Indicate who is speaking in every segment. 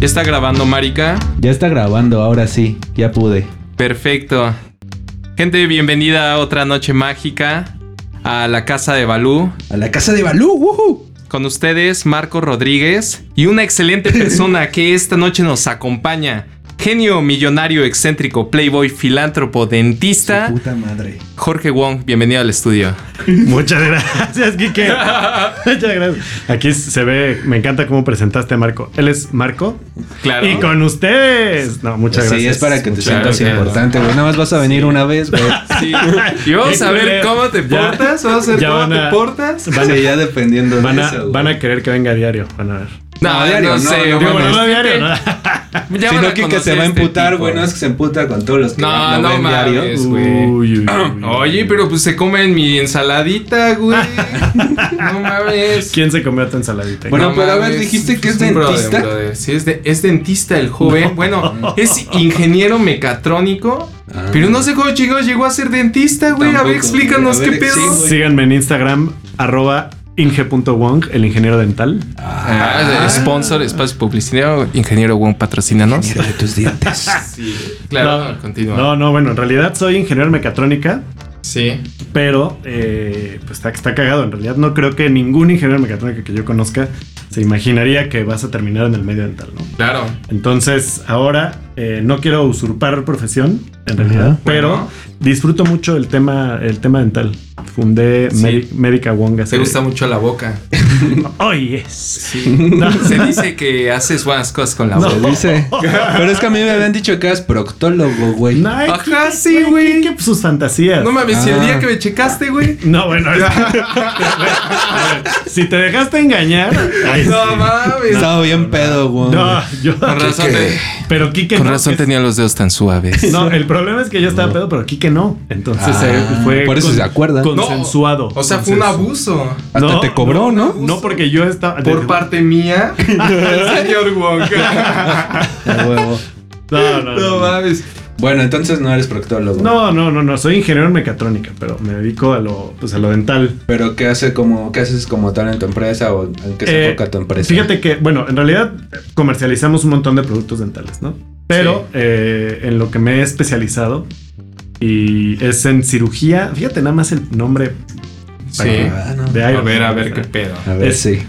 Speaker 1: ¿Ya está grabando, Marica?
Speaker 2: Ya está grabando, ahora sí, ya pude.
Speaker 1: Perfecto. Gente, bienvenida a otra noche mágica, a la casa de Balú.
Speaker 2: A la casa de Balú, ¡Woohoo!
Speaker 1: Con ustedes, Marco Rodríguez y una excelente persona que esta noche nos acompaña. Genio, millonario, excéntrico, playboy, filántropo, dentista,
Speaker 2: Su puta madre.
Speaker 1: Jorge Wong. Bienvenido al estudio.
Speaker 3: Muchas gracias, Quique. Muchas gracias. Aquí se ve, me encanta cómo presentaste a Marco. Él es Marco.
Speaker 1: Claro.
Speaker 3: Y con ustedes. No, muchas
Speaker 2: sí,
Speaker 3: gracias.
Speaker 2: es para que te
Speaker 3: Muchas
Speaker 2: sientas
Speaker 3: gracias.
Speaker 2: importante, güey. Nada más vas a venir una vez, güey.
Speaker 1: Sí. Y vamos a ver cómo te
Speaker 3: Ya.
Speaker 1: portas, vamos a ver
Speaker 3: Ya
Speaker 1: cómo
Speaker 3: van a-
Speaker 1: te portas.
Speaker 3: Van a-
Speaker 2: Sí, ya dependiendo
Speaker 3: Van
Speaker 2: de
Speaker 3: a,
Speaker 2: eso. güey.
Speaker 3: van a querer que venga a diario. Van a ver.
Speaker 1: No,
Speaker 2: No, diario,
Speaker 1: no
Speaker 2: Ah, no,
Speaker 1: sé.
Speaker 2: no
Speaker 3: Digo,
Speaker 1: bueno,
Speaker 3: bueno, no diario, ¿no?
Speaker 1: ya
Speaker 2: Si
Speaker 1: van
Speaker 2: no,
Speaker 1: a
Speaker 2: Kike
Speaker 1: conocer
Speaker 2: se va a
Speaker 1: este
Speaker 2: emputar,
Speaker 1: tipo.
Speaker 2: güey. No es que se emputa con todos los que
Speaker 1: No,
Speaker 2: lo
Speaker 1: no
Speaker 2: ven
Speaker 1: mames.
Speaker 2: diario.
Speaker 1: Es, güey.
Speaker 3: Uy, uy, uy.
Speaker 1: Oye, pero pues se comen mi ensaladita, güey. No mames.
Speaker 3: ¿Quién se comió tu ensaladita?
Speaker 2: Bueno,
Speaker 1: No
Speaker 2: pero a ver,
Speaker 1: mames,
Speaker 2: dijiste que es
Speaker 1: un brother,
Speaker 2: dentista.
Speaker 1: brother. Sí, es, de- es dentista el joven. Bueno, es ingeniero mecatrónico.
Speaker 2: Ah.
Speaker 1: Pero no sé cómo chingados llegó a ser dentista, güey. A ver,
Speaker 2: Tampoco,
Speaker 1: explícanos
Speaker 2: güey. A ver,
Speaker 1: qué
Speaker 2: sí,
Speaker 1: pedo.
Speaker 2: güey.
Speaker 3: Síganme en Instagram, arroba inge.wong, el ingeniero dental.
Speaker 1: Ah, sponsor, espacio publicitario, ingeniero Wong, patrocínanos.
Speaker 2: Mira de tus dientes.
Speaker 1: Sí, claro, continúa.
Speaker 3: No, no, bueno, en realidad soy ingeniero en mecatrónica.
Speaker 1: Sí.
Speaker 3: Pero, eh, pues está, está cagado. En realidad, no creo que ningún ingeniero mecatrónico que yo conozca se imaginaría que vas a terminar en el medio dental, ¿no?
Speaker 1: Claro.
Speaker 3: Entonces, ahora eh, no quiero usurpar profesión, en realidad,
Speaker 2: Ajá.
Speaker 3: pero
Speaker 1: Bueno.
Speaker 3: disfruto mucho el tema, el tema dental. Fundé
Speaker 1: Sí.
Speaker 3: Medi- Médica Wonga.
Speaker 1: Te gusta mucho la boca.
Speaker 3: ¡Oh, yes!
Speaker 1: Sí. Se dice que haces buenas cosas con la
Speaker 3: No.
Speaker 1: boca.
Speaker 2: Lo dice. Pero es que a mí me habían dicho que eras proctólogo, güey.
Speaker 3: Ay,
Speaker 1: Ajá,
Speaker 3: qué-
Speaker 1: sí,
Speaker 3: qué-
Speaker 1: güey.
Speaker 3: qué- Sus fantasías.
Speaker 1: No
Speaker 3: No,
Speaker 1: mames, si el
Speaker 2: Ah.
Speaker 1: día que me checaste, güey.
Speaker 3: bueno. es- A ver, si te dejaste engañar. ay,
Speaker 1: No
Speaker 3: sí.
Speaker 1: mames.
Speaker 2: Estaba bien pedo, güey. Ah,
Speaker 3: No, yo.
Speaker 1: Con razón,
Speaker 2: que-
Speaker 1: te-
Speaker 3: Pero Kike
Speaker 1: con
Speaker 3: no,
Speaker 1: razón
Speaker 3: es-
Speaker 1: tenía los dedos tan suaves.
Speaker 3: No, el problema es que yo estaba pedo, pero Kike no. Entonces
Speaker 2: Ah,
Speaker 3: eh, fue.
Speaker 2: por eso se acuerda.
Speaker 3: Consensuado.
Speaker 1: O sea, fue un
Speaker 3: Consensuado.
Speaker 1: abuso.
Speaker 2: Hasta
Speaker 3: No,
Speaker 2: te cobró, ¿no?
Speaker 3: No, porque yo estaba.
Speaker 1: Por parte mía, el señor Wong.
Speaker 2: A huevo.
Speaker 3: No, no,
Speaker 1: No
Speaker 3: no.
Speaker 1: mames.
Speaker 2: Bueno, entonces no eres proctólogo.
Speaker 3: No, no, no, no. Soy ingeniero en mecatrónica, pero me dedico a lo, pues, a lo dental.
Speaker 2: Pero ¿qué, hace como, ¿qué haces como tal en tu empresa o en qué se
Speaker 3: Eh,
Speaker 2: enfoca tu empresa?
Speaker 3: Fíjate que, bueno, en realidad eh, comercializamos un montón de productos dentales, ¿no? Pero eh, en lo que me he especializado y es en cirugía. Fíjate nada más el nombre
Speaker 1: Sí.
Speaker 2: Ah, no.
Speaker 3: de
Speaker 1: A
Speaker 3: Iron
Speaker 1: ver,
Speaker 3: Man,
Speaker 1: a
Speaker 3: o
Speaker 1: ver
Speaker 3: sea,
Speaker 1: qué pedo.
Speaker 2: A ver,
Speaker 3: Es-
Speaker 2: sí.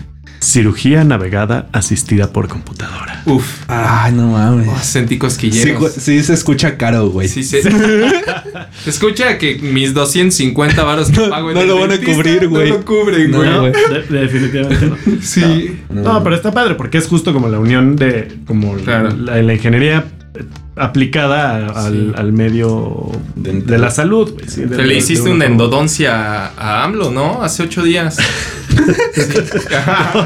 Speaker 3: Cirugía navegada asistida por computadora.
Speaker 1: Uf.
Speaker 2: Ay, Ah, no mames.
Speaker 1: Oh, sentí
Speaker 2: Sí, güey,
Speaker 1: cosquilleros.
Speaker 2: sí se escucha caro, güey.
Speaker 1: Sí, se... Se escucha que mis 250 varos que pago en
Speaker 2: no
Speaker 1: el
Speaker 2: lo van a
Speaker 1: dentista
Speaker 2: cubrir, güey.
Speaker 1: No lo cubren,
Speaker 2: No,
Speaker 1: güey.
Speaker 3: No,
Speaker 2: güey.
Speaker 3: de- de- definitivamente no.
Speaker 1: Sí.
Speaker 3: No, pero está padre porque es justo como la unión de como la-
Speaker 1: Claro.
Speaker 3: la, la ingeniería eh, aplicada a- al,
Speaker 1: Sí.
Speaker 3: al medio
Speaker 2: Dental.
Speaker 3: de la salud. güey, sí, de-
Speaker 1: Te
Speaker 3: de-
Speaker 1: le
Speaker 3: de
Speaker 1: hiciste
Speaker 3: una
Speaker 1: una
Speaker 3: forma.
Speaker 1: endodoncia a a AMLO, ¿no? Hace ocho días.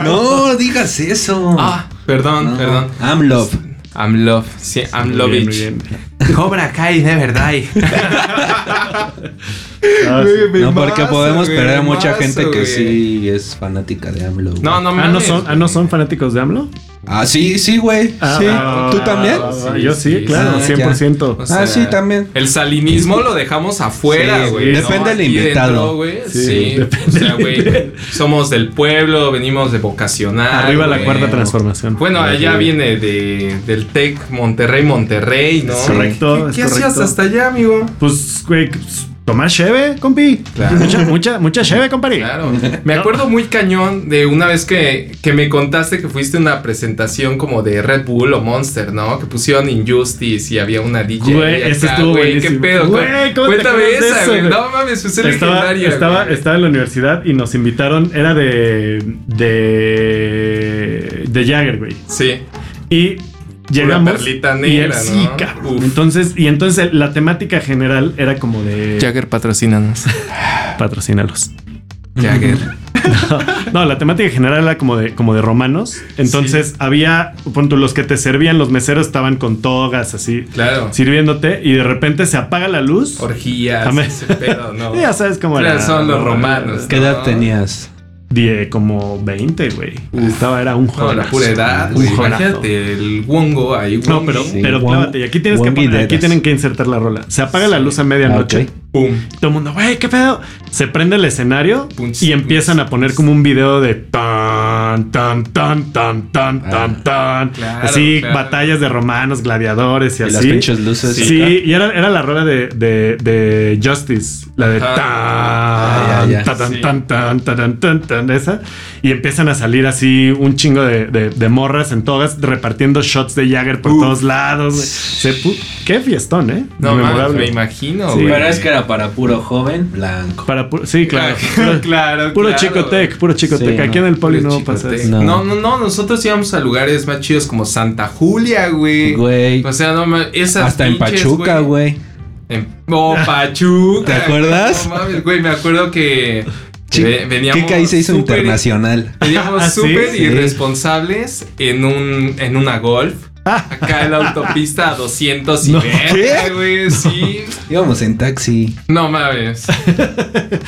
Speaker 2: No digas eso.
Speaker 1: Ah, perdón,
Speaker 2: No.
Speaker 1: perdón.
Speaker 2: I'm love.
Speaker 1: I'm love. Sí, I'm
Speaker 3: Muy bien, muy
Speaker 1: lovich.
Speaker 3: bien.
Speaker 1: Cobra Kai, de verdad.
Speaker 3: Ah, sí.
Speaker 1: Güey, me
Speaker 2: No, porque
Speaker 1: mazo,
Speaker 2: podemos
Speaker 1: güey,
Speaker 2: perder a
Speaker 1: me
Speaker 2: mucha
Speaker 1: mazo,
Speaker 2: gente que
Speaker 1: güey.
Speaker 2: sí es fanática de AMLO. güey.
Speaker 1: No, no
Speaker 3: Ah, no
Speaker 1: mames,
Speaker 3: son, ah,
Speaker 1: güey.
Speaker 3: ¿no son fanáticos de AMLO?
Speaker 2: Ah, sí, sí, güey.
Speaker 3: Ah,
Speaker 2: sí.
Speaker 3: ah,
Speaker 2: ¿Tú
Speaker 3: ah,
Speaker 2: también?
Speaker 3: ah, ah, yo sí,
Speaker 1: Sí,
Speaker 3: claro,
Speaker 2: sí, ya.
Speaker 3: 100%.
Speaker 1: O
Speaker 2: Ah, sí, también.
Speaker 1: El salinismo lo dejamos afuera,
Speaker 2: Sí,
Speaker 1: güey.
Speaker 2: sí. Depende del
Speaker 1: Aquí
Speaker 2: invitado.
Speaker 1: dentro, güey,
Speaker 3: Sí,
Speaker 1: sí.
Speaker 3: depende
Speaker 1: O sea,
Speaker 3: del
Speaker 1: güey, somos del pueblo, venimos de vocacional.
Speaker 3: Arriba la
Speaker 1: güey.
Speaker 3: cuarta transformación.
Speaker 1: Bueno, allá viene de, del TEC Monterrey, Monterrey, ¿no?
Speaker 3: Es correcto,
Speaker 1: ¿Qué,
Speaker 3: es
Speaker 1: qué hacías
Speaker 3: correcto.
Speaker 1: hasta allá, amigo?
Speaker 3: Pues, güey, pues, tomar cheve, compi.
Speaker 1: Claro.
Speaker 3: Mucha, mucha, mucha cheve, compadre.
Speaker 1: Claro. Me acuerdo muy cañón de una vez que, que me contaste que fuiste a una presentación como de Red Bull o Monster, ¿no? Que pusieron Injustice y había una DJ.
Speaker 3: Güey,
Speaker 1: acá,
Speaker 3: eso estuvo
Speaker 1: güey, ¿Qué
Speaker 3: buenísimo.
Speaker 1: pedo?
Speaker 3: Güey, ¿cómo te
Speaker 1: Cuéntame
Speaker 3: acuerdas de
Speaker 1: esa,
Speaker 3: eso,
Speaker 1: güey.
Speaker 3: güey?
Speaker 1: No mames, fue
Speaker 3: Estaba,
Speaker 1: legendaria.
Speaker 3: estaba,
Speaker 1: güey.
Speaker 3: estaba en la universidad y nos invitaron, era de. de. de Jagger, güey.
Speaker 1: Sí.
Speaker 3: Y llegamos.
Speaker 1: perlita
Speaker 3: y
Speaker 1: negra,
Speaker 3: él sí,
Speaker 1: ¿no?
Speaker 3: cabrón.
Speaker 1: Uf.
Speaker 3: Entonces, y entonces la temática general era como de.
Speaker 1: Jagger, patrocínanos.
Speaker 3: Patrocínalos.
Speaker 1: Jagger.
Speaker 3: No, la temática general era como de, como de romanos. Entonces había, pon tú, los que te servían, los meseros estaban con togas así,
Speaker 1: Claro.
Speaker 3: sirviéndote, y de repente se apaga la luz.
Speaker 1: Orgías,
Speaker 3: Amén.
Speaker 1: ese pedo, ¿no.
Speaker 3: Y ya sabes cómo
Speaker 1: Claro,
Speaker 3: era.
Speaker 1: son los
Speaker 3: ¿no?
Speaker 1: romanos.
Speaker 2: ¿Qué edad tenías?
Speaker 3: Die- como 20, güey. Estaba, era un
Speaker 1: No,
Speaker 3: joven.
Speaker 1: la pura edad,
Speaker 3: Un
Speaker 1: güey.
Speaker 3: jovenazo.
Speaker 1: Imagínate el Wongo ahí,
Speaker 3: No,
Speaker 1: Wongi.
Speaker 3: pero,
Speaker 2: Sí,
Speaker 3: pero
Speaker 2: Juan-
Speaker 3: clávate, y aquí tienes
Speaker 2: Juan
Speaker 3: que poner- aquí
Speaker 2: Guideras.
Speaker 3: tienen que insertar la rola. Se apaga la
Speaker 1: Sí.
Speaker 3: luz a medianoche
Speaker 2: Ah, ok.
Speaker 1: Pum.
Speaker 3: Todo el mundo, güey, qué pedo. Se prende el escenario
Speaker 1: Punch,
Speaker 3: y empiezan
Speaker 1: punch,
Speaker 3: a poner como un video de tan, tan, tan, tan, tan,
Speaker 2: Ah,
Speaker 3: tan, tan.
Speaker 1: claro,
Speaker 3: así,
Speaker 1: claro.
Speaker 3: batallas de romanos, gladiadores y,
Speaker 2: Y
Speaker 3: así.
Speaker 2: las pinches luces.
Speaker 3: Sí,
Speaker 2: acá.
Speaker 3: y era, era la rola de, de, de Justice, la de
Speaker 1: Ajá.
Speaker 3: tan,
Speaker 2: Ah, ya, ya.
Speaker 3: ta, tan,
Speaker 1: Sí.
Speaker 3: tan, tan, ta, tan, tan, tan, esa. Y empiezan a salir así un chingo de, de- de morras en todas, repartiendo shots de Jagger por
Speaker 1: Uf.
Speaker 3: todos lados. güey. Se pu- Qué fiestón, ¿eh?
Speaker 1: No mames,
Speaker 3: Memorable.
Speaker 1: me imagino,
Speaker 3: Sí.
Speaker 1: güey.
Speaker 4: Pero es que era para puro joven.
Speaker 2: Blanco.
Speaker 3: Para pu- sí, claro.
Speaker 1: Claro, claro.
Speaker 3: Puro
Speaker 1: claro.
Speaker 3: chico tech, puro chico
Speaker 2: Sí,
Speaker 3: tech. Aquí
Speaker 2: no,
Speaker 3: en el poli
Speaker 1: Puro
Speaker 3: no
Speaker 1: chico
Speaker 3: pasa
Speaker 1: tech.
Speaker 3: eso.
Speaker 2: No.
Speaker 1: No, no, no. Nosotros íbamos a lugares más chidos como Santa Julia, güey.
Speaker 2: Güey.
Speaker 1: O sea, no mames. Pues Esas
Speaker 2: Hasta en
Speaker 1: pinches,
Speaker 2: Pachuca, güey.
Speaker 1: En oh, Pachuca.
Speaker 2: ¿Te acuerdas?
Speaker 1: No mames, güey. Me acuerdo que
Speaker 2: Chi-
Speaker 1: ve- veníamos.
Speaker 2: ¿Qué ahí se hizo
Speaker 1: súper-
Speaker 2: internacional?
Speaker 3: ¿Ah,
Speaker 1: Veníamos
Speaker 3: sí?
Speaker 1: súper
Speaker 2: Sí.
Speaker 1: irresponsables en, un, en una golf. Acá en la autopista a 200 y
Speaker 3: No.
Speaker 1: verga, güey. Sí.
Speaker 2: Íbamos en taxi.
Speaker 1: No mames.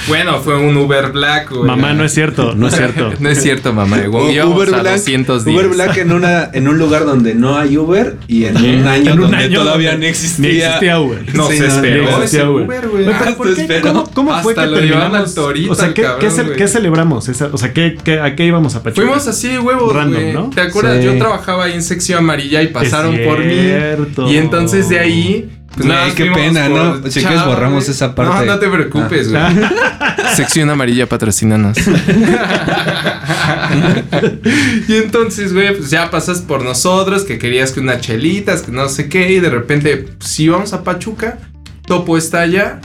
Speaker 1: bueno, fue un Uber Black, güey.
Speaker 3: Mamá, no es cierto, no es cierto.
Speaker 1: No es cierto, mamá. Güey,
Speaker 2: U-
Speaker 1: íbamos a 210.
Speaker 2: Uber Black en, una, en un lugar donde no hay Uber y en un año
Speaker 3: En un
Speaker 2: donde
Speaker 3: año
Speaker 2: todavía
Speaker 3: donde
Speaker 2: no
Speaker 3: Ni
Speaker 2: existía.
Speaker 3: existía Uber.
Speaker 1: No
Speaker 2: Sí,
Speaker 1: se
Speaker 2: no,
Speaker 1: esperó
Speaker 3: no
Speaker 1: ese
Speaker 3: existía Uber.
Speaker 1: Uber, güey.
Speaker 3: Güey, pero
Speaker 2: Hasta
Speaker 3: ¿por qué?
Speaker 2: espero.
Speaker 3: ¿Cómo, cómo fue
Speaker 1: Hasta
Speaker 3: que
Speaker 1: lo llevaron
Speaker 3: terminamos?
Speaker 1: al torito,
Speaker 3: o sea,
Speaker 1: el
Speaker 3: ¿qué,
Speaker 1: cabrón,
Speaker 3: qué ce-
Speaker 1: güey.
Speaker 3: qué celebramos? Esa- o sea, ¿qué, qué- ¿a qué íbamos a
Speaker 1: Ah,
Speaker 3: Pachuca? Pues,
Speaker 1: Fuimos así de huevos,
Speaker 3: Random,
Speaker 1: güey.
Speaker 3: ¿no?
Speaker 1: ¿Te acuerdas?
Speaker 2: Sí.
Speaker 1: Yo trabajaba ahí en sección amarilla y pasaron
Speaker 3: Es
Speaker 1: por
Speaker 3: cierto.
Speaker 1: mí. Y entonces de ahí. pues
Speaker 2: Güey,
Speaker 1: nada más
Speaker 2: qué
Speaker 1: fuimos
Speaker 2: pena,
Speaker 1: por
Speaker 2: ¿no? Si quieres
Speaker 1: Chava,
Speaker 2: borramos
Speaker 1: güey.
Speaker 2: esa
Speaker 1: No,
Speaker 2: parte.
Speaker 1: no te preocupes, güey. Sección amarilla patrocínanos. y entonces, güey, pues ya pasas por nosotros, que querías que unas chelitas, que no sé qué, y de repente, pues, si vamos a Pachuca, Topo está allá,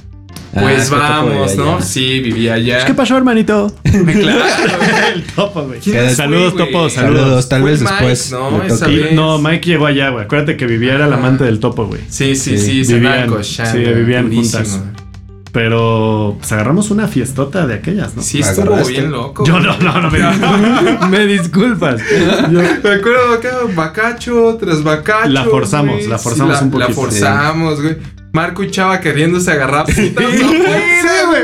Speaker 2: Ah,
Speaker 1: pues
Speaker 2: es que Topo
Speaker 1: vamos,
Speaker 2: vivía
Speaker 1: ¿no?
Speaker 2: allá.
Speaker 1: Sí, vivía allá.
Speaker 3: ¿Qué pasó, hermanito?
Speaker 1: Claro, güey.
Speaker 3: El topo, güey.
Speaker 1: ¿Quién fue,
Speaker 3: Saludos,
Speaker 1: güey?
Speaker 3: topo,
Speaker 2: Saludos,
Speaker 3: saludos.
Speaker 2: tal
Speaker 1: Fue
Speaker 2: vez
Speaker 1: Pues, Mike,
Speaker 2: después.
Speaker 1: ¿no?
Speaker 2: le toque.
Speaker 1: Esa vez.
Speaker 3: Y- no, Mike llegó allá, güey. Acuérdate que Vivía era el amante del topo, güey.
Speaker 1: Sí, sí, sí,
Speaker 2: Sí,
Speaker 1: se
Speaker 3: vivían-
Speaker 1: andaban cochando,
Speaker 3: sí, vivían
Speaker 1: durísimo.
Speaker 3: juntas. Pero pues, agarramos una fiestota de aquellas, ¿no?
Speaker 1: Sí,
Speaker 2: ¿La
Speaker 1: estuvo
Speaker 2: agarraste?
Speaker 1: bien loco.
Speaker 3: Yo
Speaker 1: güey.
Speaker 3: no, no, no me, me disculpas. Yo-
Speaker 1: Me acuerdo acá, bacacho tras bacacho.
Speaker 3: La forzamos,
Speaker 1: güey.
Speaker 3: la forzamos
Speaker 1: Sí,
Speaker 3: un
Speaker 1: La
Speaker 3: poquito.
Speaker 1: forzamos, güey. Marco y Chava queriéndose agarrar putas afuera, güey.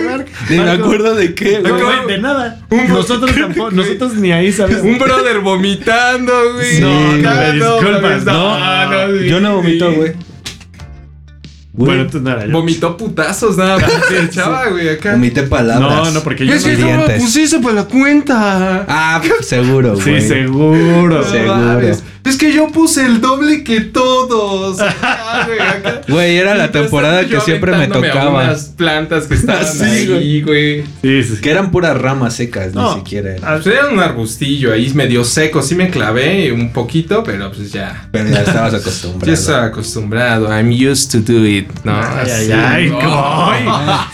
Speaker 2: Ni me acuerdo de qué,
Speaker 3: No,
Speaker 2: güey.
Speaker 3: güey, de nada.
Speaker 1: Un-
Speaker 3: Nosotros tampoco, nosotros ni ahí sabemos.
Speaker 1: Un brother vomitando, güey.
Speaker 2: Sí,
Speaker 1: no,
Speaker 2: güey,
Speaker 1: no, no, ah,
Speaker 3: disculpas, no.
Speaker 1: güey.
Speaker 2: Yo no vomito, güey.
Speaker 3: Bueno,
Speaker 2: Güey,
Speaker 3: entonces nada. yo-
Speaker 1: Vomitó putazos nada más. el Chava, güey, acá.
Speaker 2: Vomité palabras.
Speaker 3: No, no, porque yo
Speaker 1: Es que
Speaker 2: Los
Speaker 1: no
Speaker 2: dientes.
Speaker 1: puse eso para la cuenta.
Speaker 2: Ah, seguro,
Speaker 3: Sí,
Speaker 2: güey.
Speaker 3: seguro.
Speaker 1: No
Speaker 2: Sí. seguro.
Speaker 1: mames. Es que yo puse el doble que todos. Ah, güey, acá.
Speaker 2: Güey, era la
Speaker 1: Entonces,
Speaker 2: temporada que
Speaker 1: yo
Speaker 2: siempre me
Speaker 1: aventándome a
Speaker 2: tocaba.
Speaker 1: unas plantas que estaban
Speaker 2: Ah, sí,
Speaker 1: ahí, güey.
Speaker 3: Sí, sí.
Speaker 2: Que eran puras ramas secas,
Speaker 3: No.
Speaker 2: ni siquiera. era.
Speaker 3: Ah,
Speaker 1: Pues era un arbustillo ahí medio seco, sí me clavé un poquito, pero pues ya.
Speaker 2: Pero ya estabas
Speaker 1: Ya
Speaker 2: acostumbrado.
Speaker 1: estaba acostumbrado. I'm used to do it, ¿no?
Speaker 3: Ay, ay,
Speaker 1: Así,
Speaker 3: ay,
Speaker 1: ¿no?
Speaker 3: ay.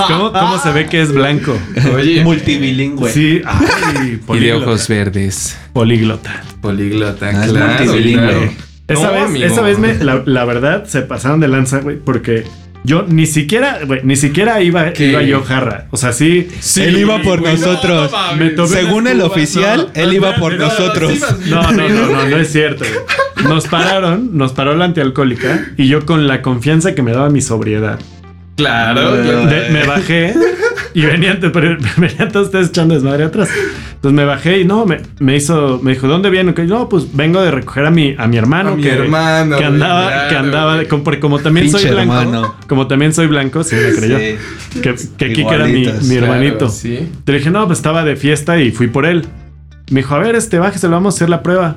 Speaker 3: ¿Cómo, ¿Cómo se ve que es blanco?
Speaker 1: Oye,
Speaker 2: Multibilingüe.
Speaker 3: Sí, ay,
Speaker 1: y de
Speaker 3: políglota.
Speaker 1: ojos verdes.
Speaker 3: Políglota.
Speaker 1: Políglota,
Speaker 2: Ah, es
Speaker 1: claro.
Speaker 2: multilingüe.
Speaker 1: claro.
Speaker 3: Esa
Speaker 1: No,
Speaker 3: vez,
Speaker 1: amigo.
Speaker 3: esa vez me, la, la verdad, se pasaron de lanza, güey, porque yo ni siquiera, güey, ni siquiera iba,
Speaker 1: ¿Qué?
Speaker 3: iba yo jarra. O sea, sí.
Speaker 1: Sí,
Speaker 2: Él iba por
Speaker 1: güey,
Speaker 2: nosotros.
Speaker 1: no mames.
Speaker 3: Me tomé
Speaker 2: Según el oficial, él iba por
Speaker 1: No, no,
Speaker 2: nosotros.
Speaker 1: sí ibas bien.
Speaker 3: No, no, no, no, no es cierto. güey. Nos pararon, nos paró la antialcohólica y yo con la confianza que me daba mi sobriedad,
Speaker 1: Claro, claro.
Speaker 3: de- me bajé y venían, t- pero venían todos ustedes echando desmadre atrás. Entonces me bajé y no, me, me hizo, me dijo, ¿dónde viene? Que yo, no, pues vengo de recoger a mi, a mi hermano.
Speaker 1: A mi
Speaker 3: que,
Speaker 1: hermano,
Speaker 3: Que
Speaker 1: güey,
Speaker 3: andaba,
Speaker 1: claro,
Speaker 3: que andaba,
Speaker 1: güey.
Speaker 3: como, porque como también soy
Speaker 2: Pinche
Speaker 3: blanco.
Speaker 2: hermano.
Speaker 3: Como también soy blanco, sí me creyó.
Speaker 2: Sí.
Speaker 3: Que, que Kike era mi,
Speaker 2: Igualitos,
Speaker 3: mi hermanito.
Speaker 1: Claro, sí.
Speaker 3: Te dije, no, pues estaba de fiesta y fui por él. Me dijo, a ver, este, bájese, le vamos a hacer la prueba.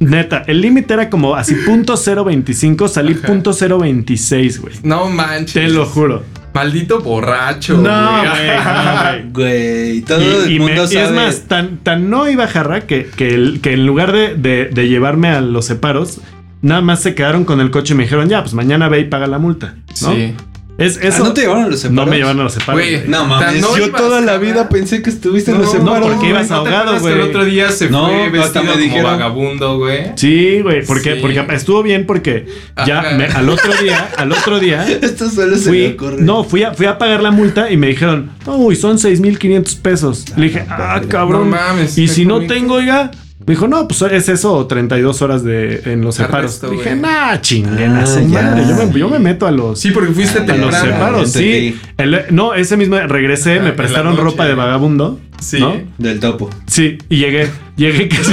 Speaker 3: Neta, el límite era como así punto .025, salí
Speaker 1: Ajá.
Speaker 3: punto .026, güey.
Speaker 1: No manches.
Speaker 3: Te lo juro.
Speaker 1: Maldito borracho.
Speaker 3: No,
Speaker 1: güey.
Speaker 3: güey, no, güey.
Speaker 2: Güey, todo
Speaker 3: Y,
Speaker 2: el
Speaker 3: y me-
Speaker 2: mundo
Speaker 3: y
Speaker 2: sabe.
Speaker 3: es más, tan, tan no iba a jarra que, que, el- que en lugar de, de- de llevarme a los separos, nada más se quedaron con el coche y me dijeron, ya, pues mañana ve y paga la multa. ¿no?
Speaker 1: Sí.
Speaker 3: Es,
Speaker 2: Ah,
Speaker 3: eso,
Speaker 2: ¿No te llevaron los separos?
Speaker 3: no me llevaron a los separos.
Speaker 1: Güey,
Speaker 3: güey.
Speaker 2: No mames,
Speaker 1: No
Speaker 2: yo
Speaker 1: ibas,
Speaker 2: toda la
Speaker 1: ¿verdad?
Speaker 2: vida pensé que estuviste en los
Speaker 1: No,
Speaker 2: separos.
Speaker 3: porque ibas
Speaker 1: ¿No te
Speaker 3: ahogado,
Speaker 1: acuerdas que
Speaker 3: güey.
Speaker 1: El otro día se
Speaker 2: No,
Speaker 1: fue
Speaker 2: hasta
Speaker 1: vestido
Speaker 2: me
Speaker 1: como
Speaker 2: dijeron-
Speaker 1: vagabundo, güey.
Speaker 3: Sí, güey, porque,
Speaker 1: Sí.
Speaker 3: porque estuvo bien porque ya
Speaker 1: Ajá.
Speaker 3: me- al otro día, al otro día
Speaker 2: Esto solo se me
Speaker 3: fui,
Speaker 2: ocurre.
Speaker 3: no, fui a, fui a pagar la multa y me dijeron, uy, son 6.500 pesos. Le dije, ah,
Speaker 2: madre.
Speaker 3: cabrón.
Speaker 1: No mames,
Speaker 3: y
Speaker 1: está
Speaker 3: si no
Speaker 1: conmigo.
Speaker 3: tengo, oiga, me dijo, no, pues es eso, o 32 horas de, en los separos.
Speaker 1: Arresto,
Speaker 3: dije,
Speaker 1: güey.
Speaker 3: nah, chinguen a
Speaker 2: Ah,
Speaker 3: su
Speaker 2: ya.
Speaker 3: madre. Yo me, yo me meto a los,
Speaker 1: Sí, porque fuiste
Speaker 2: Ah,
Speaker 3: a
Speaker 1: temprano.
Speaker 2: ya,
Speaker 3: los separos,
Speaker 2: ya
Speaker 3: sí. El- no, ese mismo, regresé,
Speaker 1: Ah, en
Speaker 3: me
Speaker 1: la
Speaker 3: prestaron
Speaker 1: noche.
Speaker 3: ropa de vagabundo.
Speaker 1: Sí.
Speaker 3: ¿no?
Speaker 2: Del topo.
Speaker 3: Sí, y llegué, llegué casi.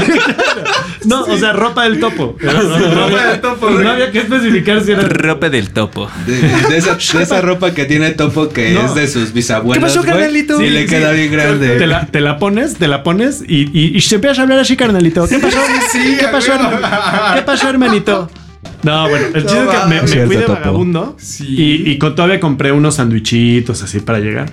Speaker 3: No, o sea, ropa del topo.
Speaker 1: ropa del topo, güey.
Speaker 3: No había que especificar si era.
Speaker 1: Ropa del topo.
Speaker 2: De, de esa, de esa ropa que tiene Topo que
Speaker 3: No.
Speaker 2: es de sus bisabuelos.
Speaker 1: ¿Qué pasó,
Speaker 2: güey,
Speaker 1: carnalito?
Speaker 2: Y
Speaker 1: Sí,
Speaker 2: le
Speaker 1: sí.
Speaker 2: queda bien grande.
Speaker 3: Te la, te la pones, te la pones y, y, y se empieza a hablar así, carnalito. ¿Qué pasó?
Speaker 1: sí,
Speaker 3: ¿Qué pasó,
Speaker 1: a huevo.
Speaker 3: hermano? ¿Qué pasó, hermanito? No, bueno, el chiste es que me, me
Speaker 2: Cierto,
Speaker 3: fui de
Speaker 2: Topo.
Speaker 3: vagabundo
Speaker 1: Sí.
Speaker 3: y, y con, todavía compré unos sandwichitos así para llegar.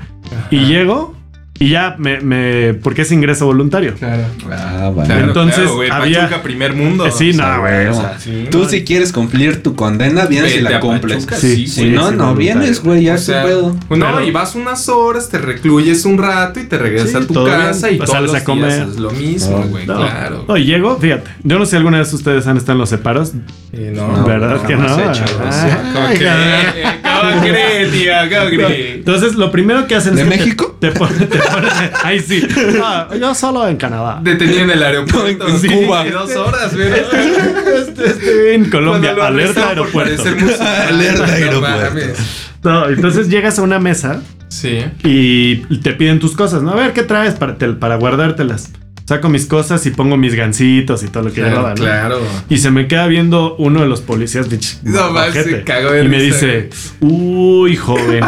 Speaker 3: Y llego y ya me, me. Porque es ingreso voluntario.
Speaker 1: Claro.
Speaker 2: Ah, vale.
Speaker 1: Claro,
Speaker 3: Entonces,
Speaker 1: claro, güey,
Speaker 3: había-
Speaker 1: Pachuca, primer mundo.
Speaker 3: Eh, sí, no, güey.
Speaker 2: o
Speaker 3: o
Speaker 2: sea,
Speaker 3: sea,
Speaker 1: sí.
Speaker 2: Ah, Tú si quieres cumplir tu condena, vienes
Speaker 1: Vete
Speaker 2: y la
Speaker 1: a
Speaker 2: cumples.
Speaker 1: Pachuca,
Speaker 3: Sí,
Speaker 1: sí,
Speaker 3: sí,
Speaker 2: Si
Speaker 1: güey.
Speaker 2: no, no
Speaker 3: voluntario.
Speaker 2: vienes, güey,
Speaker 1: O
Speaker 2: ya es tu
Speaker 1: sea, pues,
Speaker 2: pedo.
Speaker 1: No,
Speaker 3: Pero-
Speaker 1: y vas unas horas, te recluyes un rato y te regresas
Speaker 3: Sí,
Speaker 1: a tu
Speaker 3: todo bien.
Speaker 1: casa y
Speaker 3: Pues
Speaker 1: todos
Speaker 3: sales
Speaker 1: los
Speaker 3: a comer.
Speaker 1: días es lo mismo,
Speaker 2: No,
Speaker 1: güey,
Speaker 3: No,
Speaker 1: claro.
Speaker 3: no, y llego, fíjate. Yo no sé si alguna vez ustedes han estado en los separos.
Speaker 1: Y no,
Speaker 3: ¿Verdad que no?
Speaker 2: jamás he hecho,
Speaker 3: Ah,
Speaker 2: o sea,
Speaker 1: ¿Cómo
Speaker 3: ay, cabrón.
Speaker 1: cree? ¿Cómo cree, tía? ¿Cómo cree?
Speaker 3: Entonces, lo primero que hacen
Speaker 2: ¿De
Speaker 3: es. que te-
Speaker 2: México?
Speaker 3: Te, ponen. Te ponen ahí sí. Ah, yo solo en Canadá.
Speaker 1: Detenido en el aeropuerto.
Speaker 3: En
Speaker 1: Sí,
Speaker 2: Cuba.
Speaker 1: Dos horas, güey.
Speaker 3: Este, este, en Colombia,
Speaker 1: Cuando lo
Speaker 3: alerta
Speaker 1: arrestaron por
Speaker 3: aeropuerto.
Speaker 1: parecer musulmán,
Speaker 2: Alerta
Speaker 1: no
Speaker 2: aeropuerto.
Speaker 1: mames.
Speaker 3: No, entonces llegas a una mesa
Speaker 1: Sí.
Speaker 3: y te piden tus cosas, ¿no? A ver, ¿qué traes para, te- para guardártelas? Saco mis cosas y pongo mis gancitos y todo lo que llevaba,
Speaker 1: Claro, claro.
Speaker 3: ¿no? Y se me queda viendo uno de los policías, bitch.
Speaker 1: No, más, se
Speaker 3: ojete.
Speaker 1: cagó de
Speaker 3: Y me
Speaker 1: risa,
Speaker 3: dice, uy, joven,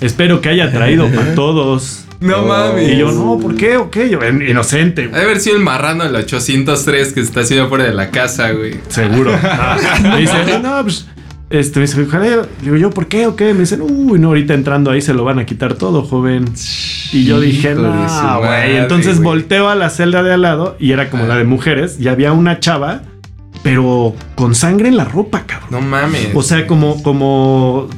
Speaker 3: espero que haya traído para todos.
Speaker 1: No
Speaker 2: Oh.
Speaker 1: mames.
Speaker 3: Y yo, no, ¿por qué? ¿O qué? Yo, "In- inocente,
Speaker 1: Ha de
Speaker 3: güey.
Speaker 1: haber sido el marrano del 803 que está haciendo fuera de la casa, güey.
Speaker 3: Seguro. Ah, me dice, no, pues. Este, me dice, "Ojalá". digo yo, ¿por qué? ¿O qué? Me dicen, uy, no, ahorita entrando ahí se lo van a quitar todo, joven. Y yo dije,
Speaker 1: Hijo de
Speaker 3: no,
Speaker 1: su madre,
Speaker 3: güey. Entonces
Speaker 1: güey.
Speaker 3: volteo a la celda de al lado y era como
Speaker 1: Ah.
Speaker 3: la de mujeres y había una chava, pero con sangre en la ropa, cabrón.
Speaker 1: No mames.
Speaker 3: O sea, como, como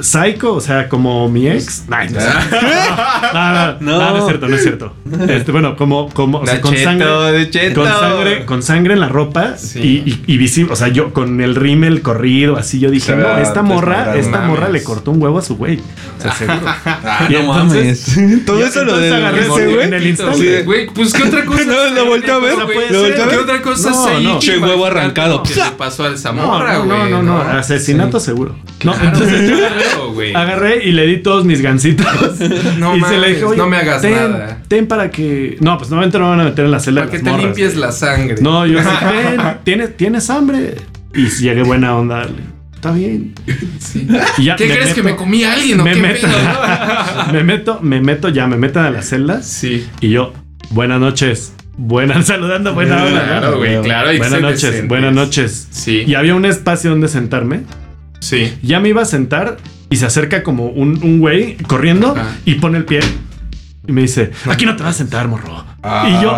Speaker 3: psycho, o sea, como mi ex. Ay, no, sé.
Speaker 1: Ah.
Speaker 3: no, no, no, no, no es cierto, no es cierto. Este, bueno, como, como, o sea, con sangre.
Speaker 1: de cheto.
Speaker 3: Con sangre, con sangre en la ropa
Speaker 1: Sí.
Speaker 3: y, y- y visible. O sea, yo con el rímel corrido, así yo dije,
Speaker 2: Se
Speaker 3: no,
Speaker 2: vea
Speaker 3: esta morra,
Speaker 2: desmadrado.
Speaker 3: esta
Speaker 1: Mames.
Speaker 3: morra le cortó un huevo a su güey. O sea, seguro.
Speaker 2: Ah,
Speaker 3: Y
Speaker 2: no
Speaker 3: entonces-
Speaker 2: mames. Todo
Speaker 3: y
Speaker 2: eso lo
Speaker 3: entonces
Speaker 2: de
Speaker 3: agarré ese
Speaker 2: ese,
Speaker 3: en
Speaker 2: güey.
Speaker 3: el instante.
Speaker 2: Sí.
Speaker 1: Güey, pues qué otra cosa.
Speaker 2: No, lo volteó a
Speaker 1: ¿Qué
Speaker 2: ver,
Speaker 1: otra cosa,
Speaker 3: lo
Speaker 1: güey?
Speaker 2: volteó a ver.
Speaker 1: ¿Qué otra cosa
Speaker 3: No,
Speaker 1: se
Speaker 3: no.
Speaker 1: hizo?
Speaker 2: Che, huevo arrancado.
Speaker 1: ¿Qué le pasó a esa morra,
Speaker 3: no,
Speaker 1: güey?
Speaker 3: no, no, no, asesinato seguro. No,
Speaker 1: Claro,
Speaker 3: entonces yo
Speaker 1: claro, güey.
Speaker 3: agarré y le di todos mis gancitos.
Speaker 1: No
Speaker 3: y
Speaker 1: mames,
Speaker 3: "Oye,
Speaker 1: no me hagas
Speaker 3: ten,
Speaker 1: nada".
Speaker 3: Ten para que. No, pues no me van a meter en la celda.
Speaker 1: Para que
Speaker 3: las
Speaker 1: te
Speaker 3: morras,
Speaker 1: limpies
Speaker 3: güey.
Speaker 1: la sangre.
Speaker 3: No, yo sí, "Ten, ¿tienes, tienes hambre. Y llegué buena onda. le, Está bien.
Speaker 1: Sí.
Speaker 3: Y ya
Speaker 1: ¿Qué crees que me
Speaker 3: meto-
Speaker 1: comí a alguien o
Speaker 3: me
Speaker 1: qué
Speaker 3: meto.
Speaker 1: pedo? no?
Speaker 3: Me meto, me meto ya, me meten a las celdas
Speaker 1: Sí.
Speaker 3: y yo, buenas noches. Buenas, saludando, buena hora.
Speaker 1: Claro, güey, claro, hay que
Speaker 3: Buenas
Speaker 1: ser
Speaker 3: noches,
Speaker 1: decentes.
Speaker 3: buenas noches.
Speaker 1: Sí.
Speaker 3: Y había un espacio donde sentarme.
Speaker 1: Sí.
Speaker 3: Ya me iba a sentar y se acerca como un, un güey corriendo
Speaker 1: Ajá.
Speaker 3: y pone el pie y me dice, aquí no te vas a sentar, morro. Y yo,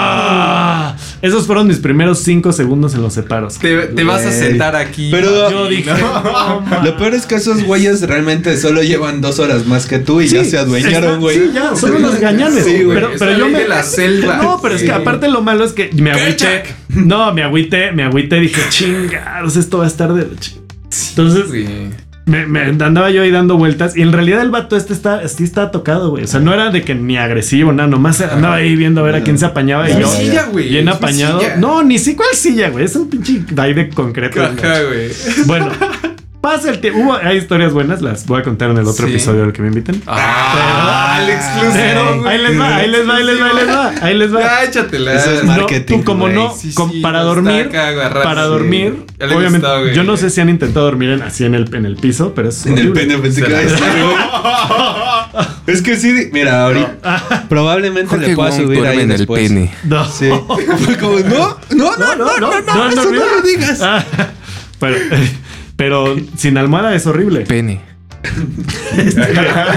Speaker 3: "Ah". esos fueron mis primeros cinco segundos en los separos.
Speaker 1: Te, te vas a
Speaker 2: Güey.
Speaker 1: sentar aquí.
Speaker 2: Pero-
Speaker 3: Yo dije, "No, man".
Speaker 2: Lo peor es que esos güeyes realmente solo llevan dos horas más que tú y ya
Speaker 3: Sí,
Speaker 2: se
Speaker 3: está-
Speaker 2: adueñaron, güey.
Speaker 3: Sí, ya, son unos gañanes.
Speaker 2: Sí, güey.
Speaker 3: pero
Speaker 1: Es
Speaker 3: pero
Speaker 1: la
Speaker 3: yo
Speaker 1: ley
Speaker 3: me.
Speaker 1: de la selva.
Speaker 3: No, pero es
Speaker 1: Sí.
Speaker 3: que aparte lo malo es que me agüité.
Speaker 1: Kerchak.
Speaker 3: No, me agüité, me agüité. Dije, chingados, esto va a estar de. la chi-". Entonces
Speaker 1: Sí.
Speaker 3: me, me andaba yo ahí dando vueltas y en realidad el vato este está, sí está tocado, güey. O sea, no era de que ni agresivo, nada, nomás andaba ahí viendo a ver a quién se apañaba y
Speaker 1: Es
Speaker 3: yo.
Speaker 1: mi silla, güey.
Speaker 3: Bien
Speaker 1: es mi
Speaker 3: apañado.
Speaker 1: silla.
Speaker 3: No, ni si cuál silla, güey. Es un pinche baile concreto.
Speaker 1: Ajá, güey.
Speaker 3: Bueno, pasa el tiempo. Hubo- Hay historias buenas, las voy a contar en el otro
Speaker 1: Sí.
Speaker 3: episodio al que me inviten.
Speaker 1: Ah, el exclusivo.
Speaker 3: Pero
Speaker 1: güey.
Speaker 3: ahí les va, ahí les va, ahí les va, ahí les va, ahí les va.
Speaker 1: Ya, échatela.
Speaker 2: Eso es
Speaker 3: No,
Speaker 2: marketing,
Speaker 3: tú como
Speaker 2: güey.
Speaker 3: no,
Speaker 1: Sí,
Speaker 3: com-
Speaker 1: sí,
Speaker 3: para
Speaker 1: está
Speaker 3: dormir,
Speaker 1: acá agarrar,
Speaker 3: para
Speaker 1: sí.
Speaker 3: dormir,
Speaker 1: Ya le
Speaker 3: obviamente,
Speaker 1: gustó, güey.
Speaker 3: yo no sé si han intentado dormir en- así en el, en el piso, pero es
Speaker 2: En el
Speaker 3: horrible.
Speaker 2: pene pensé que iba a decir, güey. Es que sí, mira,
Speaker 3: Ah.
Speaker 2: ahorita probablemente le pueda subir ahí después.
Speaker 3: No.
Speaker 2: Sí. Fue como, no, no, no, no, no, no,
Speaker 3: no, no,
Speaker 2: eso
Speaker 3: mira.
Speaker 2: no lo digas.
Speaker 3: Ah, pero, pero sin almohada es horrible.
Speaker 1: Pene.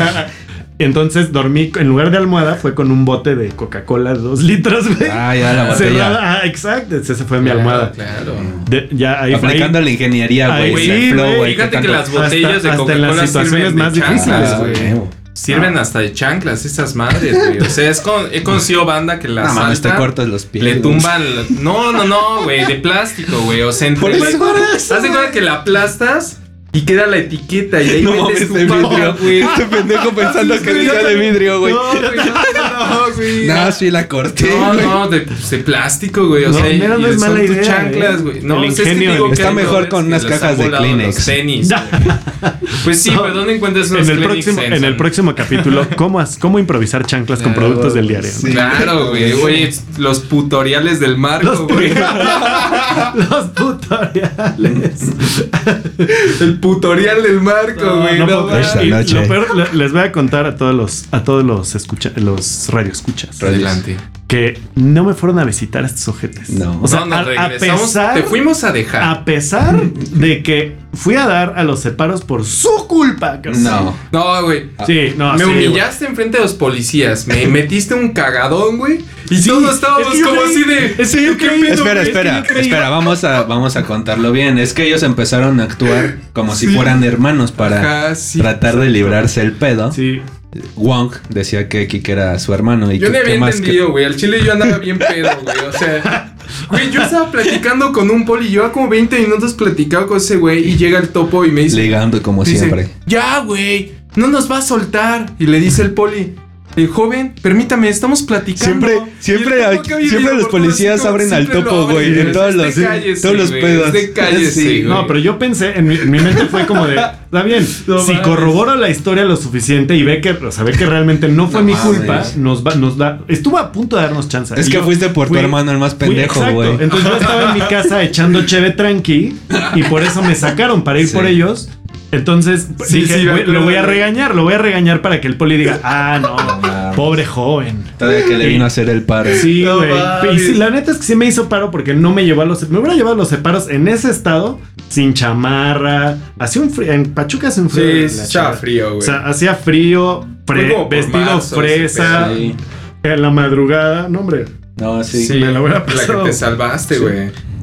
Speaker 3: Entonces dormí, en lugar de almohada, fue con un bote de Coca-Cola de dos litros, güey.
Speaker 2: Ah, ya la botella.
Speaker 3: Cerrada. Ah, exacto. Esa fue mi almohada.
Speaker 1: Claro.
Speaker 3: De- ya ahí fue. ahí-
Speaker 2: Aplicando la ingeniería,
Speaker 3: Ay,
Speaker 2: güey.
Speaker 3: güey,
Speaker 2: el flow,
Speaker 3: güey,
Speaker 2: güey,
Speaker 1: Fíjate que
Speaker 2: tanto-
Speaker 1: las botellas
Speaker 3: Hasta-
Speaker 1: de
Speaker 3: hasta en las
Speaker 1: Coca-Cola
Speaker 3: situaciones
Speaker 1: sirven de
Speaker 3: más difíciles,
Speaker 1: chanclas,
Speaker 2: Ah,
Speaker 1: güey.
Speaker 2: güey.
Speaker 1: Sirven hasta de chanclas esas madres, güey. O sea, es con, he conocido banda que
Speaker 2: No
Speaker 1: las
Speaker 2: mames, te
Speaker 1: saltan,
Speaker 2: cortas los pies.
Speaker 1: le
Speaker 2: güey.
Speaker 1: tumban. la- No, no, no, güey, de plástico, güey. O sea, entre
Speaker 2: Por eso, por eso,
Speaker 1: Haz de cuenta que la aplastas y queda la etiqueta y ahí
Speaker 2: No
Speaker 1: metes
Speaker 2: mames,
Speaker 1: tu
Speaker 2: de
Speaker 1: papa,
Speaker 2: vidrio.
Speaker 1: güey.
Speaker 2: Este pendejo pensando que era de vidrio, güey.
Speaker 1: No, güey, no, no, güey.
Speaker 2: No, sí la corté.
Speaker 1: No,
Speaker 2: güey.
Speaker 1: no, de, pues, de plástico, güey. O
Speaker 3: No,
Speaker 1: sea, y-
Speaker 3: mira, no
Speaker 1: y
Speaker 3: es
Speaker 1: son
Speaker 3: mala
Speaker 1: tus
Speaker 3: idea,
Speaker 1: chanclas,
Speaker 3: eh.
Speaker 1: güey. No,
Speaker 3: El
Speaker 1: pues, es que
Speaker 3: ingenio,
Speaker 1: digo
Speaker 3: el-
Speaker 1: que
Speaker 2: Está
Speaker 1: hay
Speaker 2: mejor
Speaker 1: hombres
Speaker 2: con
Speaker 1: que
Speaker 2: unas
Speaker 1: les han
Speaker 2: cajas de
Speaker 1: volado los
Speaker 2: Kleenex.
Speaker 1: Tenis. güey. Pues sí,
Speaker 3: No.
Speaker 1: pero ¿dónde encuentras unos
Speaker 3: En el,
Speaker 1: Kleenex
Speaker 3: próximo, en el próximo capítulo, ¿cómo, has- cómo improvisar chanclas con
Speaker 4: Ah,
Speaker 3: productos
Speaker 4: bueno,
Speaker 3: del diario?
Speaker 2: sí.
Speaker 1: Claro, güey. Oye, los tutoriales del
Speaker 3: Los,
Speaker 1: marco, güey.
Speaker 3: tutoriales. Los tutoriales.
Speaker 1: El tutorial del marco, güey. no
Speaker 3: No puedo creer.
Speaker 1: mames.
Speaker 2: esta
Speaker 3: Y
Speaker 2: noche.
Speaker 3: lo peor, le- les voy a contar a todos los, a todos los escucha, los radioescuchas
Speaker 1: Adelante.
Speaker 3: que no me fueron a visitar estos ojetes.
Speaker 2: No.
Speaker 3: O sea,
Speaker 1: no, nos
Speaker 3: a- a,
Speaker 1: regresamos.
Speaker 3: pesar,
Speaker 1: Te fuimos a dejar.
Speaker 3: a pesar de que fui a dar a los separos por su culpa. cabrón.
Speaker 2: No.
Speaker 1: No, güey.
Speaker 3: Sí, no,
Speaker 1: me
Speaker 3: Ah, sí, güey.
Speaker 1: humillaste enfrente de los policías. Me metiste un cagadón, güey. Y todos estábamos
Speaker 3: es que yo
Speaker 1: como
Speaker 3: creí-
Speaker 1: así de.
Speaker 3: es que yo
Speaker 1: ¿qué
Speaker 3: creí-
Speaker 1: pedo,
Speaker 2: Espera,
Speaker 1: güey?
Speaker 2: espera,
Speaker 1: Es que yo creí-
Speaker 2: espera, vamos a, vamos a contarlo bien. Es que ellos empezaron a actuar como si
Speaker 1: Sí.
Speaker 2: fueran hermanos para
Speaker 1: Ajá, sí.
Speaker 2: tratar de librarse el pedo.
Speaker 3: Sí.
Speaker 2: Wong decía que Kike era su hermano y
Speaker 1: Yo
Speaker 2: que,
Speaker 1: no
Speaker 2: que
Speaker 1: había
Speaker 2: más que-
Speaker 1: entendido, güey. Al chile yo andaba bien pedo, güey. O sea, güey, yo estaba platicando con un poli. Llevaba como 20 minutos platicando con ese güey. Y llega el topo y me dice:
Speaker 2: ligando como
Speaker 1: Dice,
Speaker 2: siempre.
Speaker 1: Ya, güey, no nos va a soltar. Y le dice el poli. El joven, permítame, estamos platicando.
Speaker 2: Siempre-
Speaker 1: Y el
Speaker 2: siempre
Speaker 1: topo
Speaker 2: aquí-
Speaker 1: que ha vivido
Speaker 2: siempre los
Speaker 1: por todas
Speaker 2: policías
Speaker 1: estas-
Speaker 2: abren al
Speaker 1: siempre lo
Speaker 2: topo, güey,
Speaker 1: abren,
Speaker 2: en todos
Speaker 1: es de
Speaker 2: los- en
Speaker 1: cállese,
Speaker 2: todos los
Speaker 1: güey,
Speaker 2: pedos.
Speaker 1: es de cállese,
Speaker 2: Sí,
Speaker 1: güey.
Speaker 3: No, pero yo pensé, en mi, en mi mente fue como de, está bien,
Speaker 1: No
Speaker 3: si
Speaker 1: mames.
Speaker 3: corroboro la historia lo suficiente y ve que, o sea, ve que realmente no fue
Speaker 2: No
Speaker 3: mi
Speaker 2: mames.
Speaker 3: culpa, nos, va, nos da, estuvo a punto de darnos chance.
Speaker 2: Es
Speaker 3: Y
Speaker 2: que
Speaker 3: yo
Speaker 2: fuiste por tu
Speaker 3: fui-
Speaker 2: hermano el más
Speaker 3: fui-
Speaker 2: pendejo,
Speaker 3: exacto.
Speaker 2: güey.
Speaker 3: Entonces yo estaba en mi casa echando cheve tranqui y por eso me sacaron para ir
Speaker 2: Sí.
Speaker 3: por ellos. Entonces
Speaker 1: Sí,
Speaker 3: dije,
Speaker 1: sí, me
Speaker 3: "Güey, lo
Speaker 1: acuerdo,
Speaker 3: voy a
Speaker 1: güey.
Speaker 3: regañar, lo voy a regañar para que el poli diga, ah, no,
Speaker 2: mames.
Speaker 3: pobre joven.
Speaker 2: Todavía que le
Speaker 3: Y-
Speaker 2: vino a hacer el paro.
Speaker 3: Sí,
Speaker 1: No
Speaker 3: güey.
Speaker 1: mames.
Speaker 3: y sí, la neta es que sí me hizo paro porque no me llevó a los. Me hubiera llevado a los separos en ese estado, sin chamarra. Hacía un frío. En Pachuca hace un frío. de
Speaker 1: Sí,
Speaker 3: la
Speaker 1: estaba
Speaker 3: chingada.
Speaker 1: frío,
Speaker 3: O
Speaker 1: güey.
Speaker 3: sea, hacía frío, fre-
Speaker 1: Fue como por
Speaker 3: vestido
Speaker 1: marzo,
Speaker 3: fresa,
Speaker 1: ese
Speaker 2: Sí.
Speaker 3: en la madrugada. No, hombre.
Speaker 2: No, sí.
Speaker 1: Sí,
Speaker 3: me la hubiera
Speaker 1: la
Speaker 3: pasado.
Speaker 1: que te salvaste,
Speaker 3: Sí.
Speaker 1: güey.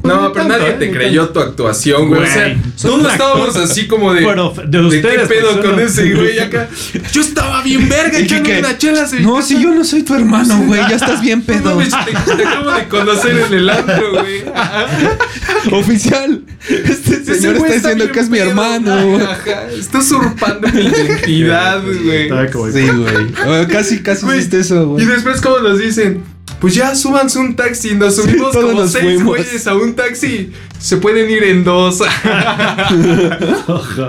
Speaker 3: Pues
Speaker 1: No,
Speaker 3: ni
Speaker 1: pero
Speaker 3: tanto,
Speaker 1: nadie
Speaker 3: eh,
Speaker 1: te
Speaker 3: ni
Speaker 1: creyó tu actuación, güey. O sea,
Speaker 3: Güey, son
Speaker 1: todos
Speaker 3: actores.
Speaker 1: estábamos así como de.
Speaker 3: Pero de
Speaker 1: ¿De qué
Speaker 3: ustedes.
Speaker 1: pedo
Speaker 3: pues,
Speaker 1: con
Speaker 3: no.
Speaker 1: ese güey acá? Yo estaba bien verga
Speaker 2: Y
Speaker 1: echándome
Speaker 2: Quique,
Speaker 1: una chela. se-
Speaker 2: No, si yo no soy tu hermano, güey, ya estás bien
Speaker 1: No
Speaker 2: pedo.
Speaker 1: mames, te, te acabo de conocer en el antro, güey.
Speaker 2: Oficial, este
Speaker 1: Ese
Speaker 2: señor
Speaker 1: güey
Speaker 2: está diciendo
Speaker 1: bien
Speaker 2: que es mi
Speaker 1: pedo.
Speaker 2: hermano, güey.
Speaker 1: Ajá, está usurpando mi identidad, güey.
Speaker 3: Estaba como-
Speaker 2: Sí, güey. O Casi, casi
Speaker 1: Güey,
Speaker 2: hiciste eso,
Speaker 1: Y
Speaker 2: güey.
Speaker 1: después, como nos dicen? Pues ya súbanse un taxi. Nos subimos
Speaker 2: todos
Speaker 1: como
Speaker 2: nos
Speaker 1: seis
Speaker 2: fuimos.
Speaker 1: güeyes a un taxi. Se pueden ir en dos.
Speaker 3: Ojo.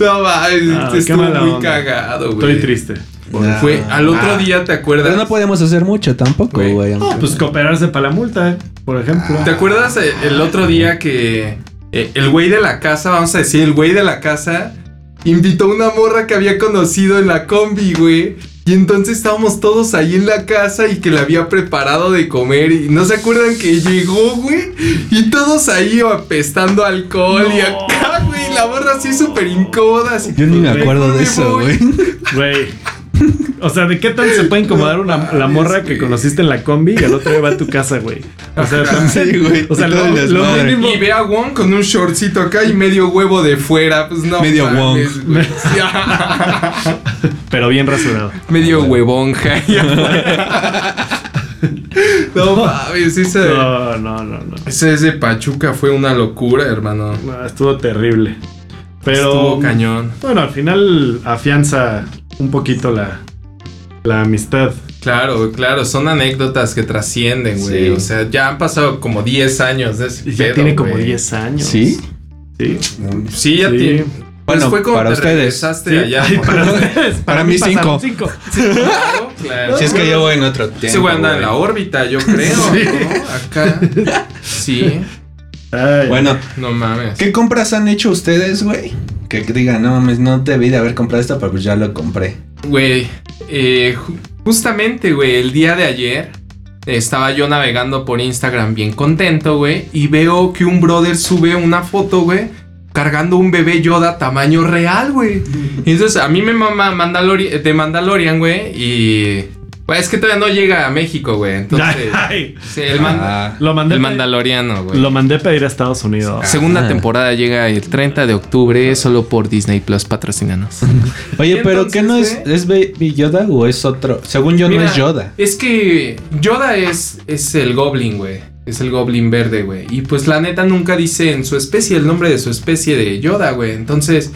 Speaker 1: no, va,
Speaker 3: Ah, qué
Speaker 1: estuvo
Speaker 3: mala
Speaker 1: muy
Speaker 3: onda.
Speaker 1: cagado, güey.
Speaker 3: Estoy triste.
Speaker 2: Nah.
Speaker 1: Fue al otro
Speaker 2: Ah.
Speaker 1: día, ¿te acuerdas?
Speaker 2: Pero no podemos hacer mucho tampoco,
Speaker 1: Güey.
Speaker 2: güey.
Speaker 3: No,
Speaker 2: aunque-
Speaker 3: pues cooperarse para la multa, eh, por ejemplo.
Speaker 1: ¿Te acuerdas eh, el otro día que eh, el güey de la casa, vamos a decir, el güey de la casa invitó a una morra que había conocido en la combi, güey? Y entonces estábamos todos ahí en la casa y que le había preparado de comer. Y no se acuerdan que llegó, güey. Y todos ahí apestando alcohol. Y
Speaker 3: No.
Speaker 1: acá, güey, la morra así súper incómoda. Así,
Speaker 2: Yo ni me
Speaker 3: Güey,
Speaker 2: acuerdo
Speaker 1: ¿dónde
Speaker 2: de eso,
Speaker 1: voy?
Speaker 2: güey.
Speaker 3: Güey. O sea, ¿de qué tan se puede incomodar una, la morra que conociste en la combi y al otro día va a tu casa, güey? O sea,
Speaker 1: Ajá.
Speaker 3: también-
Speaker 2: Sí, güey.
Speaker 3: O sea,
Speaker 2: Todo
Speaker 3: lo,
Speaker 2: el
Speaker 3: lo
Speaker 2: desmadre.
Speaker 3: mínimo.
Speaker 1: Y ve a Wong con un shortcito acá y medio huevo de fuera. Pues no.
Speaker 2: Medio
Speaker 1: mames,
Speaker 2: Wong.
Speaker 1: güey. Sí.
Speaker 3: Pero bien rasurado.
Speaker 1: Medio huevonja. y no mames, ese,
Speaker 3: No, no, no, no.
Speaker 1: ese, ese Pachuca fue una locura, hermano.
Speaker 3: No, estuvo terrible. Pero.
Speaker 1: Estuvo cañón.
Speaker 3: Bueno, al final afianza un poquito la, la amistad.
Speaker 1: Claro, claro, son anécdotas que trascienden, güey.
Speaker 2: Sí.
Speaker 1: O sea, ya han pasado como 10 años de ese
Speaker 3: Y ya
Speaker 1: pedo,
Speaker 3: tiene como
Speaker 1: güey.
Speaker 3: 10 años.
Speaker 2: ¿Sí?
Speaker 3: Sí.
Speaker 1: Sí, ya
Speaker 3: Sí.
Speaker 1: tiene. Pues
Speaker 2: Bueno,
Speaker 1: fue como
Speaker 2: para
Speaker 1: te
Speaker 2: ustedes.
Speaker 1: regresaste
Speaker 3: Sí.
Speaker 1: allá.
Speaker 3: Ay,
Speaker 1: ¿no?
Speaker 3: para ustedes.
Speaker 2: Para mí
Speaker 3: pasaron
Speaker 2: cinco.
Speaker 3: cinco.
Speaker 1: Claro, claro.
Speaker 2: Si es que yo voy en otro tiempo.
Speaker 1: Ese güey anda en
Speaker 2: güey.
Speaker 1: la órbita, yo creo,
Speaker 3: Sí.
Speaker 1: ¿no? Acá. Sí.
Speaker 3: Ay,
Speaker 2: Bueno,
Speaker 1: No mames.
Speaker 2: ¿qué compras han hecho ustedes, güey? Que digan, no mames, no debí de haber comprado esto, pero pues ya lo compré.
Speaker 1: Güey, eh, ju- justamente, güey, el día de ayer estaba yo navegando por Instagram bien contento, güey, y veo que un brother sube una foto, güey, cargando un bebé Yoda tamaño real, güey. Y entonces a mí me mama Mandalori de Mandalorian, güey, y... Güey, es que todavía no llega a México, güey, entonces...
Speaker 3: ay,
Speaker 1: sí, el, man-
Speaker 2: Ah,
Speaker 3: lo mandé.
Speaker 1: el mandaloriano, güey.
Speaker 3: Lo mandé a pedir a Estados Unidos.
Speaker 1: Segunda
Speaker 2: Ajá.
Speaker 1: temporada llega el 30 de octubre solo por Disney Plus patrocinanos.
Speaker 2: Oye,
Speaker 1: Y
Speaker 2: pero ¿qué no es?
Speaker 1: entonces,
Speaker 2: ¿Es Baby Yoda o es otro? Según yo, no
Speaker 1: Mira,
Speaker 2: es Yoda.
Speaker 1: Es que Yoda es, es el goblin, güey. Es el goblin verde, güey. Y pues la neta nunca dice en su especie el nombre de su especie de Yoda, güey. Entonces,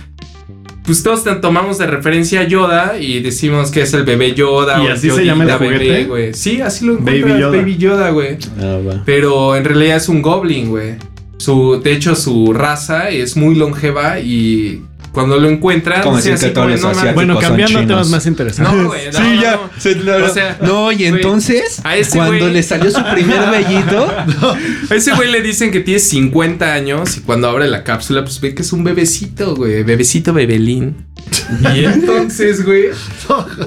Speaker 1: pues todos te- tomamos de referencia a Yoda y decimos que es el bebé Yoda
Speaker 3: ¿Y
Speaker 1: o
Speaker 3: así se
Speaker 1: Yodita
Speaker 3: llama el
Speaker 1: bebé,
Speaker 3: juguete?
Speaker 1: güey. Sí, así lo
Speaker 3: Baby
Speaker 1: encuentras, Baby Yoda,
Speaker 3: Yoda.
Speaker 1: güey.
Speaker 2: Ah, va.
Speaker 1: Pero en realidad es un goblin, güey. Su, de hecho, su raza es muy longeva y cuando lo encuentran,
Speaker 2: Como
Speaker 1: sí,
Speaker 2: decir que
Speaker 1: así
Speaker 2: todos
Speaker 1: como,
Speaker 2: los
Speaker 1: no, mames.
Speaker 2: asiáticos
Speaker 3: Bueno,
Speaker 2: son
Speaker 3: cambiando
Speaker 2: chinos.
Speaker 3: temas más interesantes.
Speaker 1: No, güey,
Speaker 2: sí, ya.
Speaker 1: no.
Speaker 2: se- la-
Speaker 1: O sea,
Speaker 2: no, y
Speaker 1: güey,
Speaker 2: entonces,
Speaker 1: a ese
Speaker 2: cuando
Speaker 1: güey-
Speaker 2: le salió su primer vellito,
Speaker 1: A ese güey le dicen que tiene 50 años y cuando abre la cápsula, pues ve que es un bebecito, güey. Bebecito bebelín. Y entonces, güey.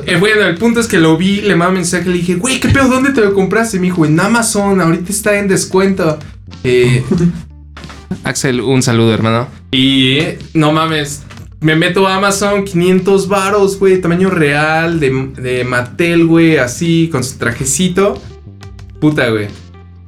Speaker 1: eh, bueno, el punto es que lo vi, le mandé un mensaje, le dije, güey, ¿qué pedo? ¿Dónde te lo compraste? Me dijo, en Amazon, ahorita está en descuento. Eh, Axel, un saludo, hermano. Y eh, no mames. Me meto a Amazon, 500 varos, güey, tamaño real, de, de Mattel, güey, así, con su trajecito. Puta, güey.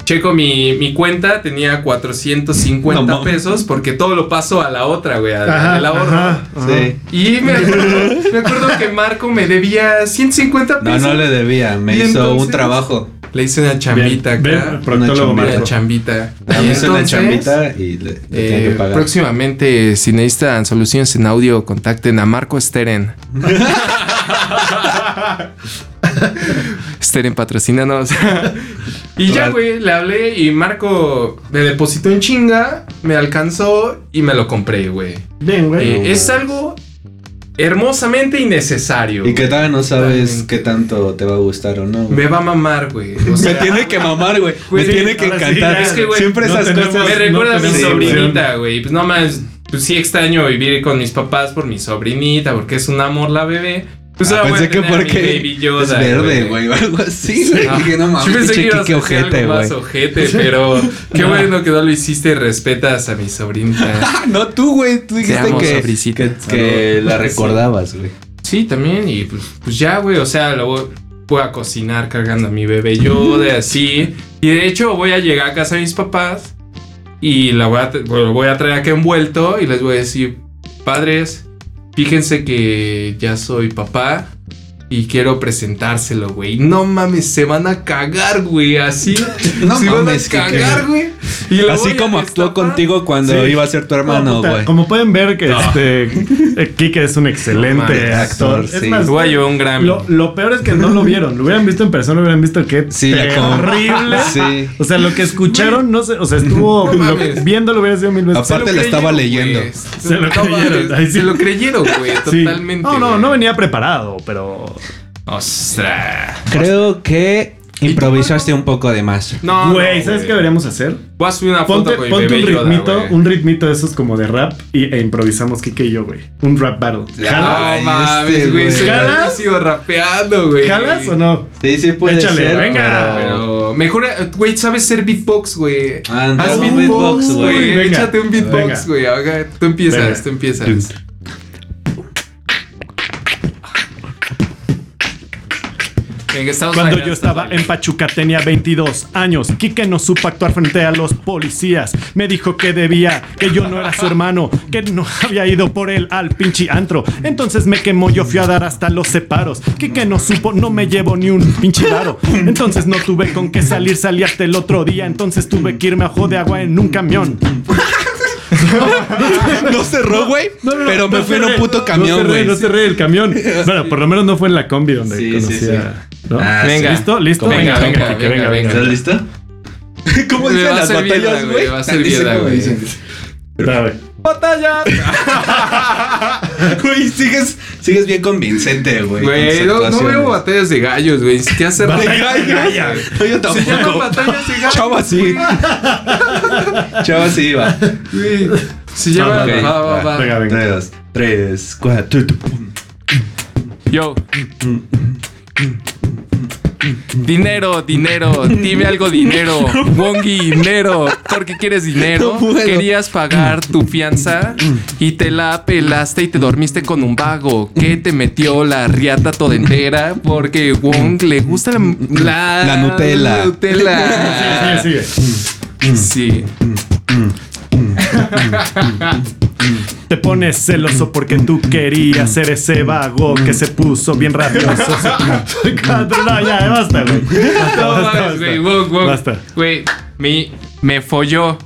Speaker 1: Checo mi, mi cuenta, tenía 450
Speaker 2: No mames.
Speaker 1: pesos porque todo lo paso a la otra, güey, a la-
Speaker 3: Ajá,
Speaker 1: al ahorro.
Speaker 3: ajá, ajá.
Speaker 2: sí.
Speaker 1: Y me acuerdo, me acuerdo que Marco me debía 150
Speaker 2: No,
Speaker 1: pesos.
Speaker 2: no le debía, me
Speaker 1: ¿Y
Speaker 2: hizo
Speaker 1: entonces?
Speaker 2: un trabajo.
Speaker 1: Le hice una chambita
Speaker 3: Bien,
Speaker 1: acá.
Speaker 3: ven, proctólogo
Speaker 2: Una
Speaker 1: una
Speaker 3: Marco.
Speaker 1: chambita. Y
Speaker 2: Me hizo una
Speaker 1: entonces,
Speaker 2: chambita y le, le tenía
Speaker 1: eh,
Speaker 2: que pagar.
Speaker 1: próximamente, si necesitan soluciones en audio, contacten a Marco Steren. Steren, patrocínanos. y ya, güey, le hablé y Marco me depositó en chinga, me alcanzó y me lo compré, güey.
Speaker 3: Bien, güey.
Speaker 1: Eh, es algo hermosamente innecesario.
Speaker 2: Y que todavía no sabes
Speaker 1: Totalmente.
Speaker 2: qué tanto te va a gustar o no. güey.
Speaker 1: Me va a mamar, güey. O
Speaker 2: Me
Speaker 1: sea,
Speaker 2: tiene que mamar, güey.
Speaker 1: Güey,
Speaker 2: me tiene que
Speaker 3: ahora sí,
Speaker 2: encantar.
Speaker 3: ya.
Speaker 1: Es que, güey,
Speaker 2: Siempre
Speaker 3: no
Speaker 2: esas
Speaker 3: tenemos-
Speaker 2: cosas.
Speaker 1: me
Speaker 3: no
Speaker 1: recuerda a mi
Speaker 3: tenemos
Speaker 1: sobrinita, güey. Pues no más, pues sí extraño vivir con mis papás por mi sobrinita, porque es un amor la bebé. Pues
Speaker 2: Ah,
Speaker 1: ahora voy
Speaker 2: pensé
Speaker 1: a
Speaker 2: que
Speaker 1: tener a mi
Speaker 2: porque
Speaker 1: Baby Yoda,
Speaker 2: es verde, güey, o algo así, güey.
Speaker 1: Ah,
Speaker 2: Dije, no mames,
Speaker 1: yo pensé que
Speaker 2: pinche
Speaker 1: ibas
Speaker 2: Kike
Speaker 1: a hacer
Speaker 2: ojete,
Speaker 1: algo
Speaker 2: güey.
Speaker 1: más ojete, pero qué bueno que no lo hiciste y respetas a mi sobrinita.
Speaker 2: Ah, no tú, güey. Tú dijiste
Speaker 1: amo,
Speaker 2: que,
Speaker 1: sobrecita.
Speaker 2: que, que la recordabas, güey.
Speaker 1: Sí, también, y pues, pues ya, güey, o sea, lo voy, voy a cocinar cargando a mi bebé Yoda, así. Y de hecho voy a llegar a casa de mis papás y la voy a, tra- bueno, lo voy a traer acá envuelto y les voy a decir, padres, fíjense que ya soy papá y quiero presentárselo, güey. No mames, se van a cagar, güey, así.
Speaker 2: No
Speaker 1: se
Speaker 2: mames, que-
Speaker 1: van a cagar, güey. Y lo voy
Speaker 2: Así
Speaker 1: a
Speaker 2: como actuó
Speaker 1: destapar.
Speaker 2: contigo cuando
Speaker 3: Sí.
Speaker 2: iba a ser tu hermano,
Speaker 3: puta,
Speaker 2: güey.
Speaker 3: Como pueden ver, que este eh, Kike es un excelente
Speaker 1: Mames,
Speaker 3: actor.
Speaker 2: actor,
Speaker 3: Es
Speaker 2: sí.
Speaker 1: Les
Speaker 3: más,
Speaker 1: Voy a llevar un Grammy.
Speaker 3: lo, lo peor es que no lo vieron. Lo hubieran visto en persona, hubieran visto que
Speaker 2: Sí, la com-
Speaker 3: terrible.
Speaker 2: Sí.
Speaker 3: O sea, lo que escucharon, no sé. O sea, estuvo
Speaker 1: No
Speaker 3: lo-
Speaker 1: mames.
Speaker 3: viéndolo, hubiera sido mil veces.
Speaker 2: Aparte-
Speaker 1: Se
Speaker 2: la estaba
Speaker 1: creyeron,
Speaker 2: leyendo.
Speaker 1: güey.
Speaker 3: Se lo creyeron,
Speaker 1: mames,
Speaker 3: ahí sí.
Speaker 1: Se lo creyeron, güey.
Speaker 3: Sí.
Speaker 1: Totalmente.
Speaker 3: No, no,
Speaker 1: güey.
Speaker 3: no venía preparado, pero.
Speaker 1: Ostras.
Speaker 2: Creo que improvisaste un poco de más.
Speaker 1: No.
Speaker 3: Güey,
Speaker 1: no,
Speaker 3: ¿sabes qué deberíamos hacer?
Speaker 1: Voy a subir una
Speaker 3: Ponte,
Speaker 1: foto con mi
Speaker 3: ponte un
Speaker 1: bebé Yoda,
Speaker 3: ritmito,
Speaker 1: güey.
Speaker 3: un ritmito de esos como de rap y, e improvisamos Kike y yo, güey. Un rap battle.
Speaker 2: Ya.
Speaker 3: ¿Jala-
Speaker 1: No
Speaker 2: Ay,
Speaker 1: mames,
Speaker 2: este,
Speaker 1: güey.
Speaker 2: güey.
Speaker 1: Se
Speaker 3: ¿Jalas?
Speaker 1: ha sido rapeando, güey.
Speaker 3: ¿Jalas o no?
Speaker 2: Sí, sí puede
Speaker 3: Échale,
Speaker 2: ser.
Speaker 3: venga.
Speaker 2: pero-
Speaker 1: Pero mejor, eh, güey, sabes ser beatbox, güey.
Speaker 2: Ah,
Speaker 1: Haz
Speaker 2: no,
Speaker 1: beatbox,
Speaker 2: beatbox,
Speaker 1: güey.
Speaker 2: güey.
Speaker 3: Venga.
Speaker 1: Échate un
Speaker 3: Venga.
Speaker 1: beatbox, güey. Haga- Tú empiezas,
Speaker 3: Venga.
Speaker 1: tú empiezas. Venga, estamos
Speaker 3: Cuando
Speaker 1: bailando,
Speaker 3: yo estaba
Speaker 1: güey.
Speaker 3: en Pachuca tenía 22 años. Quique no supo actuar frente a los policías. Me dijo que debía, que yo no era su hermano, que no había ido por él al pinche antro. Entonces me quemó, yo fui a dar hasta los separos. Quique no supo, no me llevo ni un pinche varo. Entonces no tuve con qué salir, salí hasta el otro día. Entonces tuve que irme a ojo de agua en un camión.
Speaker 2: No cerró, güey.
Speaker 3: No, no, no,
Speaker 2: pero me
Speaker 3: no
Speaker 2: fui en
Speaker 3: cerré,
Speaker 2: un puto
Speaker 3: no
Speaker 2: camión,
Speaker 3: cerré,
Speaker 2: güey.
Speaker 3: No cerré el camión. Bueno, por lo menos no fue en la combi donde
Speaker 2: Sí, sí,
Speaker 3: conocía. ¿no?
Speaker 2: Ah,
Speaker 1: Venga.
Speaker 3: ¿Listo? ¿Listo?
Speaker 1: Venga, venga,
Speaker 3: Kike,
Speaker 1: venga, venga.
Speaker 2: ¿Estás listo? ¿Cómo
Speaker 1: Me va
Speaker 2: dicen
Speaker 1: a
Speaker 2: las
Speaker 1: ser
Speaker 2: batallas,
Speaker 1: viuda,
Speaker 2: güey?
Speaker 1: Va a ser viuda, güey.
Speaker 3: Va, güey.
Speaker 1: ¡Batalla!
Speaker 2: Güey, sigues, sigues bien convincente, güey.
Speaker 1: Güey, no, no veo batallas de gallos, güey. Ni siquiera hace rato.
Speaker 2: Batalla,
Speaker 3: Gaya.
Speaker 2: No, yo
Speaker 1: Se llaman
Speaker 2: tampoco.
Speaker 1: batallas de gallos.
Speaker 2: Chava sí. Chava sí, va.
Speaker 1: Güey. Se llama.
Speaker 2: Ok,
Speaker 1: va, va, va.
Speaker 3: Venga, venga.
Speaker 2: Una, dos, tres, cuatro. tu, pum.
Speaker 1: Yo. Dinero, dinero, dime algo dinero. Wongi, dinero, porque quieres dinero.
Speaker 2: No puedo.
Speaker 1: Querías pagar tu fianza y te la pelaste y te dormiste con un vago que te metió la riata toda entera porque Wong le gusta la, la,
Speaker 2: La Nutella.
Speaker 1: Nutella.
Speaker 3: Sigue, sigue.
Speaker 1: Sí.
Speaker 3: Te pones celoso porque tú querías ser ese vago que se puso bien rabioso. Cuatro, no, ya, basta, güey. Basta,
Speaker 1: No
Speaker 3: basta,
Speaker 1: mames,
Speaker 3: basta.
Speaker 1: güey, Wong, Wong.
Speaker 3: Basta.
Speaker 1: Güey, me, me folló.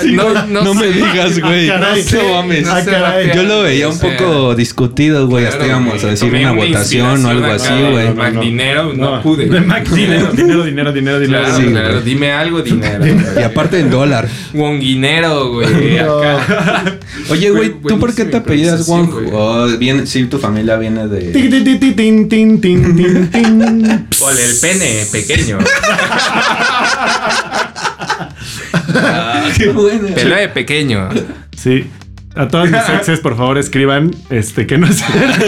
Speaker 2: Sí,
Speaker 1: No,
Speaker 2: güey.
Speaker 1: no
Speaker 2: No me
Speaker 1: sé.
Speaker 2: digas, güey.
Speaker 3: Ah, caray.
Speaker 2: No mames.
Speaker 3: Ah,
Speaker 1: sé,
Speaker 3: caray.
Speaker 2: Yo lo veía
Speaker 1: o
Speaker 2: un
Speaker 1: sea,
Speaker 2: poco discutido, güey.
Speaker 1: claro,
Speaker 2: Hasta íbamos a
Speaker 1: güey,
Speaker 2: decir
Speaker 1: tomé
Speaker 2: una votación o
Speaker 1: inspiración
Speaker 2: algo
Speaker 1: acá
Speaker 2: así,
Speaker 1: de
Speaker 2: güey.
Speaker 3: no,
Speaker 1: Mac
Speaker 3: no.
Speaker 1: dinero, no, pude.
Speaker 3: De Mac, dinero, dinero, dinero, dinero, dinero.
Speaker 1: Claro,
Speaker 2: Sí,
Speaker 1: claro,
Speaker 2: güey.
Speaker 1: Dime algo, dinero.
Speaker 2: Y aparte en dólar.
Speaker 1: Wonguinero, güey. acá.
Speaker 2: Oye, güey,
Speaker 1: Güey,
Speaker 2: ¿tú por qué
Speaker 1: buenísima
Speaker 2: te apellidas Wong?
Speaker 1: improvisación, güey.
Speaker 4: Oh, viene, sí, tu familia viene
Speaker 3: Tin,
Speaker 4: de.
Speaker 3: tin, tin, tin, tin, tin, tin, tin.
Speaker 1: Por el pene pequeño.
Speaker 4: Ah, qué buena.
Speaker 1: Pelo de pequeño.
Speaker 3: Sí. A todas mis exes, por favor, escriban este que no es cierto.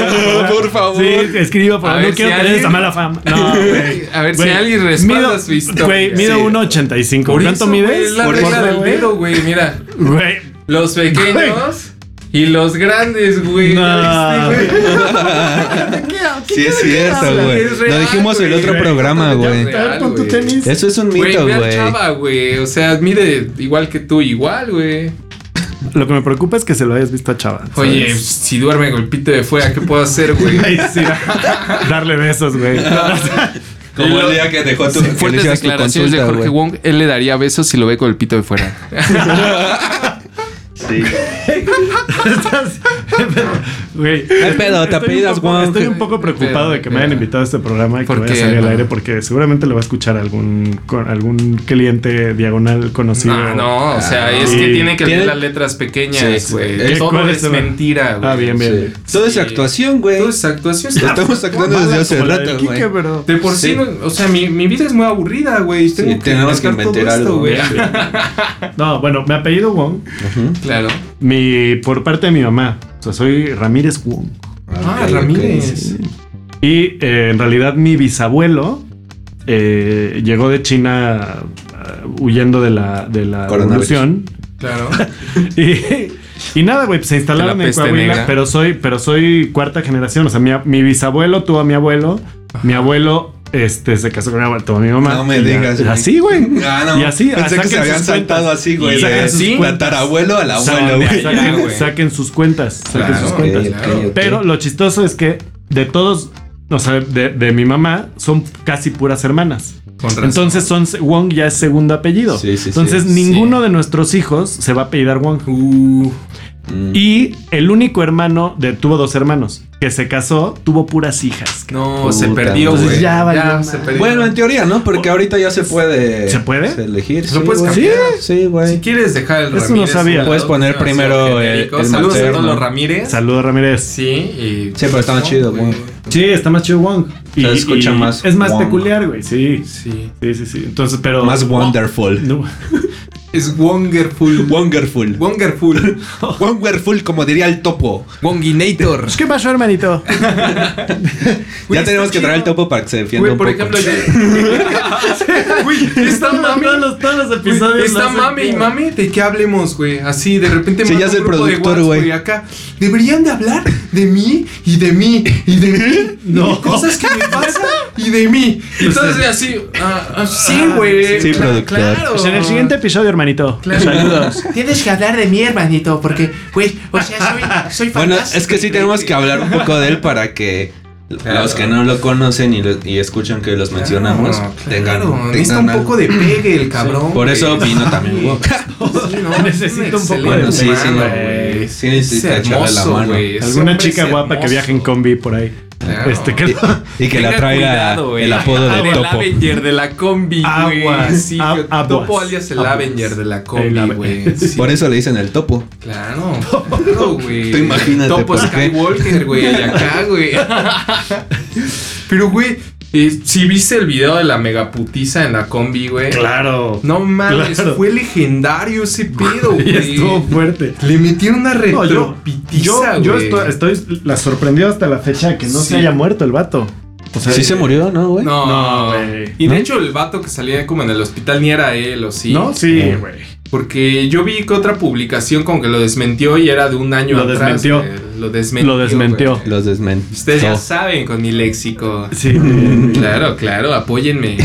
Speaker 1: Por favor.
Speaker 3: Sí, escriba, por
Speaker 1: A
Speaker 3: favor.
Speaker 1: ver
Speaker 3: No quiero
Speaker 1: si
Speaker 3: tener
Speaker 1: alguien-
Speaker 3: esa mala fama. No, Ah, güey.
Speaker 1: A ver si
Speaker 3: Güey,
Speaker 1: alguien respalda
Speaker 3: mido-
Speaker 1: su historia.
Speaker 3: Güey, mido
Speaker 1: Sí.
Speaker 3: 1.85. ¿Cuánto
Speaker 1: eso, güey,
Speaker 3: mides?
Speaker 1: Es la
Speaker 3: Por
Speaker 1: regla
Speaker 3: favor,
Speaker 1: del
Speaker 3: güey.
Speaker 1: dedo, güey. Mira,
Speaker 3: Güey.
Speaker 1: los pequeños y los grandes, güey. ¿Ya
Speaker 3: No.
Speaker 1: viste, güey?
Speaker 2: Sí, es cierto,
Speaker 1: hablas?
Speaker 2: güey.
Speaker 1: Es
Speaker 2: Lo
Speaker 1: real,
Speaker 2: dijimos en el
Speaker 1: güey.
Speaker 2: otro
Speaker 1: Güey,
Speaker 2: programa,
Speaker 1: no te
Speaker 2: güey.
Speaker 1: llames. Real,
Speaker 3: Con tu
Speaker 1: güey.
Speaker 3: tenis.
Speaker 2: Eso es un
Speaker 1: Güey,
Speaker 2: mito,
Speaker 1: ve al
Speaker 2: güey.
Speaker 1: chava, güey. O sea, mide igual que tú, igual, güey.
Speaker 3: Lo que me preocupa es que se lo hayas visto a Chava.
Speaker 1: Oye,
Speaker 3: ¿sabes?
Speaker 1: si duerme con el pito de fuera, ¿qué puedo hacer, güey?
Speaker 3: Ay, sí. Darle besos, güey.
Speaker 1: Y lo-
Speaker 4: que dejó tu.
Speaker 2: que le
Speaker 1: Fuertes
Speaker 2: hicieras tu
Speaker 1: declaraciones de
Speaker 2: consulta,
Speaker 1: Jorge
Speaker 2: güey.
Speaker 1: Wong. Él le daría besos si lo ve con el pito de fuera.
Speaker 4: Sí.
Speaker 3: Estás- Güey.
Speaker 2: Ay, pedo, te
Speaker 3: estoy un
Speaker 2: apellidas
Speaker 3: poco-
Speaker 2: Wong.
Speaker 3: Estoy un poco preocupado
Speaker 1: Pedo,
Speaker 3: de que me hayan
Speaker 1: pedo.
Speaker 3: invitado a este programa y que
Speaker 1: ¿Por
Speaker 3: vaya a
Speaker 1: qué,
Speaker 3: salir al
Speaker 1: no?
Speaker 3: aire porque seguramente lo va a escuchar algún, con algún cliente diagonal conocido.
Speaker 1: Ah, no, o sea, es
Speaker 3: sí.
Speaker 1: que tiene que leer
Speaker 2: Tiene-
Speaker 1: las letras
Speaker 2: Sí,
Speaker 1: pequeñas,
Speaker 2: sí.
Speaker 1: güey.
Speaker 2: ¿Qué-
Speaker 1: Todo
Speaker 3: cuál
Speaker 1: es
Speaker 3: es el-
Speaker 1: mentira, güey.
Speaker 3: Ah, bien, bien.
Speaker 2: Todo es actuación, güey.
Speaker 1: Todo es actuación.
Speaker 2: Estamos actuando desde hace
Speaker 3: Como la del
Speaker 2: rato,
Speaker 3: Quique,
Speaker 2: güey.
Speaker 3: pero-
Speaker 1: De por sí,
Speaker 2: Sí.
Speaker 1: no- o sea, mi, mi vida es muy aburrida, güey. Tengo que
Speaker 4: tenemos que
Speaker 1: inventar todo
Speaker 4: inventar
Speaker 1: esto,
Speaker 4: algo,
Speaker 1: güey.
Speaker 3: No, bueno, mi apellido Wong,
Speaker 1: Claro.
Speaker 3: mi, por parte de mi mamá. O sea, soy Ramírez Wong.
Speaker 1: Ah,
Speaker 4: ok, ok.
Speaker 1: Ramírez.
Speaker 3: Y eh, en realidad mi bisabuelo eh, llegó de China eh, huyendo de la, de la
Speaker 4: Coronavirus.
Speaker 3: revolución.
Speaker 1: Claro.
Speaker 3: Y, y nada, güey, pues se
Speaker 1: De
Speaker 3: instalaron
Speaker 1: la
Speaker 3: en
Speaker 1: peste
Speaker 3: Coahuila,
Speaker 1: negra.
Speaker 3: pero soy, pero soy cuarta generación. O sea, mi, mi bisabuelo tuvo a mi abuelo, mi abuelo este, se casó con mi abuelo, tuvo a mi mamá.
Speaker 2: No me
Speaker 3: Y ya-
Speaker 2: digas, güey.
Speaker 3: Así, güey.
Speaker 2: Ah, no.
Speaker 3: Y así, ah,
Speaker 2: Pensé que
Speaker 3: saquen
Speaker 2: se habían
Speaker 3: sus
Speaker 2: saltado
Speaker 3: cuentas.
Speaker 2: así, güey.
Speaker 1: Y
Speaker 2: de
Speaker 1: saquen sus cuentas.
Speaker 2: tatarabuelo al abuelo,
Speaker 3: Saquen,
Speaker 2: güey.
Speaker 1: ya,
Speaker 3: saquen-
Speaker 1: güey.
Speaker 3: saquen sus cuentas. Saquen
Speaker 1: Claro,
Speaker 3: sus
Speaker 1: ok,
Speaker 3: cuentas.
Speaker 1: claro.
Speaker 4: ok.
Speaker 3: Pero lo chistoso es que de todos, o sea, de, de mi mamá, son casi puras hermanas.
Speaker 1: Con razón.
Speaker 3: Entonces son Wong ya es segundo apellido.
Speaker 2: Sí, sí, sí.
Speaker 3: Entonces
Speaker 2: Sí.
Speaker 3: ninguno de nuestros hijos se va a apellidar Wong.
Speaker 1: Uh,
Speaker 4: Mm.
Speaker 3: Y el único hermano de tuvo dos hermanos que se casó, tuvo puras hijas.
Speaker 1: no,
Speaker 4: Puta
Speaker 1: se perdió,
Speaker 4: madre.
Speaker 1: güey.
Speaker 3: Ya valió
Speaker 1: se
Speaker 3: madre.
Speaker 1: perdió.
Speaker 2: Bueno, en teoría, ¿no?
Speaker 4: Porque ahorita ya se puede.
Speaker 3: ¿Se puede?
Speaker 4: Elegir.
Speaker 1: Lo
Speaker 4: sí,
Speaker 1: puedes
Speaker 4: güey.
Speaker 1: cambiar.
Speaker 2: Sí,
Speaker 1: si
Speaker 2: güey.
Speaker 1: quieres dejar el
Speaker 3: Eso no
Speaker 1: Ramírez.
Speaker 3: sabía.
Speaker 1: a un
Speaker 2: Puedes
Speaker 1: lado,
Speaker 2: poner
Speaker 1: se me hace
Speaker 2: primero
Speaker 1: genérico.
Speaker 2: el- el
Speaker 1: Saludos a todos
Speaker 2: materno.
Speaker 1: los Ramírez.
Speaker 3: Saludos Ramírez.
Speaker 1: sí, y.
Speaker 2: Sí, pero está más chido, güey.
Speaker 3: Sí, está más chido Wong.
Speaker 4: Se escucha más
Speaker 3: Es más
Speaker 4: Wong.
Speaker 3: peculiar, güey. Sí.
Speaker 1: Sí.
Speaker 3: Sí, sí, sí. Entonces, pero
Speaker 2: Más wonderful.
Speaker 3: No.
Speaker 1: Es Wonderful.
Speaker 2: Wonderful.
Speaker 1: Wonderful.
Speaker 2: Wonderful, como diría el topo.
Speaker 1: Wonginator.
Speaker 3: ¿Qué pasó, hermanito?
Speaker 1: Güey,
Speaker 2: ya tenemos
Speaker 1: está
Speaker 2: que traer al
Speaker 1: chido.
Speaker 2: topo para que se defienda
Speaker 1: Güey,
Speaker 2: un
Speaker 1: por
Speaker 2: poco.
Speaker 1: ejemplo, yo- Güey, esta mami.
Speaker 3: Todos los, todos los
Speaker 1: Güey,
Speaker 3: episodios.
Speaker 1: Está
Speaker 3: lo hacen,
Speaker 1: mame y
Speaker 3: tío.
Speaker 1: mame de qué hablemos, güey. Así, de repente
Speaker 2: Sí,
Speaker 1: manda
Speaker 2: ya es
Speaker 1: un
Speaker 2: el
Speaker 1: grupo de
Speaker 2: productor,
Speaker 1: WhatsApp,
Speaker 2: güey.
Speaker 1: Acá deberían de hablar de mí y de mí y de mí.
Speaker 3: No.
Speaker 1: No. cosas que me pasan y de mí. Y Entonces, así, ah, ah, sí, güey.
Speaker 2: Sí,
Speaker 1: Ah,
Speaker 2: productor.
Speaker 1: Claro.
Speaker 3: Pues en el siguiente episodio, hermanito.
Speaker 1: Claro.
Speaker 3: Saludos.
Speaker 5: Tienes que hablar de mi hermanito, porque, pues, o sea, soy, soy
Speaker 2: Bueno,
Speaker 5: fantástico.
Speaker 2: es que sí tenemos que hablar un poco de él para que
Speaker 1: Claro.
Speaker 2: los que no lo conocen y, lo- y escuchan que los mencionamos
Speaker 1: Claro,
Speaker 2: tengan,
Speaker 1: claro.
Speaker 2: tengan
Speaker 1: Necesita un
Speaker 2: algo.
Speaker 1: poco de pegue el cabrón.
Speaker 2: Por eso
Speaker 1: güey.
Speaker 2: vino también Wong.
Speaker 1: Sí, no,
Speaker 3: Necesita un poco
Speaker 2: Bueno,
Speaker 3: de
Speaker 2: sí, sí,
Speaker 1: humano,
Speaker 2: no,
Speaker 1: güey.
Speaker 2: güey. Sí
Speaker 1: Es
Speaker 2: necesita echarle la
Speaker 1: hermoso,
Speaker 2: mano.
Speaker 1: güey. Ese
Speaker 3: Alguna
Speaker 1: hombre
Speaker 3: chica
Speaker 1: es
Speaker 3: guapa que
Speaker 1: hermoso.
Speaker 3: viaje en combi por ahí.
Speaker 1: Claro.
Speaker 3: Este, que
Speaker 2: Y que la
Speaker 1: Tenga
Speaker 2: traiga
Speaker 1: cuidado, güey.
Speaker 2: el apodo
Speaker 1: Ah,
Speaker 2: de
Speaker 1: El
Speaker 2: topo.
Speaker 1: Avenger de la combi, güey.
Speaker 3: Aguas,
Speaker 1: Sí,
Speaker 3: a-
Speaker 1: yo-
Speaker 3: aguas,
Speaker 1: topo alias el
Speaker 3: aguas.
Speaker 1: Avenger de la
Speaker 3: El
Speaker 1: combi,
Speaker 3: Ave-
Speaker 1: güey. Sí,
Speaker 2: Por eso le dicen el topo.
Speaker 1: Claro, claro, güey.
Speaker 2: Tú imagínate
Speaker 1: Topo
Speaker 2: por qué.
Speaker 1: Skywalker, güey, y acá, güey. Pero, güey, eh, si viste el video de la megaputiza en la combi, güey.
Speaker 3: Claro.
Speaker 1: No mames,
Speaker 3: Claro.
Speaker 1: fue legendario ese pedo,
Speaker 3: Y
Speaker 1: güey.
Speaker 3: estuvo fuerte.
Speaker 1: Le metieron una
Speaker 3: No, yo,
Speaker 1: retropitiza,
Speaker 3: yo, yo
Speaker 1: güey.
Speaker 3: estoy, estoy la sorprendido hasta la fecha que no
Speaker 1: Sí.
Speaker 3: se haya muerto el vato. O sea,
Speaker 2: Sí se murió, ¿no, güey?
Speaker 1: No,
Speaker 3: No,
Speaker 1: güey.
Speaker 3: güey.
Speaker 1: Y de
Speaker 2: ¿No?
Speaker 1: hecho, el vato que salía como en el hospital ni era él, o sí. Eh,
Speaker 3: ¿No? Sí,
Speaker 2: No.
Speaker 3: güey.
Speaker 1: Porque yo vi que otra publicación como que lo desmentió y era de un año
Speaker 3: Lo
Speaker 1: atrás.
Speaker 3: desmentió.
Speaker 1: güey. Lo desmentió.
Speaker 3: Lo desmentió.
Speaker 1: güey.
Speaker 2: Los desmen.
Speaker 1: Ustedes ya
Speaker 2: No.
Speaker 1: saben con mi léxico.
Speaker 3: Sí.
Speaker 1: Claro, claro, apóyenme.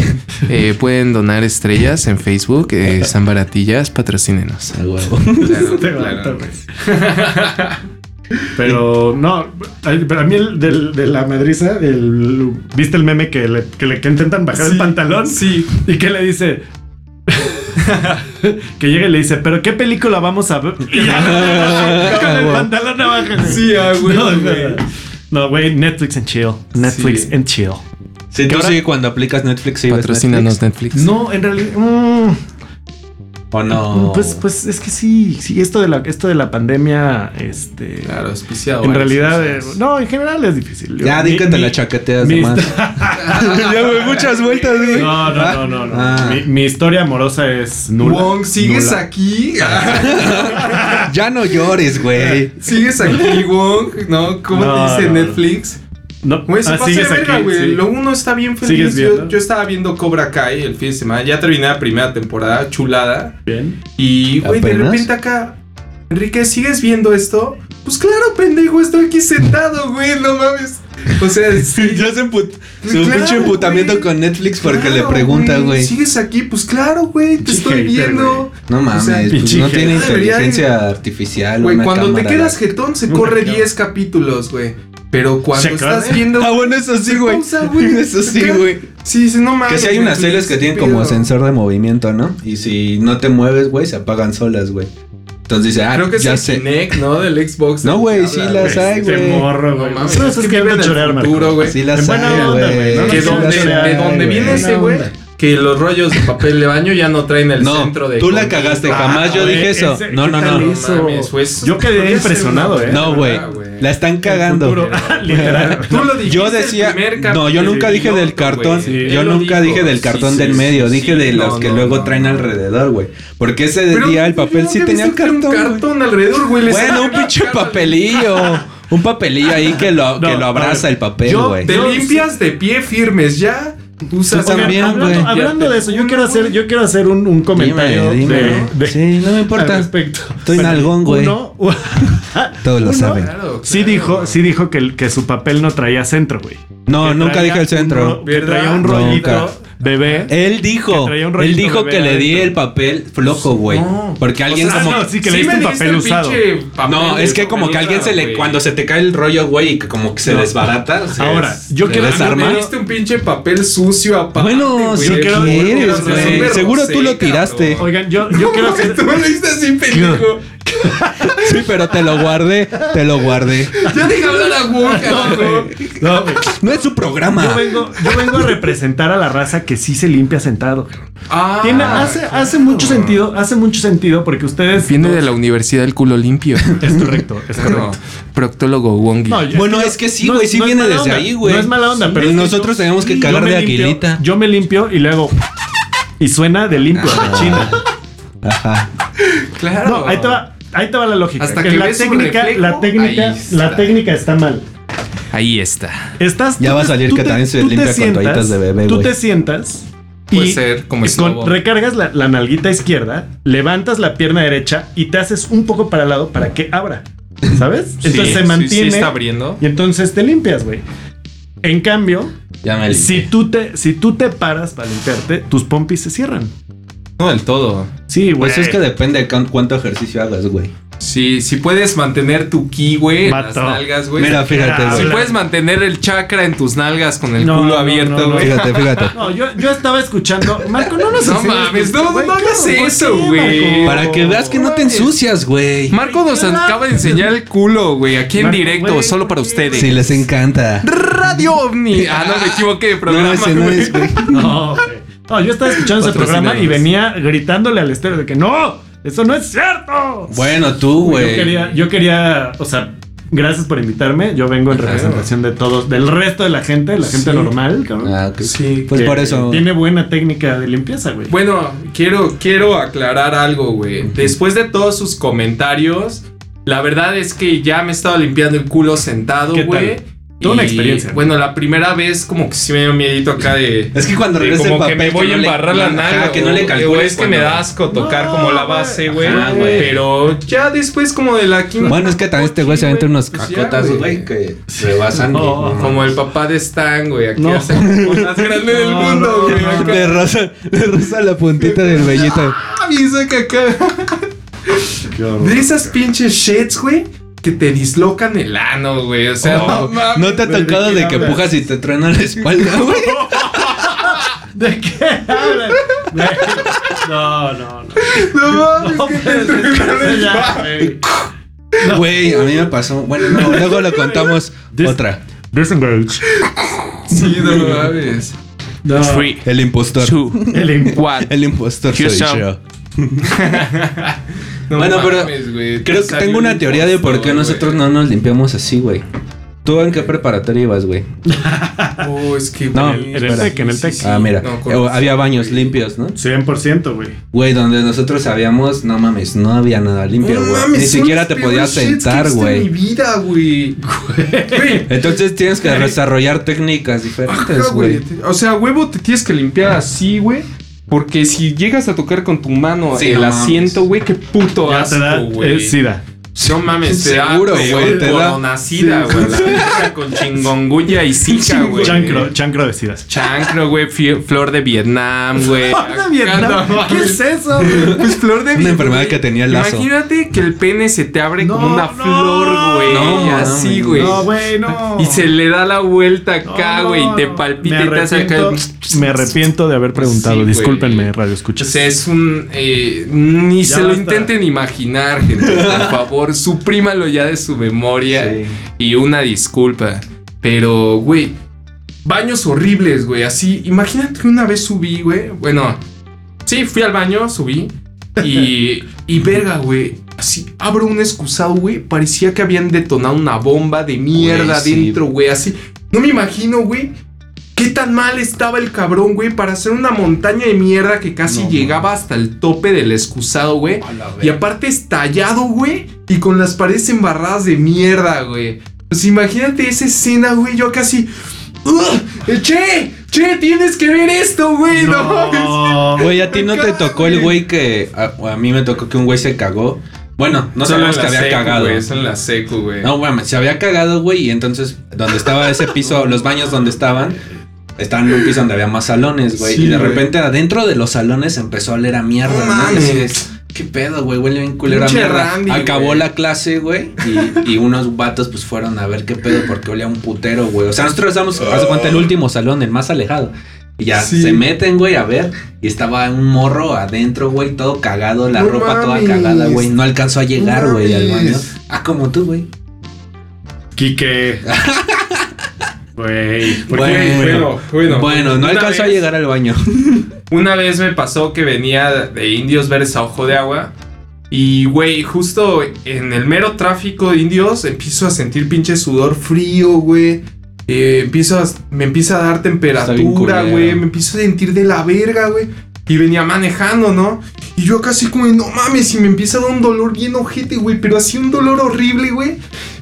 Speaker 1: Eh, pueden donar estrellas en Facebook, eh, están baratillas, patrocínenos.
Speaker 2: Ah, huevo.
Speaker 1: Claro,
Speaker 3: Este
Speaker 1: claro.
Speaker 3: vato, güey. Pero no, ay, pero a mí el, del- de la madriza, el- ¿viste el meme que le, que le- que intentan bajar el pantalón?
Speaker 1: Sí.
Speaker 3: ¿Y qué le dice? que llega y le dice, pero ¿qué película vamos a ver? Y ya, con el pantalón abajo. güey.
Speaker 1: Sí, ah, güey.
Speaker 3: No,
Speaker 1: güey.
Speaker 3: güey. No, güey, Netflix and chill. Netflix
Speaker 1: Sí.
Speaker 3: and chill.
Speaker 2: Sí, tú
Speaker 3: ahora-
Speaker 2: sí, cuando aplicas Netflix, sí ves
Speaker 1: Patrocínanos Netflix.
Speaker 3: No, en realidad... mm,
Speaker 2: Netflix. O no.
Speaker 3: Pues, pues es que sí, sí, esto de la, esto de la pandemia, este...
Speaker 1: Claro, es piciado.
Speaker 3: en
Speaker 1: güey.
Speaker 3: realidad, eh, no, en general es difícil.
Speaker 2: Ya,
Speaker 3: Yo-
Speaker 2: di que te
Speaker 3: mi-
Speaker 2: la
Speaker 3: mi-
Speaker 2: chaqueteas
Speaker 3: mi-
Speaker 2: nomás. ya, güey, muchas vueltas, güey.
Speaker 3: No, no, no, no. no.
Speaker 2: Ah.
Speaker 3: Mi, mi historia amorosa es nula.
Speaker 1: Wong, ¿sigues
Speaker 3: Nula.
Speaker 1: aquí?
Speaker 2: Ya no llores, güey.
Speaker 1: ¿Sigues aquí, Wong? ¿No? ¿Cómo
Speaker 3: No,
Speaker 1: te dice
Speaker 3: no, no.
Speaker 1: Netflix?
Speaker 3: No,
Speaker 1: Güey, se
Speaker 3: ah,
Speaker 1: pasa de
Speaker 3: sigues
Speaker 1: verga,
Speaker 3: aquí,
Speaker 1: güey.
Speaker 3: sí.
Speaker 1: Lo uno está bien feliz.
Speaker 3: ¿Sigues
Speaker 1: Yo,
Speaker 3: viendo?
Speaker 1: yo estaba viendo Cobra Kai el fin de semana. Ya terminé la primera temporada, chulada.
Speaker 3: Bien.
Speaker 1: Y, güey, de
Speaker 2: ¿Apenas?
Speaker 1: repente acá... Enrique, ¿sigues viendo esto? Pues claro, pendejo, estoy aquí sentado, güey, no mames. O sea, sí, Pues
Speaker 2: Ya se emput...
Speaker 1: Claro,
Speaker 2: Su pinche emputamiento
Speaker 1: güey.
Speaker 2: con Netflix porque
Speaker 1: Claro,
Speaker 2: le pregunta, güey.
Speaker 1: ¿Sigues aquí? Pues claro, güey, te
Speaker 3: Pinche
Speaker 1: estoy
Speaker 3: hater,
Speaker 1: viendo.
Speaker 2: No mames,
Speaker 1: O sea,
Speaker 2: pues,
Speaker 3: pinche
Speaker 2: no tiene
Speaker 1: gente. Debería-
Speaker 2: inteligencia artificial.
Speaker 1: Güey,
Speaker 2: una
Speaker 1: cuando te
Speaker 2: cámara.
Speaker 1: quedas jetón se
Speaker 3: Una
Speaker 1: corre
Speaker 3: cámara.
Speaker 1: 10 capítulos, güey. Pero cuando
Speaker 3: Se
Speaker 1: estás
Speaker 3: corre.
Speaker 1: viendo.
Speaker 2: Ah, bueno, eso sí,
Speaker 1: se
Speaker 2: güey.
Speaker 1: pausa, güey.
Speaker 2: Eso sí,
Speaker 1: Acá.
Speaker 2: güey.
Speaker 1: Sí, sí, no mames.
Speaker 2: Que si hay
Speaker 1: güey,
Speaker 2: unas
Speaker 1: qué
Speaker 2: teles que tienen como
Speaker 1: pedo.
Speaker 2: sensor de movimiento, ¿no? Y si no te mueves, güey, se apagan solas, güey. Entonces dice, ah,
Speaker 1: Creo que es
Speaker 2: ya
Speaker 1: el
Speaker 2: sé.
Speaker 1: Kinect, ¿no? Del Xbox.
Speaker 2: No,
Speaker 1: del
Speaker 2: güey,
Speaker 1: que
Speaker 2: sí
Speaker 1: habla,
Speaker 2: las hay,
Speaker 3: Este
Speaker 2: güey.
Speaker 3: morro,
Speaker 1: No
Speaker 3: güey.
Speaker 1: mames,
Speaker 3: Eso
Speaker 1: es que
Speaker 3: queriendo
Speaker 1: viven el
Speaker 3: chorear, Marco.
Speaker 1: futuro, güey.
Speaker 2: Sí las
Speaker 3: En buena
Speaker 2: hay,
Speaker 3: onda, güey, no
Speaker 2: güey.
Speaker 1: Que
Speaker 3: Sí,
Speaker 1: donde,
Speaker 3: las hay,
Speaker 1: de donde
Speaker 3: güey.
Speaker 1: viene ese, güey. Que los rollos de papel de baño ya no traen el
Speaker 2: No,
Speaker 1: centro de. Ah,
Speaker 2: tú la cagaste, jamás yo
Speaker 3: güey,
Speaker 2: dije eso.
Speaker 3: ese-
Speaker 2: No,
Speaker 3: ¿qué
Speaker 2: no,
Speaker 3: tal
Speaker 2: no.
Speaker 3: es? eso.
Speaker 1: mames, güey, eso
Speaker 3: Yo quedé
Speaker 1: podría ser
Speaker 3: impresionado,
Speaker 1: una
Speaker 3: eh.
Speaker 2: No, güey.
Speaker 1: verdad, Ah, güey.
Speaker 2: La están
Speaker 3: Futuro.
Speaker 2: cagando.
Speaker 3: Literal.
Speaker 1: Tú lo dijiste
Speaker 2: Yo decía,
Speaker 1: el primer
Speaker 2: no, yo
Speaker 1: capítulo
Speaker 2: nunca dije
Speaker 1: piloto,
Speaker 2: del cartón,
Speaker 1: güey.
Speaker 3: Sí.
Speaker 2: yo
Speaker 1: Él lo
Speaker 2: nunca
Speaker 1: dijo.
Speaker 2: dije del
Speaker 1: Sí,
Speaker 2: cartón
Speaker 1: sí,
Speaker 2: del
Speaker 1: sí,
Speaker 2: medio,
Speaker 1: sí,
Speaker 2: dije de
Speaker 1: no,
Speaker 2: los que
Speaker 1: no,
Speaker 2: luego
Speaker 1: no,
Speaker 2: traen
Speaker 1: no.
Speaker 2: alrededor, güey. Porque ese
Speaker 1: Pero,
Speaker 2: día el
Speaker 1: güey,
Speaker 2: papel
Speaker 1: yo
Speaker 2: sí
Speaker 1: nunca he
Speaker 2: tenía
Speaker 1: visto que
Speaker 2: cartón.
Speaker 1: Un
Speaker 2: güey.
Speaker 1: cartón alrededor, güey. le
Speaker 2: Bueno,
Speaker 1: sacan
Speaker 2: un pinche
Speaker 1: la cama.
Speaker 2: papelillo, un papelillo ahí que lo, que
Speaker 3: No,
Speaker 2: lo
Speaker 3: a
Speaker 2: abraza
Speaker 3: ver,
Speaker 2: el papel,
Speaker 3: yo
Speaker 2: güey.
Speaker 1: Te
Speaker 3: No,
Speaker 1: limpias de pie firmes ya. Usas
Speaker 2: Tú también,
Speaker 1: Oigan,
Speaker 2: güey.
Speaker 3: Hablando, hablando de eso, yo quiero hacer, yo quiero hacer un, un comentario
Speaker 2: Dime, dime.
Speaker 3: de, de-
Speaker 2: sí, no me importa.
Speaker 3: al respecto.
Speaker 2: Estoy nalgón, güey.
Speaker 3: Uno-
Speaker 2: Todos lo
Speaker 3: uno-
Speaker 2: saben.
Speaker 1: Claro,
Speaker 3: Sí
Speaker 1: claro.
Speaker 3: dijo, sí dijo que, el- que su papel no traía centro, güey.
Speaker 2: No,
Speaker 3: Que
Speaker 2: nunca
Speaker 3: traía
Speaker 2: dije el
Speaker 3: un
Speaker 2: centro.
Speaker 3: ro- que traía un
Speaker 2: ¿Verdad?
Speaker 3: rollito
Speaker 2: Nunca. Eh,
Speaker 3: bebé.
Speaker 2: Él dijo,
Speaker 3: Que traía un
Speaker 2: él
Speaker 3: rollito
Speaker 2: dijo
Speaker 3: bebé
Speaker 2: que le di
Speaker 3: adentro.
Speaker 2: el papel flojo, güey.
Speaker 1: No.
Speaker 2: Porque alguien
Speaker 1: O sea,
Speaker 2: como
Speaker 3: no, sí que le
Speaker 1: me
Speaker 3: diste un
Speaker 1: diste
Speaker 3: papel
Speaker 1: el
Speaker 3: usado.
Speaker 1: pinche papel
Speaker 2: No, es que
Speaker 1: usado,
Speaker 2: como que alguien se le.
Speaker 1: güey.
Speaker 2: Cuando se te cae el rollo, güey, y que como que se
Speaker 3: No.
Speaker 2: desbarata. se
Speaker 3: Ahora,
Speaker 2: des-
Speaker 3: yo
Speaker 2: se
Speaker 3: quiero-
Speaker 2: desarma.
Speaker 1: Me diste un pinche papel sucio aparte.
Speaker 2: Bueno,
Speaker 1: güey.
Speaker 2: si
Speaker 1: Yo quiero-
Speaker 2: quieres,
Speaker 1: quiero hacer
Speaker 2: güey.
Speaker 1: súper
Speaker 2: Seguro tú lo
Speaker 1: rosé,
Speaker 2: tiraste.
Speaker 1: cabrón.
Speaker 3: Oigan, yo, yo quiero hacer.
Speaker 1: Tú me lo diste así, pendejo.
Speaker 2: Sí, pero te lo guardé, te lo guardé.
Speaker 1: Ya deja hablar a Wonka, güey.
Speaker 3: No, güey.
Speaker 2: No es su programa.
Speaker 3: Yo vengo, yo vengo a representar a la raza que sí se limpia sentado. cabrón.
Speaker 1: Ah,
Speaker 3: Tiene, hace, hace mucho sentido, hace mucho sentido porque ustedes.
Speaker 1: Viene de la universidad el culo limpio.
Speaker 3: Es correcto, es correcto.
Speaker 1: No, proctólogo Wongi.
Speaker 3: No, yo-
Speaker 2: Bueno, es que sí,
Speaker 3: no
Speaker 2: güey,
Speaker 3: es-
Speaker 2: sí
Speaker 3: no es
Speaker 2: viene
Speaker 3: mala
Speaker 2: desde
Speaker 3: onda.
Speaker 2: ahí, güey.
Speaker 3: No es mala onda, pero.
Speaker 2: Pero
Speaker 3: es que
Speaker 2: nosotros
Speaker 3: yo-
Speaker 2: tenemos que
Speaker 3: yo
Speaker 2: cagar
Speaker 3: me
Speaker 2: de
Speaker 3: limpio-
Speaker 2: aguilita.
Speaker 3: Yo me limpio y luego. Y suena de limpio, de
Speaker 2: Ah,
Speaker 3: china.
Speaker 2: Ajá.
Speaker 1: claro.
Speaker 3: No, ahí te va. Ahí te va la lógica.
Speaker 1: Hasta que
Speaker 3: la
Speaker 1: ves un
Speaker 3: técnica,
Speaker 1: reflejo,
Speaker 3: la técnica,
Speaker 1: ahí está.
Speaker 3: la técnica está mal.
Speaker 1: Ahí está.
Speaker 3: Estás
Speaker 2: Ya
Speaker 3: tú
Speaker 2: va a
Speaker 3: te-
Speaker 2: salir
Speaker 3: tú
Speaker 2: que
Speaker 3: te-
Speaker 2: también se
Speaker 3: tú te
Speaker 2: limpia con
Speaker 3: sientas-
Speaker 2: toallitas de bebé,
Speaker 3: Tú
Speaker 2: güey.
Speaker 3: te sientas y
Speaker 1: Puede ser como
Speaker 3: con-
Speaker 1: esnobo.
Speaker 3: recargas la, la nalguita izquierda, levantas la pierna derecha y te haces un poco para el lado para que abra. ¿Sabes? Entonces se mantiene
Speaker 1: está abriendo.
Speaker 3: y entonces te limpias, güey. En cambio,
Speaker 2: Ya me
Speaker 3: si tú te si tú te paras para limpiarte, tus pompis se cierran.
Speaker 1: No del todo.
Speaker 3: Sí, güey.
Speaker 2: Pues es que depende de cuán- cuánto ejercicio hagas, güey.
Speaker 1: Sí, si puedes mantener tu ki, güey, en las
Speaker 3: Vato.
Speaker 1: nalgas, güey.
Speaker 2: Mira, fíjate,
Speaker 3: Ah,
Speaker 1: Si
Speaker 2: güey.
Speaker 1: puedes mantener el chakra en tus nalgas con el
Speaker 3: No,
Speaker 1: culo
Speaker 3: no,
Speaker 1: abierto,
Speaker 3: no, no,
Speaker 1: güey.
Speaker 2: Fíjate, fíjate.
Speaker 3: No, yo, yo estaba escuchando. Marco, no nos
Speaker 1: No
Speaker 3: haces
Speaker 1: mames,
Speaker 3: esto,
Speaker 1: no,
Speaker 3: güey.
Speaker 1: no hagas
Speaker 3: ¿por qué,
Speaker 1: eso, güey?
Speaker 3: Marco?
Speaker 2: Para que veas que no te ensucias, güey.
Speaker 1: Marco nos
Speaker 3: Ay,
Speaker 1: acaba de enseñar el culo, güey, aquí en
Speaker 3: Marco,
Speaker 1: directo,
Speaker 3: güey,
Speaker 1: solo para
Speaker 3: güey.
Speaker 1: ustedes.
Speaker 2: Si les encanta.
Speaker 1: Radio OVNI. Ah, no, me equivoqué de programa.
Speaker 2: No, ese no
Speaker 1: güey.
Speaker 2: es, güey.
Speaker 3: No, güey. No, yo estaba escuchando ese programa y
Speaker 1: Patrocinadores.
Speaker 3: venía gritándole al estéreo de que no, eso no es cierto.
Speaker 2: Bueno, tú,
Speaker 3: yo
Speaker 2: güey.
Speaker 3: quería, yo quería, o sea, gracias por invitarme. Yo vengo en representación de todos, del resto de la gente, la gente
Speaker 1: Sí.
Speaker 3: normal, cabrón.
Speaker 2: Ah, ok.
Speaker 1: Sí,
Speaker 2: Pues
Speaker 3: que
Speaker 2: por eso.
Speaker 3: Tiene buena técnica de limpieza, güey.
Speaker 1: Bueno, quiero, quiero aclarar algo, güey. Después de todos sus comentarios, la verdad es que ya me he estado limpiando el culo sentado,
Speaker 3: ¿Qué tal?
Speaker 1: güey.
Speaker 3: Toda una
Speaker 1: Y,
Speaker 3: experiencia.
Speaker 1: Bueno, la primera vez como que sí me dio miedito acá de...
Speaker 2: Es que cuando
Speaker 1: de
Speaker 2: regresa el
Speaker 1: como que
Speaker 2: papel,
Speaker 1: me voy a
Speaker 2: no le-
Speaker 1: embarrar la
Speaker 2: ajá,
Speaker 1: nalga.
Speaker 2: que no le
Speaker 1: o-
Speaker 2: calcules
Speaker 1: o es que me
Speaker 2: cuando-
Speaker 1: da asco tocar
Speaker 3: No,
Speaker 1: como la
Speaker 3: güey.
Speaker 1: base, güey.
Speaker 2: Ajá, güey.
Speaker 1: Pero ya después como de la quinta...
Speaker 2: Bueno, es que también este güey se aventa unos
Speaker 1: Pues ya,
Speaker 2: cacotas,
Speaker 1: güey.
Speaker 2: güey, que rebasan.
Speaker 3: No,
Speaker 2: y-
Speaker 1: Como el papá de Stan, güey. Aquí
Speaker 3: No.
Speaker 1: hace como más grande del
Speaker 3: No,
Speaker 1: mundo,
Speaker 3: no,
Speaker 1: güey.
Speaker 3: no, no.
Speaker 1: acá.
Speaker 2: Le rosa, le rosa la puntita del vellito.
Speaker 1: Ah, y saca acá. De esas pinches shits, güey, que te dislocan el ano, güey. O
Speaker 2: Oh,
Speaker 1: sea, no, mames.
Speaker 2: ¿No te ha tocado de que pujas y te truena la espalda, güey?
Speaker 3: ¿De qué hablan?
Speaker 6: Güey, No, no, no.
Speaker 1: No mames,
Speaker 6: No,
Speaker 1: que
Speaker 3: pues,
Speaker 1: te
Speaker 6: pero-
Speaker 1: entrenaron el
Speaker 6: ya, güey.
Speaker 1: bar.
Speaker 2: Güey, a mí me pasó. Bueno, no, luego lo contamos
Speaker 6: Dis-
Speaker 2: otra.
Speaker 3: Disengage.
Speaker 1: Sí, no mames.
Speaker 6: No.
Speaker 2: El impostor.
Speaker 3: El imp-
Speaker 1: What?
Speaker 2: El impostor soy
Speaker 1: Houston.
Speaker 2: yo.
Speaker 1: No
Speaker 4: Bueno, pero
Speaker 1: güey, te
Speaker 4: Creo que
Speaker 1: salió
Speaker 4: tengo una
Speaker 1: un
Speaker 4: teoría de por
Speaker 1: impostor,
Speaker 4: qué
Speaker 1: güey.
Speaker 4: nosotros no nos limpiamos así, güey. ¿Tú en qué preparatoria ibas, güey?
Speaker 1: Oh, es que.
Speaker 4: No,
Speaker 1: güey,
Speaker 3: en el
Speaker 1: sí,
Speaker 3: Tec, en el
Speaker 1: sí,
Speaker 3: Tec.
Speaker 1: sí.
Speaker 4: Ah, mira.
Speaker 1: No, con-
Speaker 4: eh, había baños limpios, ¿no?
Speaker 3: 100%, güey.
Speaker 4: Güey, donde nosotros sabíamos, no mames, no había nada limpio,
Speaker 1: No
Speaker 4: güey.
Speaker 1: mames,
Speaker 4: Ni
Speaker 1: son
Speaker 4: siquiera
Speaker 1: los
Speaker 4: te
Speaker 1: peores
Speaker 4: podías
Speaker 1: shits que he
Speaker 4: sentar,
Speaker 1: visto en
Speaker 4: güey.
Speaker 1: mi vida, güey. Güey,
Speaker 4: Entonces tienes que desarrollar técnicas diferentes,
Speaker 1: ajá, Ah, güey.
Speaker 4: güey.
Speaker 1: O sea, huevo, te tienes que limpiar así, güey. Porque si llegas a tocar con tu mano
Speaker 4: Sí,
Speaker 1: el
Speaker 4: no mames.
Speaker 1: asiento, güey, qué puto
Speaker 3: Ya te da
Speaker 1: asco, güey.
Speaker 3: eh, sida.
Speaker 1: No mames, te da
Speaker 4: Seguro,
Speaker 1: peor
Speaker 4: güey, te da-
Speaker 1: coronacida,
Speaker 4: Sí.
Speaker 1: güey. la verga con chingonguya y zika, güey.
Speaker 3: Chancro, chancro de sidas.
Speaker 1: Chancro, güey, fie- flor de Vietnam, güey.
Speaker 6: Ah,
Speaker 3: Flor de Vietnam,
Speaker 1: Acá,
Speaker 3: ¿qué
Speaker 1: no,
Speaker 3: es
Speaker 1: eso? Pues flor de Vietnam.
Speaker 2: Una enfermedad que tenía el lazo.
Speaker 1: Imagínate que el pene se te abre como
Speaker 3: No,
Speaker 1: una
Speaker 3: no.
Speaker 1: flor, güey.
Speaker 4: No,
Speaker 1: y así,
Speaker 4: mames.
Speaker 1: güey.
Speaker 3: No, güey, no.
Speaker 1: y se le da la vuelta
Speaker 3: No,
Speaker 1: acá,
Speaker 3: no,
Speaker 1: güey. y te
Speaker 3: no.
Speaker 1: palpita
Speaker 3: Me
Speaker 1: y te hace acá. el-
Speaker 3: arrepiento- Me arrepiento de haber preguntado.
Speaker 1: Sí, güey.
Speaker 3: Discúlpenme, radio escuchas.
Speaker 1: O sea, es un. eh, ni
Speaker 6: Ya
Speaker 1: se lo
Speaker 6: basta.
Speaker 1: intenten imaginar, gente. Por favor, suprímalo ya de su memoria.
Speaker 4: Sí.
Speaker 1: Y una disculpa. Pero, güey. Baños horribles, güey. Así. Imagínate que una vez subí, güey. Bueno. Sí, fui al baño, subí. Y. y verga, güey. Así, abro un excusado, güey. Parecía que habían detonado una bomba de mierda
Speaker 4: Güey, sí.
Speaker 1: dentro, güey. Así. No me imagino, güey. ¿Qué tan mal estaba el cabrón, güey, para hacer una montaña de mierda que casi llegaba hasta el tope del excusado, güey? Y aparte estallado, güey, y con las paredes embarradas de mierda, güey. Pues imagínate esa escena, güey, yo casi... ¡Ugh! ¡Che! ¡Che! ¡Tienes que ver esto, güey! ¡No! mames!
Speaker 6: No.
Speaker 2: Güey, a
Speaker 1: Me
Speaker 2: ti no te
Speaker 1: cago,
Speaker 2: tocó el
Speaker 1: güey.
Speaker 2: güey que. A, a mí me tocó que un güey se cagó. Bueno, no
Speaker 1: Solo en
Speaker 2: sabemos que
Speaker 1: la
Speaker 2: había
Speaker 1: secu,
Speaker 2: cagado.
Speaker 1: güey, Son la secu, güey.
Speaker 2: No, mames, se había cagado, güey, y entonces donde estaba ese piso, los baños donde estaban, estaban en un piso donde había más salones, güey,
Speaker 1: Sí,
Speaker 2: y de
Speaker 1: güey.
Speaker 2: repente adentro de los salones empezó a oler a mierda,
Speaker 1: No
Speaker 2: ¿no?
Speaker 1: mames.
Speaker 2: Y así de, ¿Qué pedo, güey? Huele bien culero a
Speaker 1: Pinche
Speaker 2: mierda.
Speaker 1: Randy,
Speaker 2: Acabó
Speaker 1: güey.
Speaker 2: la clase, güey, y, y unos vatos pues fueron a ver qué pedo porque olía un putero, güey. O sea, nosotros estamos, haz de cuenta, el último salón, el más alejado. Y ya
Speaker 1: Ah. Sí.
Speaker 2: se meten, güey, a ver. Y estaba un morro adentro, güey, todo cagado, la
Speaker 1: No
Speaker 2: ropa
Speaker 1: mames.
Speaker 2: toda cagada, güey. No alcanzó a llegar,
Speaker 1: No
Speaker 2: güey, al baño.
Speaker 1: mames.
Speaker 2: Ah, como tú, güey.
Speaker 6: Quique. Güey.
Speaker 1: Porque,
Speaker 2: Bueno,
Speaker 1: bueno, bueno,
Speaker 2: Bueno, no
Speaker 1: una
Speaker 2: alcanzó a
Speaker 1: vez-
Speaker 2: llegar al baño.
Speaker 1: Una vez me pasó que venía de Indios Verdes a Ojo de Agua. Y, güey, justo en el mero tráfico de indios empiezo a sentir pinche sudor frío, güey. Eh, empiezo a- me empieza a dar
Speaker 2: bien
Speaker 1: temperatura,
Speaker 2: culero.
Speaker 1: güey. Me empiezo a sentir de la verga, güey. Y venía manejando, ¿no? Y yo casi como, de, no mames, y me empieza a dar un dolor bien ojete, güey. Pero así un dolor horrible, güey.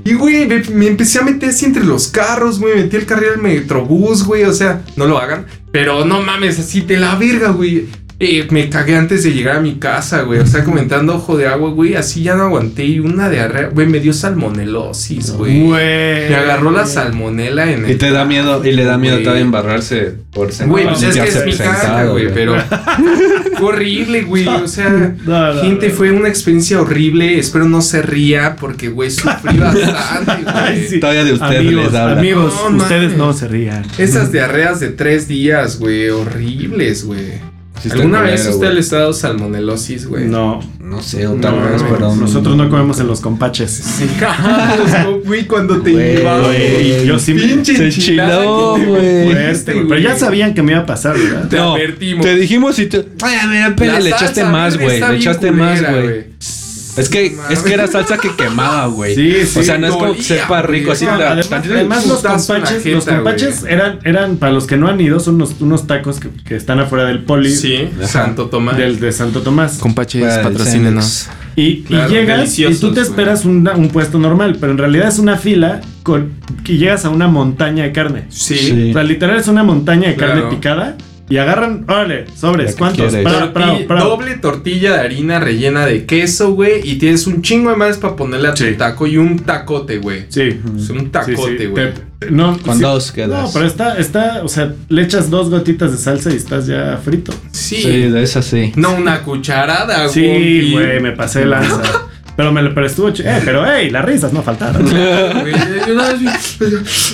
Speaker 1: Y, güey, me, me empecé a meter así entre los carros, güey. Metí el carril del metrobús, güey. O sea, no lo hagan. Pero no mames, así de la verga, güey. Eh, me cagué antes de llegar a mi casa, güey. O sea, comentando ojo de agua, güey. Así ya no aguanté. Y una diarrea, güey, me dio salmonelosis, güey.
Speaker 3: Güey.
Speaker 1: Me agarró la salmonela en
Speaker 2: Y
Speaker 1: el.
Speaker 2: te da miedo, y le da miedo
Speaker 1: Güey.
Speaker 2: todavía embarrarse por sentar.
Speaker 1: Güey, pues es que es
Speaker 2: sentarse
Speaker 1: mi
Speaker 2: sentado,
Speaker 1: caca, güey. Pero. Fue horrible, güey. O sea.
Speaker 6: No, no,
Speaker 1: Gente,
Speaker 6: no.
Speaker 1: fue una experiencia horrible. Espero no se ría porque, güey, sufrí bastante, güey.
Speaker 6: Ay, sí.
Speaker 2: Todavía de ustedes
Speaker 6: Amigos,
Speaker 2: les habla.
Speaker 6: amigos,
Speaker 1: No,
Speaker 6: ustedes
Speaker 1: mames.
Speaker 6: no se rían.
Speaker 1: Esas diarreas de tres días, güey, horribles, güey.
Speaker 2: Sí está
Speaker 1: ¿Alguna vez
Speaker 2: culero,
Speaker 1: usted
Speaker 2: güey.
Speaker 1: le ha dado salmonelosis, güey?
Speaker 6: No,
Speaker 2: No sé, otra
Speaker 1: No,
Speaker 2: vez,
Speaker 1: güey,
Speaker 2: pero.
Speaker 6: nosotros no comemos en los compaches.
Speaker 1: Sí, los- güey, cuando te
Speaker 2: Güey,
Speaker 1: llevaba.
Speaker 6: Güey, yo sí me
Speaker 1: Pinche
Speaker 2: se
Speaker 1: enchilada
Speaker 2: enchiló,
Speaker 1: que te
Speaker 2: güey.
Speaker 1: metiste,
Speaker 6: Fuerte, güey, Pero ya sabían que me iba a pasar, ¿verdad?
Speaker 1: Te
Speaker 2: No,
Speaker 1: advertimos.
Speaker 2: Te dijimos y te. Ay, a ver,
Speaker 1: La
Speaker 2: pele, le
Speaker 1: salsa,
Speaker 2: echaste más,
Speaker 1: pele,
Speaker 2: güey.
Speaker 1: está
Speaker 2: Le
Speaker 1: bien
Speaker 2: echaste más,
Speaker 1: culera,
Speaker 2: güey. Es que, es que era salsa que quemaba, güey.
Speaker 6: Sí, sí,
Speaker 2: O sea, no es como que
Speaker 1: dolía,
Speaker 2: sepa rico, así.
Speaker 1: güey.
Speaker 2: la-
Speaker 6: Además,
Speaker 2: tantito-
Speaker 6: además los
Speaker 1: putazo en la
Speaker 6: compaches,
Speaker 1: jeta,
Speaker 6: los compaches eran, eran, para los que no han ido, son unos, unos tacos que, que están afuera del poli
Speaker 1: Sí,
Speaker 2: Ajá.
Speaker 1: Santo Tomás.
Speaker 6: del, de Santo Tomás.
Speaker 1: Compaches,
Speaker 2: Fuera del
Speaker 1: patrocínenos.
Speaker 2: Cemex.
Speaker 6: Y, y
Speaker 1: Claro,
Speaker 6: llegas y tú
Speaker 1: deliciosos,
Speaker 6: te
Speaker 1: güey.
Speaker 6: esperas una- un puesto normal, pero en realidad es una fila con, y llegas a una montaña de carne.
Speaker 1: Sí.
Speaker 2: Sí.
Speaker 6: O sea, literal es una montaña de
Speaker 1: Claro.
Speaker 6: carne picada y agarran, órale,
Speaker 2: La
Speaker 6: sobres,
Speaker 2: que
Speaker 6: ¿cuántos?
Speaker 2: quieres.
Speaker 6: Pra, pra,
Speaker 1: Torti-
Speaker 6: pra.
Speaker 1: Doble tortilla de harina rellena de queso, güey. Y tienes un chingo de más para ponerle a tu
Speaker 6: Sí.
Speaker 1: taco y un tacote, güey.
Speaker 6: Sí.
Speaker 1: Es un
Speaker 6: sí, sí,
Speaker 1: tacote, güey.
Speaker 6: te- te- No,
Speaker 2: Con
Speaker 6: sí.
Speaker 2: dos quedas.
Speaker 6: No, pero está, está, o sea, le echas dos gotitas de salsa y estás ya frito.
Speaker 1: Sí.
Speaker 2: Sí, de esas sí.
Speaker 1: No una cucharada,
Speaker 6: Sí, güey, me pasé de lanza.
Speaker 3: Pero me lo pero estuvo ch- eh, pero hey, las risas no faltaron.
Speaker 1: Güey, yo una vez vi-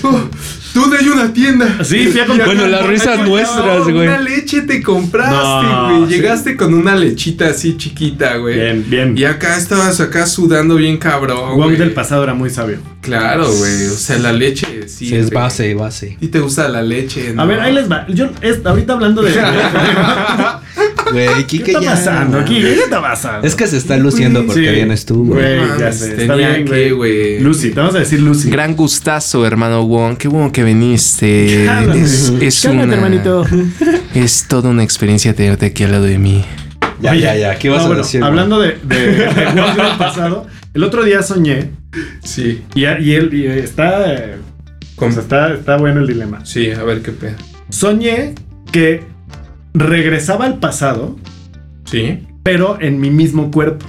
Speaker 1: Oh, ¿Dónde hay una tienda?
Speaker 3: Sí, fui a comprar-
Speaker 1: Y acá-
Speaker 2: Bueno, las risas
Speaker 1: acá-
Speaker 2: nuestras,
Speaker 1: no,
Speaker 2: güey.
Speaker 1: Una leche te compraste,
Speaker 3: No,
Speaker 1: güey.
Speaker 3: sí.
Speaker 1: Llegaste con una lechita así chiquita, güey.
Speaker 3: Bien, bien.
Speaker 1: Y acá estabas acá sudando bien cabrón,
Speaker 3: Wong
Speaker 1: güey.
Speaker 3: del pasado era muy sabio.
Speaker 1: Claro, güey. O sea, la leche sí.
Speaker 2: Sí, es base, base.
Speaker 1: Y te gusta la leche, ¿no?
Speaker 3: A ver, ahí les va. Yo es- ahorita hablando de
Speaker 2: Güey,
Speaker 3: ¿Qué
Speaker 2: Kike
Speaker 3: está
Speaker 2: ya-
Speaker 3: pasando aquí? ¿Qué está pasando?
Speaker 2: Es que se está luciendo porque
Speaker 3: Sí.
Speaker 2: vienes tú, güey.
Speaker 3: Güey,
Speaker 1: Mames,
Speaker 3: ya sé, está
Speaker 1: tenía
Speaker 3: bien,
Speaker 1: que,
Speaker 3: güey.
Speaker 1: güey.
Speaker 3: Lucy, te vamos a decir Lucy.
Speaker 1: Gran gustazo, hermano Wong. Qué bueno que viniste.
Speaker 3: Cálmate.
Speaker 1: Es, es
Speaker 3: Cálmate,
Speaker 1: una-
Speaker 3: hermanito.
Speaker 1: Es toda una experiencia tenerte aquí al lado de mí.
Speaker 2: Ya, ya, ya. ¿Qué vas
Speaker 3: No,
Speaker 2: a
Speaker 3: bueno,
Speaker 2: decir? güey?
Speaker 3: Hablando de, de, de Wong del pasado, el otro día soñé
Speaker 1: Sí.
Speaker 3: y, y él y está, eh, o sea, está, está bueno el dilema.
Speaker 1: Sí, a ver qué pedo.
Speaker 3: Soñé que regresaba al pasado,
Speaker 1: Sí.
Speaker 3: pero en mi mismo cuerpo.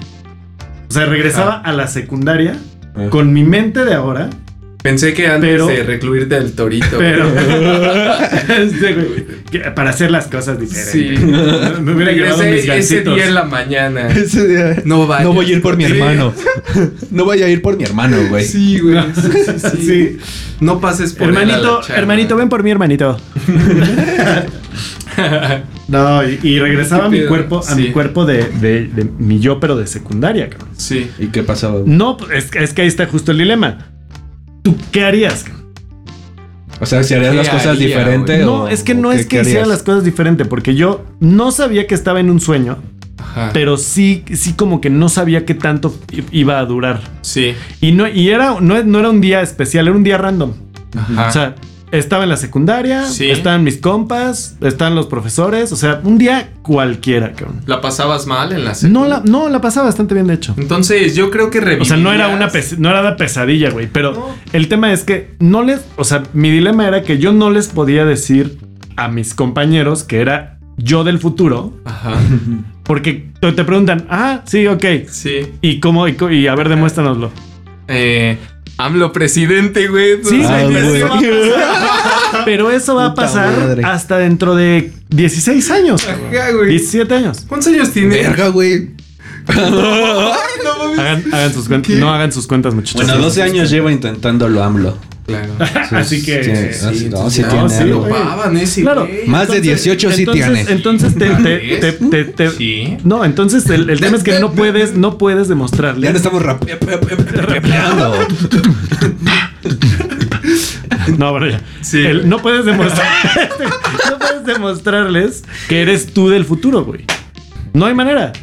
Speaker 3: O sea, regresaba a la secundaria con mi mente de ahora,
Speaker 1: Pensé que antes
Speaker 3: Pero-
Speaker 1: de recluirte del torito.
Speaker 3: pero Este, güey, que- para hacer las cosas diferentes.
Speaker 1: Sí.
Speaker 3: Me hubiera llevado mis
Speaker 1: Regresé ese
Speaker 3: gansitos.
Speaker 1: día en la mañana.
Speaker 2: Ese día-
Speaker 1: No vayas.
Speaker 2: No voy a ir por mi
Speaker 1: Sí.
Speaker 2: hermano. No voy a ir por mi hermano, güey.
Speaker 1: Sí, güey. Sí, sí, sí.
Speaker 3: Sí.
Speaker 1: No pases por él a la
Speaker 3: Hermanito,
Speaker 1: chamba.
Speaker 3: hermanito, ven por mí, hermanito. no, y, y regresaba a
Speaker 1: ¿Qué
Speaker 3: mi
Speaker 1: pedo?
Speaker 3: cuerpo, a
Speaker 1: Sí.
Speaker 3: mi cuerpo de, de- de mi yo, pero de secundaria, cabrón.
Speaker 1: Sí.
Speaker 2: ¿Y qué pasaba? güey?
Speaker 3: No, es, que- es que ahí está justo el dilema. ¿Tú qué harías? cabrón?
Speaker 2: O sea, si harías
Speaker 1: ¿Qué
Speaker 2: las cosas
Speaker 1: haría,
Speaker 2: diferente
Speaker 3: No,
Speaker 2: o-
Speaker 3: es que
Speaker 2: o
Speaker 3: no
Speaker 2: qué-
Speaker 3: es
Speaker 2: qué
Speaker 3: que hiciera
Speaker 2: harías?
Speaker 3: las cosas diferente, porque yo no sabía que estaba en un sueño,
Speaker 1: Ajá.
Speaker 3: pero sí, sí como que no sabía qué tanto i- iba a durar.
Speaker 1: Sí.
Speaker 3: Y no, y era, no, no era un día especial, era un día random.
Speaker 2: Ah.
Speaker 1: Ajá.
Speaker 3: O sea, estaba en la secundaria,
Speaker 1: Sí.
Speaker 3: estaban mis compas, estaban los profesores, o sea, un día cualquiera, cabrón.
Speaker 1: ¿La pasabas mal en la secu?
Speaker 3: No la, no, la pasaba bastante bien, de hecho.
Speaker 1: Entonces, yo creo que
Speaker 3: O
Speaker 1: revivías.
Speaker 3: sea, no era una pes- no era una pesadilla, güey. Pero el tema es que no les. O sea, mi dilema era que yo no les podía decir a mis compañeros que era yo del futuro.
Speaker 1: Ajá.
Speaker 3: Porque te te preguntan, ah, sí, ok.
Speaker 1: Sí.
Speaker 3: Y cómo, y, co- y a ver, demuéstranoslo.
Speaker 1: Eh, AMLO presidente, güey.
Speaker 3: Sí,
Speaker 1: O sea,
Speaker 2: Ah,
Speaker 1: que
Speaker 2: güey.
Speaker 1: se va a pasar.
Speaker 3: Pero eso va a
Speaker 2: Puta
Speaker 3: pasar
Speaker 2: madre.
Speaker 3: hasta dentro de 16 años. cabrón.
Speaker 1: Ajá, güey.
Speaker 3: 17 años.
Speaker 1: ¿Cuántos años tiene?
Speaker 2: Verga, güey.
Speaker 1: Ay, no mames.
Speaker 3: Hagan, hagan sus cuentas.
Speaker 1: ¿Qué?
Speaker 3: No hagan sus cuentas, muchachos.
Speaker 2: Bueno, 12 años lleva intentándolo AMLO.
Speaker 1: Claro.
Speaker 3: Así que-
Speaker 2: Sí,
Speaker 3: sí,
Speaker 2: no, sí, no, sí
Speaker 1: no,
Speaker 2: tiene
Speaker 1: sí,
Speaker 2: algo.
Speaker 1: lo
Speaker 3: güey.
Speaker 1: pavan ese,
Speaker 3: Claro.
Speaker 1: güey.
Speaker 2: Más de 18 sí
Speaker 3: entonces,
Speaker 2: tiene.
Speaker 3: Entonces te, te- te- te- te-
Speaker 1: Sí.
Speaker 3: No, entonces el, el tema es que no puedes, no puedes
Speaker 2: Ya
Speaker 3: demostrarle.
Speaker 2: no estamos rap- rapeando.
Speaker 3: No, bueno, ya.
Speaker 1: Sí.
Speaker 3: El- no puedes demostrar. no puedes demostrarles que eres tú del futuro, güey. No hay manera.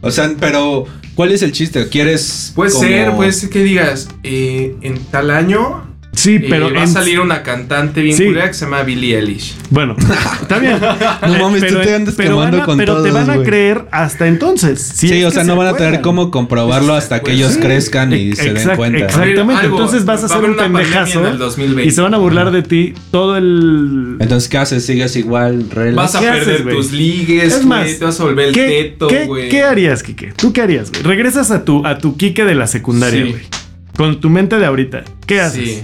Speaker 2: O sea, pero ¿cuál es el chiste? ¿Quieres
Speaker 1: Puede
Speaker 2: como-
Speaker 1: ser, puede ser que digas, eh, en tal año
Speaker 3: Sí,
Speaker 1: eh,
Speaker 3: pero
Speaker 1: va a
Speaker 3: en-
Speaker 1: salir una cantante bien
Speaker 3: Sí.
Speaker 1: culera que se llama Billie Eilish.
Speaker 3: Bueno, está bien.
Speaker 2: No mames, tú te andas quemando
Speaker 3: van a-
Speaker 2: con
Speaker 3: Pero te
Speaker 2: todos,
Speaker 3: van a
Speaker 2: güey.
Speaker 3: creer hasta entonces. Si
Speaker 2: Sí,
Speaker 3: es
Speaker 2: o
Speaker 3: que
Speaker 2: sea,
Speaker 3: se
Speaker 2: no van a
Speaker 3: acuerdan.
Speaker 2: tener cómo comprobarlo hasta que ellos
Speaker 1: Sí.
Speaker 2: crezcan y
Speaker 3: Ex-
Speaker 2: se den
Speaker 3: exact-
Speaker 2: cuenta.
Speaker 3: exact- Exactamente,
Speaker 1: Algo,
Speaker 3: entonces vas a
Speaker 1: va
Speaker 3: hacer
Speaker 1: haber
Speaker 3: un
Speaker 1: una pandemia
Speaker 3: pendejazo
Speaker 1: en el 2020.
Speaker 3: Y se van a burlar de ti todo el.
Speaker 2: Entonces, ¿qué haces? ¿Sigues igual?
Speaker 1: Vas
Speaker 2: ¿Relax?
Speaker 1: a
Speaker 3: ¿Qué
Speaker 1: perder
Speaker 3: haces, güey?
Speaker 1: tus ligues,
Speaker 3: Es
Speaker 1: güey,
Speaker 3: más,
Speaker 1: te vas a volver el
Speaker 3: ¿Qué,
Speaker 1: teto,
Speaker 3: qué-
Speaker 1: güey.
Speaker 3: qué harías, Kike? ¿Tú qué harías, güey? Regresas a tu, a tu Kike de la secundaria,
Speaker 1: Sí.
Speaker 3: güey. Con tu mente de ahorita. ¿Qué haces?
Speaker 1: Sí.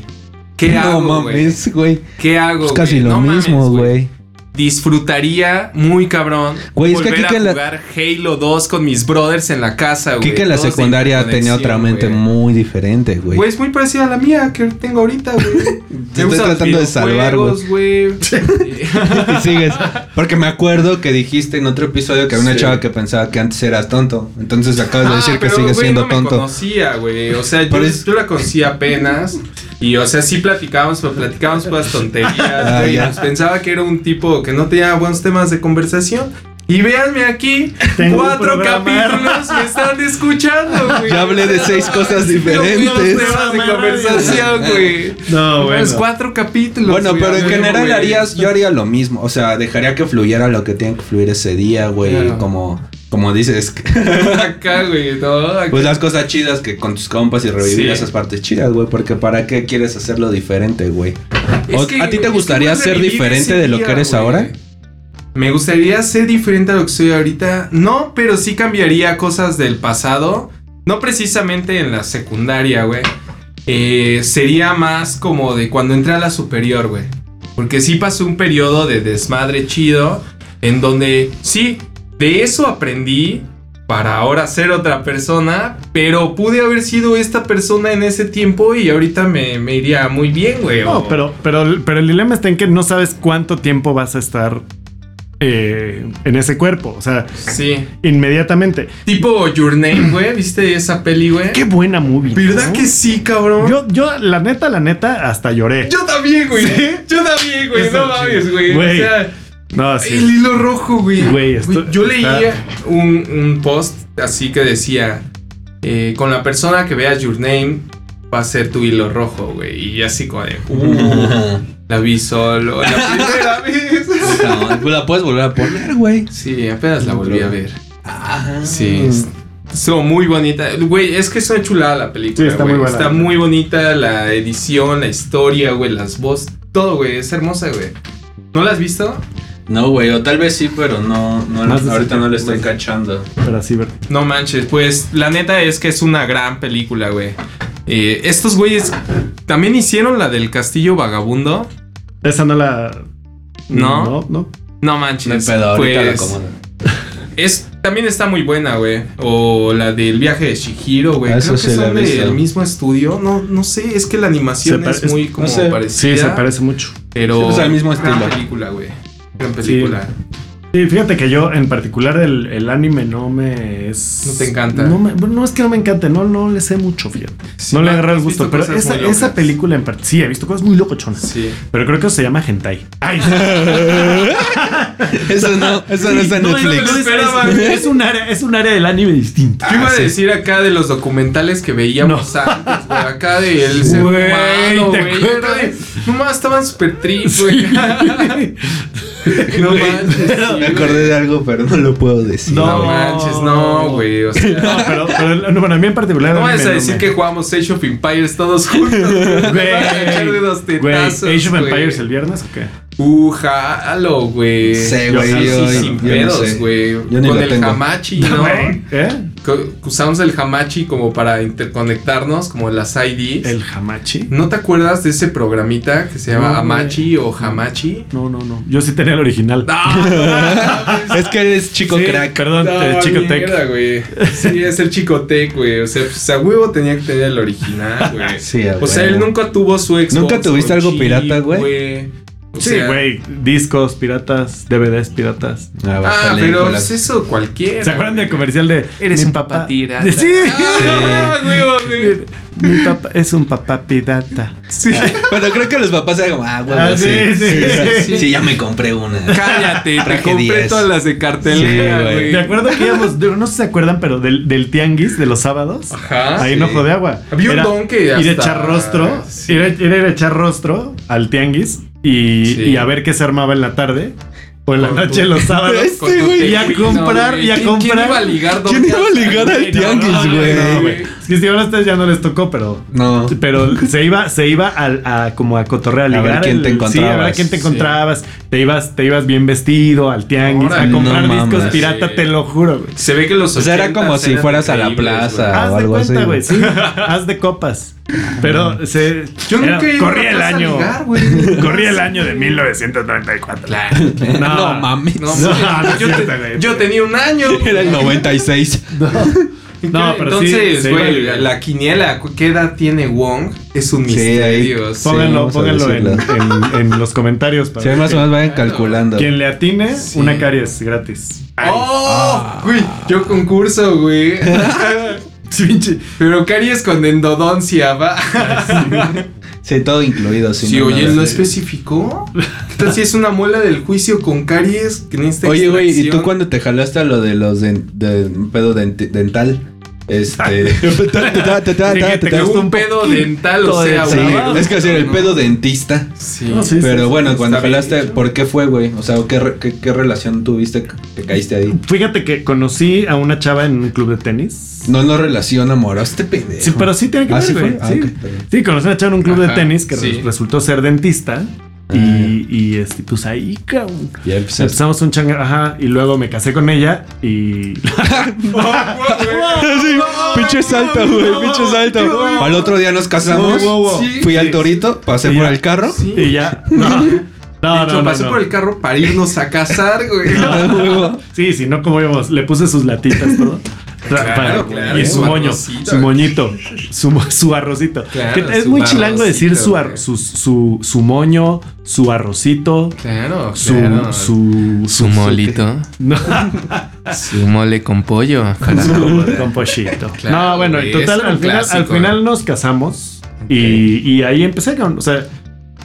Speaker 1: ¿Qué
Speaker 2: no
Speaker 1: hago, güey?
Speaker 2: mames, güey.
Speaker 1: ¿Qué hago?
Speaker 2: Es casi
Speaker 1: güey?
Speaker 2: lo
Speaker 1: No mames,
Speaker 2: mismo, güey.
Speaker 1: Disfrutaría muy cabrón
Speaker 2: Güey, es que
Speaker 1: volver
Speaker 2: Kike
Speaker 1: a
Speaker 2: en la-
Speaker 1: jugar Halo 2 con mis brothers en la casa, güey.
Speaker 2: Kike en la
Speaker 1: Todos
Speaker 2: secundaria tenía
Speaker 1: interconexión,
Speaker 2: otra mente
Speaker 1: güey.
Speaker 2: muy diferente, güey.
Speaker 1: Güey, es muy parecida a la mía que tengo ahorita, güey.
Speaker 2: Te
Speaker 1: Me
Speaker 2: estoy
Speaker 1: gustan los
Speaker 2: tratando de salvar,
Speaker 1: videojuegos, güey.
Speaker 2: Y sigues. Porque me acuerdo que dijiste en otro episodio que había una
Speaker 1: Sí.
Speaker 2: chava que pensaba que antes eras tonto. Entonces acabas de
Speaker 1: Ah,
Speaker 2: decir que
Speaker 1: pero,
Speaker 2: sigues
Speaker 1: güey,
Speaker 2: siendo
Speaker 1: no Me
Speaker 2: tonto.
Speaker 1: conocía, güey. O sea, yo,
Speaker 2: Pero es-
Speaker 1: yo la conocía apenas. Y, o sea, sí platicábamos, pero platicábamos puras tonterías,
Speaker 2: Ah,
Speaker 1: güey.
Speaker 2: ya.
Speaker 1: Pues pensaba que era un tipo que no tenía buenos temas de conversación. Y véanme aquí,
Speaker 3: Tengo un
Speaker 1: cuatro
Speaker 3: programa.
Speaker 1: capítulos me están escuchando, güey.
Speaker 2: Ya hablé de seis cosas
Speaker 1: Pero buenos
Speaker 2: diferentes.
Speaker 1: temas de conversación, güey.
Speaker 3: No,
Speaker 1: Los
Speaker 3: bueno.
Speaker 1: cuatro capítulos.
Speaker 2: Bueno,
Speaker 1: güey,
Speaker 2: pero en
Speaker 1: güey,
Speaker 2: general
Speaker 1: güey.
Speaker 2: harías, yo haría lo mismo. O sea, dejaría que fluyera lo que tiene que fluir ese día, güey.
Speaker 1: Claro.
Speaker 2: Como, como dices,
Speaker 1: Acá, güey, no, acá.
Speaker 2: pues las cosas chidas que con tus compas y revivir
Speaker 1: Sí.
Speaker 2: esas partes chidas, güey. Porque para qué quieres hacerlo diferente, güey.
Speaker 1: Es
Speaker 2: O-
Speaker 1: que,
Speaker 2: ¿A ti
Speaker 1: güey,
Speaker 2: te
Speaker 1: es
Speaker 2: gustaría
Speaker 1: que
Speaker 2: ser
Speaker 1: revivir
Speaker 2: diferente
Speaker 1: ese
Speaker 2: de lo que
Speaker 1: día,
Speaker 2: eres
Speaker 1: güey.
Speaker 2: ahora?
Speaker 1: Me gustaría ser diferente a lo que soy ahorita. No, pero sí cambiaría cosas del pasado. No precisamente en la secundaria, güey. Eh, sería más como de cuando entré a la superior, güey. Porque sí pasé un periodo de desmadre chido. En donde sí, de eso aprendí. para ahora ser otra persona, pero pude haber sido esta persona en ese tiempo y ahorita me, me iría muy bien, güey.
Speaker 3: No,
Speaker 1: o-
Speaker 3: pero, pero, pero el dilema está en que no sabes cuánto tiempo vas a estar eh, en ese cuerpo. O sea,
Speaker 1: Sí.
Speaker 3: inmediatamente.
Speaker 1: Tipo Your Name, güey. ¿Viste esa peli, güey?
Speaker 3: Qué buena movie.
Speaker 1: ¿Verdad
Speaker 3: ¿no?
Speaker 1: que sí, cabrón?
Speaker 3: Yo, yo, la neta, la neta, hasta lloré.
Speaker 1: Yo también, güey. Yo también, güey.
Speaker 3: Está
Speaker 1: No
Speaker 3: chido.
Speaker 1: mames, güey. O
Speaker 3: Güey.
Speaker 1: sea,
Speaker 3: No,
Speaker 1: el
Speaker 3: sí.
Speaker 1: hilo rojo, güey.
Speaker 3: Güey, esto-
Speaker 1: Güey, Yo
Speaker 3: está-
Speaker 1: leía un, un post así que decía: eh, Con la persona que veas Your Name va a ser tu hilo rojo, güey. Y así como de, uh, la vi solo la primera vez.
Speaker 7: No, la puedes volver a poner, güey.
Speaker 1: Sí, apenas la volví a ver. Sí. es- Estuvo muy bonita. Güey, es que es una chulada la película.
Speaker 3: Sí, está
Speaker 1: güey.
Speaker 3: muy buena.
Speaker 1: Está muy bonita la edición, la historia, güey, las voces. Todo, güey. Es hermosa, güey. ¿No la has visto?
Speaker 7: No, güey, o tal vez sí, pero no, no
Speaker 3: Más de
Speaker 7: ahorita
Speaker 3: cerca.
Speaker 7: no le estoy cachando.
Speaker 3: Pero sí, ver-
Speaker 1: No manches. Pues la neta es que es una gran película, güey. Eh, estos güeyes también hicieron la del castillo vagabundo.
Speaker 3: Esa no la.
Speaker 1: No.
Speaker 3: No, no.
Speaker 1: No
Speaker 7: No hay
Speaker 1: manches.
Speaker 7: pedo, ahorita la
Speaker 1: pues,
Speaker 7: acomodo.
Speaker 1: es, también está muy buena, güey. O la del viaje de Shihiro, güey.
Speaker 2: Ah,
Speaker 1: Creo
Speaker 2: eso
Speaker 1: que
Speaker 2: sí la
Speaker 1: son
Speaker 2: he visto.
Speaker 1: del mismo estudio. No, no sé, es que la animación
Speaker 3: Se pare-
Speaker 1: es muy como
Speaker 2: no sé.
Speaker 1: parecida.
Speaker 3: Sí, se parece mucho.
Speaker 1: Pero.
Speaker 2: Sí, pues, al mismo
Speaker 1: gran
Speaker 2: estilo.
Speaker 1: película, güey. Gran película.
Speaker 3: Sí, fíjate que yo, en particular, el, el anime no me es.
Speaker 1: No te encanta.
Speaker 3: No, me- bueno, no es que no me encante, no, no le sé mucho, fíjate.
Speaker 1: Sí, ah,
Speaker 3: no le
Speaker 1: has
Speaker 3: agarré el
Speaker 1: visto
Speaker 3: gusto, pero
Speaker 1: cosas
Speaker 3: esa,
Speaker 1: muy locas.
Speaker 3: esa película en particular. Sí, he visto cosas muy locochonas.
Speaker 1: Sí.
Speaker 3: Pero creo que se llama Hentai. Ay,
Speaker 2: Eso no, eso no está en
Speaker 3: no, no,
Speaker 2: Netflix.
Speaker 1: Yo me
Speaker 3: no, es,
Speaker 1: lo esperaba.
Speaker 3: es- es un área, es un área del anime
Speaker 2: Ah,
Speaker 3: distinta.
Speaker 1: ¿Qué iba a decir acá de los documentales que veíamos antes, güey? Acá de El Ser
Speaker 3: Güey,
Speaker 1: Humano,
Speaker 3: ¿te
Speaker 1: güey. Yo acá de, No más, estaban súper tristes, güey. No manches. sí,
Speaker 2: Me
Speaker 1: güey.
Speaker 2: acordé de algo, pero no lo puedo decir.
Speaker 1: No manches, no, güey. O sea.
Speaker 3: No, pero, pero, no, bueno, a mí en particular. el
Speaker 1: No vayas
Speaker 3: anime
Speaker 1: a
Speaker 3: no
Speaker 1: decir
Speaker 3: me-
Speaker 1: que jugamos Age of Empires todos juntos. Güey,
Speaker 3: Güey, güey, Age of Empires el
Speaker 1: el...
Speaker 3: viernes o qué?
Speaker 1: Uh, jalo, güey.
Speaker 2: sé,
Speaker 3: Yo
Speaker 2: güey.
Speaker 3: sí,
Speaker 2: yo-
Speaker 1: Sí, sin
Speaker 2: yo no
Speaker 1: pedos,
Speaker 2: sé.
Speaker 1: güey.
Speaker 2: Yo ni
Speaker 1: Con
Speaker 2: lo
Speaker 1: el
Speaker 2: tengo.
Speaker 1: Hamachi, ¿no?
Speaker 3: ¿Eh?
Speaker 1: Co- Usamos el Hamachi como para interconectarnos, como las IDs.
Speaker 3: ¿El Hamachi?
Speaker 1: ¿No te acuerdas de ese programita que se llama
Speaker 3: No,
Speaker 1: Hamachi o Hamachi?
Speaker 3: No, no, no. Yo sí tenía el original.
Speaker 1: ¡Ah!
Speaker 2: Es que eres chico
Speaker 3: Sí,
Speaker 2: crack.
Speaker 3: Perdón, eh, chico
Speaker 1: mierda,
Speaker 3: tech.
Speaker 1: güey. Sí, es el Chicotec, güey. O sea, pues a huevo tenía que tener el original, güey.
Speaker 2: Sí,
Speaker 1: O sea,
Speaker 2: a huevo.
Speaker 1: pues él nunca tuvo su Xbox.
Speaker 2: ¿Nunca tuviste
Speaker 1: con
Speaker 2: algo
Speaker 1: chip,
Speaker 2: pirata, güey?
Speaker 1: O
Speaker 3: Sí,
Speaker 1: sea,
Speaker 3: güey. Discos, piratas, DVDs, piratas.
Speaker 2: Ah,
Speaker 1: Ah,
Speaker 2: bájale,
Speaker 1: pero
Speaker 2: Nicolás.
Speaker 1: es eso cualquiera.
Speaker 3: ¿Se acuerdan
Speaker 1: güey.
Speaker 3: del comercial de
Speaker 5: Eres
Speaker 3: mi
Speaker 5: un papá pirata.
Speaker 3: Sí.
Speaker 1: Ah, huevo, güey.
Speaker 3: Mi papá es un papá pirata.
Speaker 1: Sí.
Speaker 2: Pero creo que los papás eran como, ah, güey,
Speaker 3: Ah,
Speaker 2: sí,
Speaker 3: sí,
Speaker 2: sí,
Speaker 3: sí.
Speaker 2: sí, sí, ya me compré una.
Speaker 1: Cállate, te
Speaker 2: Traje
Speaker 1: compré
Speaker 2: 10.
Speaker 1: todas las de cartelera,
Speaker 2: Sí, güey.
Speaker 1: güey.
Speaker 3: Me acuerdo que íbamos, de- no sé si se acuerdan, pero del, del tianguis de los sábados.
Speaker 1: Ajá.
Speaker 3: ahí
Speaker 1: sí.
Speaker 3: en Ojo de Agua.
Speaker 1: Había un don que
Speaker 3: Ir
Speaker 1: hasta-
Speaker 3: a echar rostro.
Speaker 1: Sí.
Speaker 3: Ir, a, ir a echar rostro al tianguis y,
Speaker 1: Sí.
Speaker 3: y a ver qué se armaba en la tarde o en la
Speaker 1: Con
Speaker 3: noche
Speaker 1: tu-
Speaker 3: los sábados.
Speaker 1: Con tu
Speaker 3: güey, y a
Speaker 1: tequila,
Speaker 3: comprar,
Speaker 1: güey.
Speaker 3: y a
Speaker 1: ¿Quién-
Speaker 3: comprar?
Speaker 1: ¿Quién iba a ligar dónde
Speaker 2: Este ¿Quién iba a ligar al
Speaker 3: Güey, no,
Speaker 2: tianguis,
Speaker 3: no,
Speaker 2: güey?
Speaker 3: no, güey. Es que si ahora ustedes ya no les tocó, pero.
Speaker 2: No.
Speaker 3: Pero se iba, se iba al- a, como a cotorrear, a ligar.
Speaker 2: ver quién
Speaker 3: el-
Speaker 2: te
Speaker 3: Sí, a ver a
Speaker 2: encontrabas.
Speaker 3: quién te
Speaker 1: Sí.
Speaker 3: encontrabas. Te ibas, te ibas bien vestido al tianguis,
Speaker 1: Órale,
Speaker 3: a comprar
Speaker 2: no
Speaker 3: discos
Speaker 2: mames.
Speaker 3: pirata,
Speaker 1: Sí.
Speaker 3: te lo juro, güey.
Speaker 1: Se ve que los
Speaker 2: O sea, era como
Speaker 1: 80s
Speaker 2: si
Speaker 1: eran
Speaker 2: fueras a la
Speaker 1: increíbles,
Speaker 2: plaza.
Speaker 1: güey.
Speaker 2: Ah,
Speaker 3: Haz
Speaker 2: o
Speaker 3: de
Speaker 2: algo
Speaker 3: cuenta,
Speaker 2: así. Ah,
Speaker 3: güey, sí. Haz de copas. Pero se.
Speaker 1: Yo
Speaker 3: era-
Speaker 1: nunca he ido a
Speaker 3: corría
Speaker 1: una
Speaker 3: el
Speaker 1: plaza a
Speaker 3: año.
Speaker 1: ligar, güey.
Speaker 3: Corría el año de 1934.
Speaker 2: No,
Speaker 3: No.
Speaker 2: mames.
Speaker 1: No,
Speaker 3: No,
Speaker 1: mames,
Speaker 3: no
Speaker 1: yo,
Speaker 3: es
Speaker 1: te-
Speaker 3: cierto, güey.
Speaker 1: yo tenía un año.
Speaker 2: Era el 96.
Speaker 3: No, pero sí,
Speaker 1: Entonces,
Speaker 3: sí,
Speaker 1: güey,
Speaker 3: iba a-
Speaker 1: la quiniela, ¿qué edad tiene Wong? Es un
Speaker 2: Sí,
Speaker 1: misterio.
Speaker 2: ahí-
Speaker 1: sí.
Speaker 3: Pónganlo,
Speaker 2: vamos a
Speaker 3: pónganlo en,
Speaker 2: decirlo.
Speaker 3: en- en los comentarios. Para
Speaker 2: Si hay más o
Speaker 3: que
Speaker 2: menos vayan calculando.
Speaker 3: Quien le atine,
Speaker 1: Sí.
Speaker 3: una caries gratis.
Speaker 1: ¡Oh! Güey, yo concurso, güey.
Speaker 3: Pinche.
Speaker 1: Pero caries con endodoncia, va.
Speaker 2: Sí, todo incluido. si
Speaker 1: Sí,
Speaker 2: no,
Speaker 1: oye,
Speaker 2: nada.
Speaker 1: ¿no especificó? ¿Qué tal si es una muela del juicio con caries que necesita
Speaker 2: Oye, güey, ¿y tú
Speaker 1: extracción?
Speaker 2: cuando te jalaste a lo de los den- de, pedo dent- dental? Este. ta, ta, ta, ta, ta,
Speaker 3: Sí, que te
Speaker 2: ta, ta.
Speaker 1: un pedo dental, o
Speaker 3: todo
Speaker 1: sea,
Speaker 2: Sí,
Speaker 1: güey.
Speaker 2: es que hacer el pedo dentista.
Speaker 1: Sí.
Speaker 3: No, sí, sí,
Speaker 2: Pero
Speaker 3: sí.
Speaker 2: bueno, cuando
Speaker 1: Está bien
Speaker 2: jalaste,
Speaker 1: dicho.
Speaker 2: ¿por qué fue, güey? O sea, ¿qué, re- qué, qué relación tuviste? ¿Te caíste ahí?
Speaker 3: Fíjate que conocí a una chava en un club de tenis.
Speaker 2: No, no relación amorosa, te pendejo.
Speaker 3: Sí, pero sí tiene que
Speaker 2: Ah,
Speaker 3: ver,
Speaker 2: sí
Speaker 3: güey.
Speaker 2: fue. Ah,
Speaker 3: sí.
Speaker 2: ok, está bien.
Speaker 3: Sí, conocí a una chava en un club
Speaker 1: Ajá, Ah,
Speaker 3: de tenis que
Speaker 1: sí.
Speaker 3: re- resultó ser dentista. Y, y este, pues ahí, cabrón.
Speaker 2: Ya empezaste.
Speaker 3: Empezamos un changa, ajá, y luego me casé con ella y.
Speaker 2: Sí, pinche salto, güey, pinche salto. Al otro día nos casamos.
Speaker 3: Wow, wow, wow.
Speaker 2: Fui al torito, pasé
Speaker 3: Sí,
Speaker 2: por
Speaker 3: ya.
Speaker 2: el carro.
Speaker 1: Sí.
Speaker 3: Y ya. No. No,
Speaker 1: de hecho,
Speaker 3: no, no,
Speaker 1: pasó
Speaker 3: no.
Speaker 1: por el carro para irnos a cazar, güey.
Speaker 3: Sí, sí, no como íbamos. Le puse sus latitas, todo. Para-
Speaker 1: Claro, claro, eh,
Speaker 3: y su
Speaker 1: su
Speaker 3: moño,
Speaker 1: arrocito,
Speaker 3: su
Speaker 1: güey.
Speaker 3: moñito, su, mo- su arrocito.
Speaker 1: Claro,
Speaker 3: Que es
Speaker 1: su
Speaker 3: muy chilango decir
Speaker 1: arrocito,
Speaker 3: su, ar-
Speaker 1: güey.
Speaker 3: su, su, su moño, su arrocito,
Speaker 1: Claro,
Speaker 3: su,
Speaker 1: claro.
Speaker 3: su,
Speaker 1: Su molito.
Speaker 3: No.
Speaker 1: Su mole con pollo. carajo.
Speaker 3: Con pochito.
Speaker 1: Claro,
Speaker 3: no, bueno,
Speaker 1: güey,
Speaker 3: en total,
Speaker 1: es un
Speaker 3: al final, al
Speaker 1: clásico.
Speaker 3: final nos casamos y, y ahí empecé con, o sea,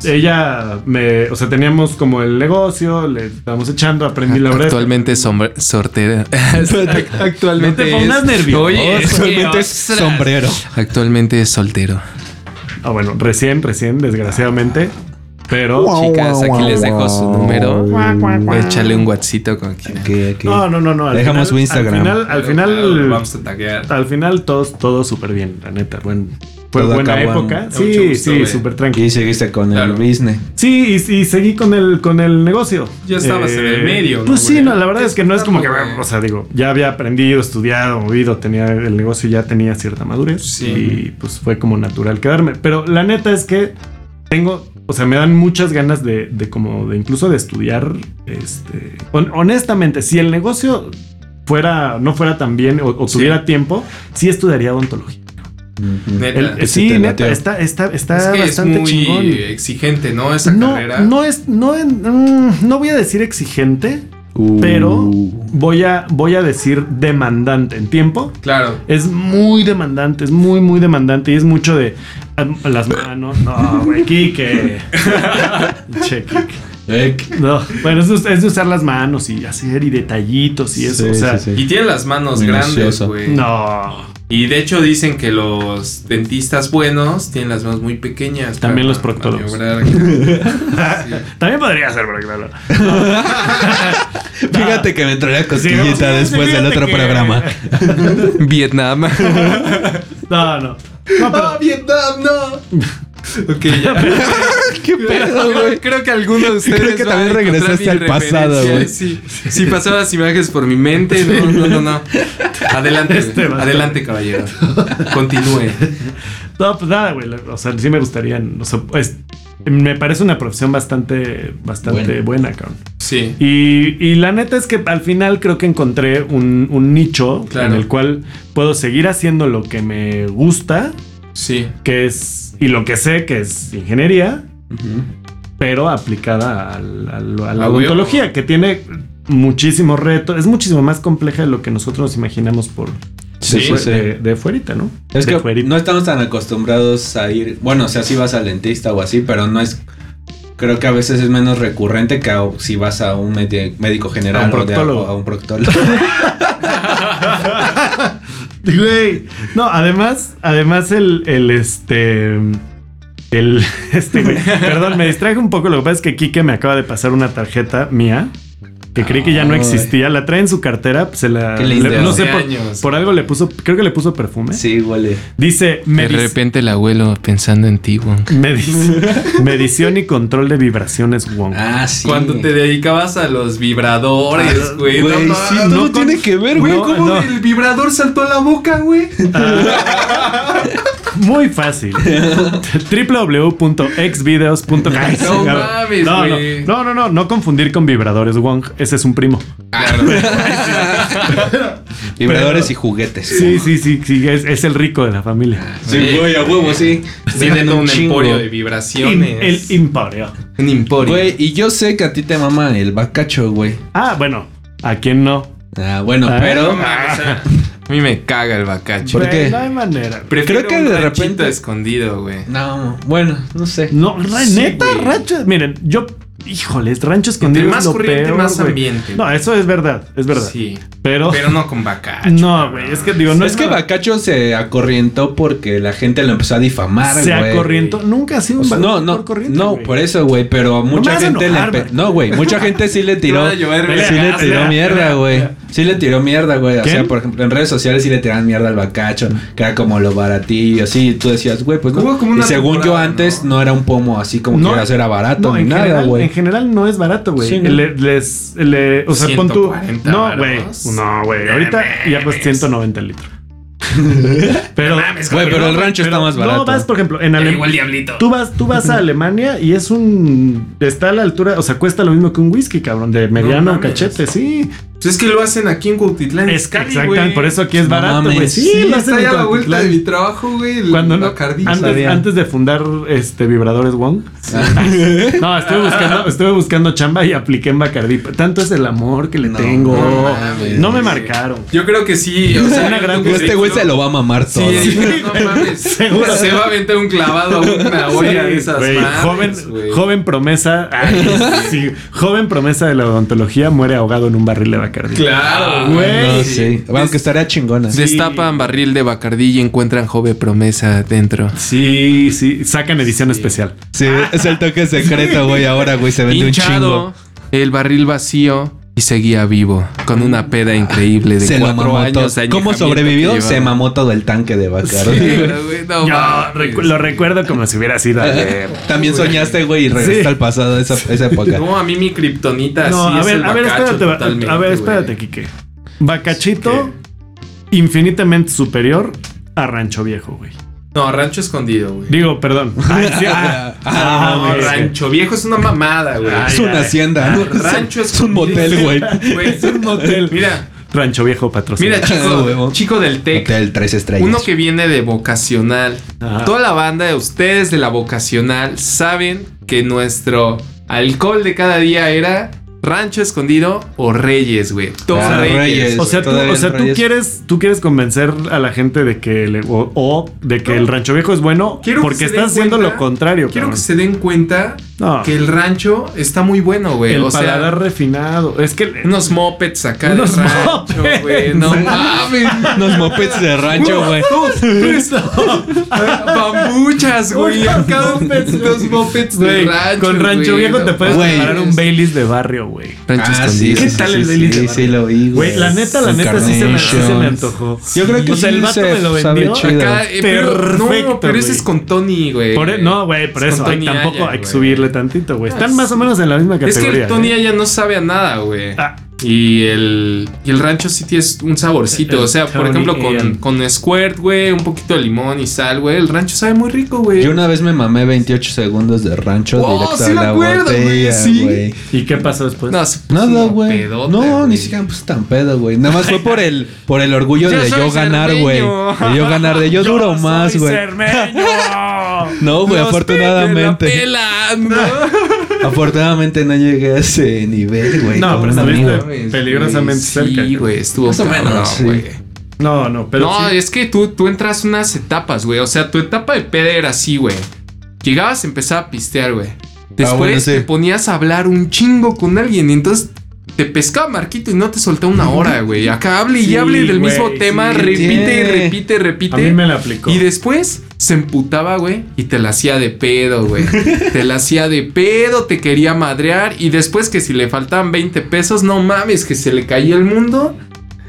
Speaker 3: ella me, o sea, teníamos como el negocio, le estábamos echando, aprendí la verdad.
Speaker 1: Actualmente sombra- sortera.
Speaker 3: No
Speaker 1: Actualmente
Speaker 3: te pongas nervioso.
Speaker 1: Oye, es que,
Speaker 8: Solamente es
Speaker 1: ostras.
Speaker 8: sombrero.
Speaker 1: Actualmente es soltero.
Speaker 3: Ah, bueno, recién, recién, desgraciadamente, pero
Speaker 8: Chicas, aquí les dejo su número.
Speaker 1: Échale un guatsito con quien.
Speaker 3: Ah, no, no, no, no. al
Speaker 2: Dejamos su Instagram.
Speaker 3: Al final, al final,
Speaker 1: Claro, vamos a taguear.
Speaker 3: al final todos, todo súper bien, la neta, buen, fue
Speaker 2: Todo
Speaker 3: buena
Speaker 2: acabó en-
Speaker 3: época.
Speaker 1: mucho
Speaker 3: Sí,
Speaker 1: gusto,
Speaker 3: sí,
Speaker 1: güey.
Speaker 3: súper tranquilo.
Speaker 2: Y seguiste con
Speaker 1: Claro.
Speaker 2: el business.
Speaker 3: Sí, y, y seguí con el, con el negocio.
Speaker 1: Ya estabas en el medio, ¿no,
Speaker 3: Pues sí,
Speaker 1: güey? eh.
Speaker 3: no, la verdad es que no es como que,
Speaker 1: Claro, güey.
Speaker 3: o sea, digo, ya había aprendido, estudiado, movido, tenía el negocio, ya tenía cierta madurez.
Speaker 1: Sí.
Speaker 3: Y pues fue como natural quedarme. Pero la neta es que tengo, o sea, me dan muchas ganas de, de como, de incluso de estudiar, este, hon- honestamente, si el negocio fuera, no fuera tan bien o, o tuviera tiempo, sí estudiaría odontología.
Speaker 1: Neta.
Speaker 3: El-
Speaker 2: que
Speaker 3: sí,
Speaker 2: te
Speaker 3: neta,
Speaker 2: lateo.
Speaker 3: está, está, está
Speaker 1: es que es
Speaker 3: bastante
Speaker 1: muy
Speaker 3: chingón.
Speaker 1: exigente, ¿no? Esa
Speaker 3: no,
Speaker 1: carrera.
Speaker 3: No es, no, es- mm, no voy a decir exigente, pero
Speaker 2: Uh.
Speaker 3: voy a, voy a decir demandante en tiempo.
Speaker 1: Claro.
Speaker 3: Es muy demandante, es muy, muy demandante y es mucho de am, las manos. No, güey, Kike. che, Kike. Eh, No, bueno, es de, us- es de usar las manos y hacer y detallitos y eso.
Speaker 2: Sí,
Speaker 3: o sea,
Speaker 2: sí, sí.
Speaker 1: Y tiene las manos grandes,
Speaker 2: Minucioso.
Speaker 1: güey.
Speaker 3: no.
Speaker 1: Y de hecho dicen que los dentistas buenos tienen las manos muy pequeñas.
Speaker 3: También
Speaker 1: para
Speaker 3: los proctólogos.
Speaker 1: maniobrar. Sí.
Speaker 3: También podría ser, pero claro.
Speaker 2: Fíjate que me traerá
Speaker 3: Sí, sí,
Speaker 2: cosquillita después del
Speaker 3: fíjate
Speaker 2: otro
Speaker 3: que-
Speaker 2: programa.
Speaker 1: Vietnam.
Speaker 3: No, no. No, pero,
Speaker 1: Vietnam, no! ok, ya.
Speaker 2: ¿Qué pedo, güey?
Speaker 1: Creo que alguno de ustedes.
Speaker 2: Creo que
Speaker 1: va a
Speaker 2: también
Speaker 1: encontrar
Speaker 2: regresaste
Speaker 1: mi
Speaker 2: al pasado,
Speaker 1: referencia.
Speaker 2: güey.
Speaker 1: Sí, sí, pasaron las imágenes por mi mente. No, no, no, no. Adelante, güey.
Speaker 3: Este va.
Speaker 1: adelante, caballero. Continúe.
Speaker 3: No, pues nada, güey. O sea, sí me gustaría. O sea, es- me parece una profesión bastante, bastante buena, cabrón.
Speaker 1: Sí.
Speaker 3: Y, y la neta es que al final creo que encontré un, un nicho
Speaker 1: Claro.
Speaker 3: en el cual puedo seguir haciendo lo que me gusta,
Speaker 1: Sí.
Speaker 3: que es. y lo que sé, que es ingeniería, pero aplicada al- al- a la
Speaker 1: Ah, güey.
Speaker 3: odontología, que tiene muchísimo reto. Es muchísimo más compleja de lo que nosotros nos imaginamos por
Speaker 2: Sí,
Speaker 3: de,
Speaker 2: sí, sí.
Speaker 3: de- de fuerita, ¿no?
Speaker 2: Es
Speaker 3: eh, De
Speaker 2: que
Speaker 3: fuerita.
Speaker 2: no estamos tan acostumbrados a ir. Bueno, o sea, si vas al dentista o así, pero no es. Creo que a veces es menos recurrente que a- si vas a un medi- médico general
Speaker 3: A un
Speaker 2: o de-
Speaker 3: proctólogo.
Speaker 2: a un proctólogo.
Speaker 3: Güey. No, además, además el, el este. El este, güey. Perdón, me distraje un poco. Lo que pasa es que Kike me acaba de pasar una tarjeta mía que creí que ya no
Speaker 2: Ay.
Speaker 3: existía. La trae en su cartera. Se la.
Speaker 2: Qué
Speaker 3: le-
Speaker 2: lindo.
Speaker 3: no sé
Speaker 1: Hace
Speaker 3: por,
Speaker 1: años.
Speaker 3: por algo le puso. Creo que le puso perfume.
Speaker 2: sí, huele.
Speaker 3: Dice.
Speaker 1: De
Speaker 3: medic-
Speaker 1: repente el abuelo pensando en ti, güey.
Speaker 3: medic- medición y control de vibraciones Wong.
Speaker 2: Ah, sí.
Speaker 1: Cuando te dedicabas a los vibradores, güey.
Speaker 2: Güey, sí,
Speaker 1: mames,
Speaker 2: no
Speaker 1: con-
Speaker 2: tiene que ver,
Speaker 1: güey.
Speaker 3: no,
Speaker 1: ¿Cómo
Speaker 3: no.
Speaker 1: el vibrador saltó a la boca, güey?
Speaker 3: Muy fácil. www.exvideos.com.
Speaker 1: No mames,
Speaker 3: no, no,
Speaker 1: güey.
Speaker 3: no, no, no, no confundir con vibradores Wong. Ese es un primo.
Speaker 2: Vibradores y juguetes.
Speaker 3: Sí, sí, sí, sí, es, es el rico de la
Speaker 1: Ah,
Speaker 3: familia.
Speaker 2: Sí, güey, a huevo, sí.
Speaker 1: Tienen
Speaker 2: Venden
Speaker 1: Pues un,
Speaker 2: un chingo.
Speaker 1: emporio de
Speaker 3: Im-
Speaker 1: vibraciones.
Speaker 3: el imperio.
Speaker 1: un emporio.
Speaker 2: Güey, y yo sé que a ti te mama el bacacho, güey.
Speaker 3: Ah, bueno, ¿a quién no?
Speaker 2: Ah, bueno,
Speaker 3: Ah.
Speaker 1: No
Speaker 2: pero.
Speaker 1: mames, o sea, a mí me caga el bacacho.
Speaker 2: ¿Por
Speaker 3: Güey,
Speaker 2: qué?
Speaker 3: No hay manera.
Speaker 1: Prefiero
Speaker 2: que
Speaker 1: un
Speaker 2: de
Speaker 1: ranchito
Speaker 2: repente-
Speaker 1: escondido, güey.
Speaker 2: No, bueno, no sé.
Speaker 3: No, ra-
Speaker 1: Sí,
Speaker 3: neta,
Speaker 1: güey.
Speaker 3: rancho. Miren, yo, híjoles, rancho escondido.
Speaker 1: Entre más
Speaker 3: es lo
Speaker 1: corriente,
Speaker 3: peor,
Speaker 1: más
Speaker 3: güey.
Speaker 1: ambiente.
Speaker 3: No, eso es verdad, es verdad.
Speaker 1: Sí.
Speaker 3: Pero,
Speaker 1: Pero no con bacacho.
Speaker 3: no, güey, es que digo, no
Speaker 2: es que
Speaker 3: nada.
Speaker 2: Bacacho se acorrientó porque la gente lo empezó a difamar, güey.
Speaker 3: se acorrientó. Nunca ha sido
Speaker 2: O
Speaker 3: un
Speaker 2: sea, Pues, no,
Speaker 3: valor
Speaker 2: no,
Speaker 3: corriente,
Speaker 2: no,
Speaker 3: güey.
Speaker 2: por eso, güey, pero mucha
Speaker 3: hagas
Speaker 2: gente
Speaker 3: enojar,
Speaker 2: le empe-
Speaker 3: güey.
Speaker 2: No, güey, mucha gente sí le tiró.
Speaker 1: Te voy a llover,
Speaker 2: sí le
Speaker 3: verga,
Speaker 2: tiró
Speaker 3: verga,
Speaker 2: mierda,
Speaker 3: verga.
Speaker 2: güey. Sí le tiró mierda, güey. O sea,
Speaker 3: ¿Quién?
Speaker 2: por ejemplo, en redes sociales sí le tiraban mierda al bacacho, que era como lo baratillo, así. y Tú decías, güey, pues
Speaker 1: Hubo
Speaker 2: no.
Speaker 1: como
Speaker 2: Y
Speaker 1: una
Speaker 2: según yo
Speaker 1: temporada,
Speaker 2: antes
Speaker 1: ¿no?
Speaker 2: no era un pomo así como
Speaker 3: No,
Speaker 2: que era, era barato
Speaker 3: No,
Speaker 2: ni
Speaker 3: en,
Speaker 2: nada,
Speaker 3: general,
Speaker 2: Ah, güey.
Speaker 3: en general no es barato, güey.
Speaker 2: Sí, ¿no?
Speaker 3: Le- les, le- o sea, pon tú.
Speaker 1: 140
Speaker 3: No, güey.
Speaker 1: varos.
Speaker 3: No, güey. Ahorita ya pues 190 litros. Pero,
Speaker 2: Güey, pero el rancho está más barato.
Speaker 3: No, vas, por ejemplo, en
Speaker 9: Pero igual
Speaker 3: Alemania.
Speaker 9: diablito.
Speaker 3: Tú vas, tú vas a Alemania y es un. Está a la altura, o sea, cuesta lo mismo que un whisky, cabrón, de mediano
Speaker 1: mames.
Speaker 3: cachete, sí.
Speaker 1: Pues es que lo hacen aquí en Cuautitlán.
Speaker 3: Es
Speaker 1: Izcalli,
Speaker 3: exactamente,
Speaker 1: güey.
Speaker 3: por eso aquí es
Speaker 2: No
Speaker 3: barato,
Speaker 2: mames.
Speaker 3: güey. Sí, lo hacen
Speaker 1: Está
Speaker 3: en
Speaker 1: ya a la vuelta
Speaker 3: Cuautitlán.
Speaker 1: de mi trabajo, güey. el
Speaker 3: Cuando no-
Speaker 1: Bacardí.
Speaker 3: antes,
Speaker 2: sabía.
Speaker 3: antes de fundar este vibradores Wong.
Speaker 2: Ah,
Speaker 3: No, estuve buscando, estuve buscando chamba y apliqué en Bacardi. Tanto es el amor que le
Speaker 2: No,
Speaker 3: tengo.
Speaker 1: no mames.
Speaker 3: no me marcaron.
Speaker 1: Yo creo que sí. O sea,
Speaker 3: Una gran-
Speaker 1: yo creo que
Speaker 2: Este güey
Speaker 1: sí,
Speaker 2: se lo va a mamar
Speaker 1: Sí,
Speaker 2: todo.
Speaker 1: dije, no mames.
Speaker 3: Seguro.
Speaker 1: Se va a aventar un clavado a una olla de esas.
Speaker 3: Güey,
Speaker 1: madres,
Speaker 3: joven,
Speaker 1: güey.
Speaker 3: joven promesa. ay, sí, joven promesa de la odontología muere ahogado en un barril de Bacardi.
Speaker 1: Claro, güey.
Speaker 2: Ah, No sé. Aunque estaría chingona.
Speaker 1: Destapan barril de Bacardí y encuentran joven promesa dentro.
Speaker 3: Sí, sí, sacan edición especial.
Speaker 2: Sí, es el toque secreto, güey. Ahora, güey, se vende un
Speaker 1: Hinchado,
Speaker 2: chingo.
Speaker 1: el barril vacío y seguía vivo con una peda increíble de
Speaker 2: Se lo
Speaker 1: cuatro
Speaker 2: mamó todo.
Speaker 1: años. de añejamiento
Speaker 2: ¿Cómo
Speaker 1: que
Speaker 2: sobrevivió?
Speaker 1: llevaba.
Speaker 2: Se mamó todo el tanque de
Speaker 1: Sí,
Speaker 2: Bacardi.
Speaker 1: güey, no
Speaker 3: Yo
Speaker 1: mames.
Speaker 3: recu- lo recuerdo como si hubiera sido ayer.
Speaker 2: También soñaste, güey, y regresaste
Speaker 3: Sí.
Speaker 2: al pasado a esa, esa época.
Speaker 1: No, a mí mi kriptonita
Speaker 3: No,
Speaker 1: sí
Speaker 3: a
Speaker 1: es el
Speaker 3: ver, a ver,
Speaker 1: bacacho
Speaker 3: espérate,
Speaker 1: totalmente,
Speaker 3: a ver,
Speaker 1: güey.
Speaker 3: espérate, Quique. Bacachito infinitamente superior a Rancho Viejo, güey.
Speaker 1: No, rancho escondido, güey.
Speaker 3: Digo, perdón. Ay, sí, ah, ah,
Speaker 1: No,
Speaker 3: güey.
Speaker 1: rancho viejo es una mamada, güey.
Speaker 3: Ay,
Speaker 2: Es una hacienda. ¿no?
Speaker 1: rancho
Speaker 2: es un motel, güey.
Speaker 1: Güey, es un motel. Mira,
Speaker 3: Rancho Viejo patrocinado.
Speaker 1: mira, chico,
Speaker 2: Huevo.
Speaker 1: chico del tech.
Speaker 2: Hotel tres estrellas.
Speaker 1: Uno que viene de vocacional.
Speaker 3: Ajá.
Speaker 1: Toda la banda de ustedes de la vocacional saben que nuestro alcohol de cada día era rancho escondido o reyes, güey. Todo
Speaker 2: Ah,
Speaker 1: reyes.
Speaker 2: Reyes.
Speaker 3: O sea, tú,
Speaker 2: Todavía
Speaker 3: o sea,
Speaker 2: no
Speaker 3: tú
Speaker 2: traes-
Speaker 3: quieres, tú quieres convencer a la gente de que le- o, o de que el rancho viejo es bueno
Speaker 1: Quiero que
Speaker 3: porque
Speaker 1: se
Speaker 3: estás
Speaker 1: den
Speaker 3: haciendo
Speaker 1: cuenta-
Speaker 3: lo contrario.
Speaker 1: Quiero que
Speaker 3: cabrón.
Speaker 1: se den cuenta
Speaker 3: No.
Speaker 1: que el rancho está muy bueno, güey.
Speaker 3: el
Speaker 1: O sea,
Speaker 3: paladar refinado. Es que
Speaker 1: unos mopeds acá
Speaker 3: Unos
Speaker 1: de rancho,
Speaker 3: mopeds.
Speaker 1: güey. No mames.
Speaker 2: Unos Ah, mopeds de rancho, güey.
Speaker 1: Bambuchas, güey.
Speaker 3: Unos
Speaker 1: Acá
Speaker 3: mopeds,
Speaker 1: unos mopeds de
Speaker 3: güey,
Speaker 1: rancho.
Speaker 3: con rancho
Speaker 1: güey,
Speaker 3: viejo
Speaker 1: no
Speaker 3: te puedes
Speaker 2: Güey.
Speaker 3: preparar un Baileys de barrio, güey.
Speaker 1: Rancho
Speaker 2: Ah, sí,
Speaker 1: escondido.
Speaker 2: sí,
Speaker 3: ¿Qué
Speaker 2: sí,
Speaker 3: tal
Speaker 2: sí,
Speaker 3: el
Speaker 2: sí,
Speaker 3: Lily de
Speaker 2: sí,
Speaker 3: Barrio?
Speaker 2: lo vi,
Speaker 3: Güey, la neta, la neta sí se me, sí se me antojó.
Speaker 2: Yo creo que
Speaker 3: O sea,
Speaker 2: sí
Speaker 3: el vato
Speaker 2: se
Speaker 3: me lo vendió.
Speaker 2: sabe chido.
Speaker 1: Acá, eh, pero,
Speaker 3: Perfecto,
Speaker 1: no, pero ese
Speaker 3: güey.
Speaker 1: es con Tony, güey.
Speaker 3: Por e- no, güey, por
Speaker 1: Es
Speaker 3: eso
Speaker 1: con
Speaker 3: hay-
Speaker 1: Tony
Speaker 3: tampoco
Speaker 1: Allen,
Speaker 3: hay que
Speaker 1: güey.
Speaker 3: subirle tantito, güey.
Speaker 1: Ah,
Speaker 3: Están
Speaker 1: sí.
Speaker 3: más o menos en la misma
Speaker 1: Es que
Speaker 3: categoría.
Speaker 1: el Tony
Speaker 3: ¿eh?
Speaker 1: ya no sabe a nada, güey.
Speaker 3: Ah.
Speaker 1: Y el, y el rancho sí tiene un saborcito. O sea, por
Speaker 3: Tony
Speaker 1: ejemplo, con,
Speaker 3: Allen.
Speaker 1: con Squirt, güey, un poquito de limón y sal, güey. El rancho sabe muy rico, güey.
Speaker 2: Yo una vez me mamé 28 segundos de rancho
Speaker 1: Oh,
Speaker 2: directo
Speaker 1: sí
Speaker 2: a
Speaker 1: me
Speaker 2: la
Speaker 1: acuerdo, güey,
Speaker 2: botella,
Speaker 1: sí.
Speaker 2: güey.
Speaker 3: ¿Y qué pasó después?
Speaker 1: No, se puso
Speaker 2: Nada,
Speaker 1: una
Speaker 2: güey.
Speaker 1: pedota,
Speaker 2: No, ni
Speaker 1: güey.
Speaker 2: siquiera me puse tan pedo, güey. Nada más fue por el, por el orgullo
Speaker 1: Yo
Speaker 2: de
Speaker 1: soy
Speaker 2: yo ganar, güey.
Speaker 1: cermeño.
Speaker 2: De yo ganar, de yo, duro
Speaker 3: soy
Speaker 2: más, güey.
Speaker 3: cermeño.
Speaker 2: No, güey,
Speaker 1: Los
Speaker 2: afortunadamente.
Speaker 1: peques la pelan, ¿no?
Speaker 2: Afortunadamente no llegué a ese nivel, güey.
Speaker 3: No,
Speaker 2: como
Speaker 3: pero
Speaker 2: un
Speaker 3: estuviste
Speaker 2: amigo.
Speaker 1: mames,
Speaker 3: peligrosamente cerca.
Speaker 1: Sí, güey, estuvo
Speaker 2: Más o
Speaker 1: cabrón,
Speaker 2: menos, sí.
Speaker 1: güey.
Speaker 3: No, no, pero
Speaker 1: no,
Speaker 3: sí.
Speaker 1: es que tú, tú entras unas etapas, güey. O sea, tu etapa de peda era así, güey. Llegabas, empezaba a pistear, güey.
Speaker 3: Ah,
Speaker 1: Después
Speaker 2: bueno, sí.
Speaker 1: te ponías a hablar un chingo con alguien. y entonces te pescaba Marquito y no te soltaba una hora, güey. Acá hable y
Speaker 3: Sí,
Speaker 1: hable del
Speaker 3: güey,
Speaker 1: mismo
Speaker 3: sí,
Speaker 1: tema. repite y
Speaker 2: entiende.
Speaker 1: repite, repite.
Speaker 3: a mí me la aplicó.
Speaker 1: Y después se emputaba, güey, y te la hacía de pedo, güey. te la hacía de pedo, te quería madrear. Y después que si le faltaban 20 pesos, no mames, que se le caía el mundo.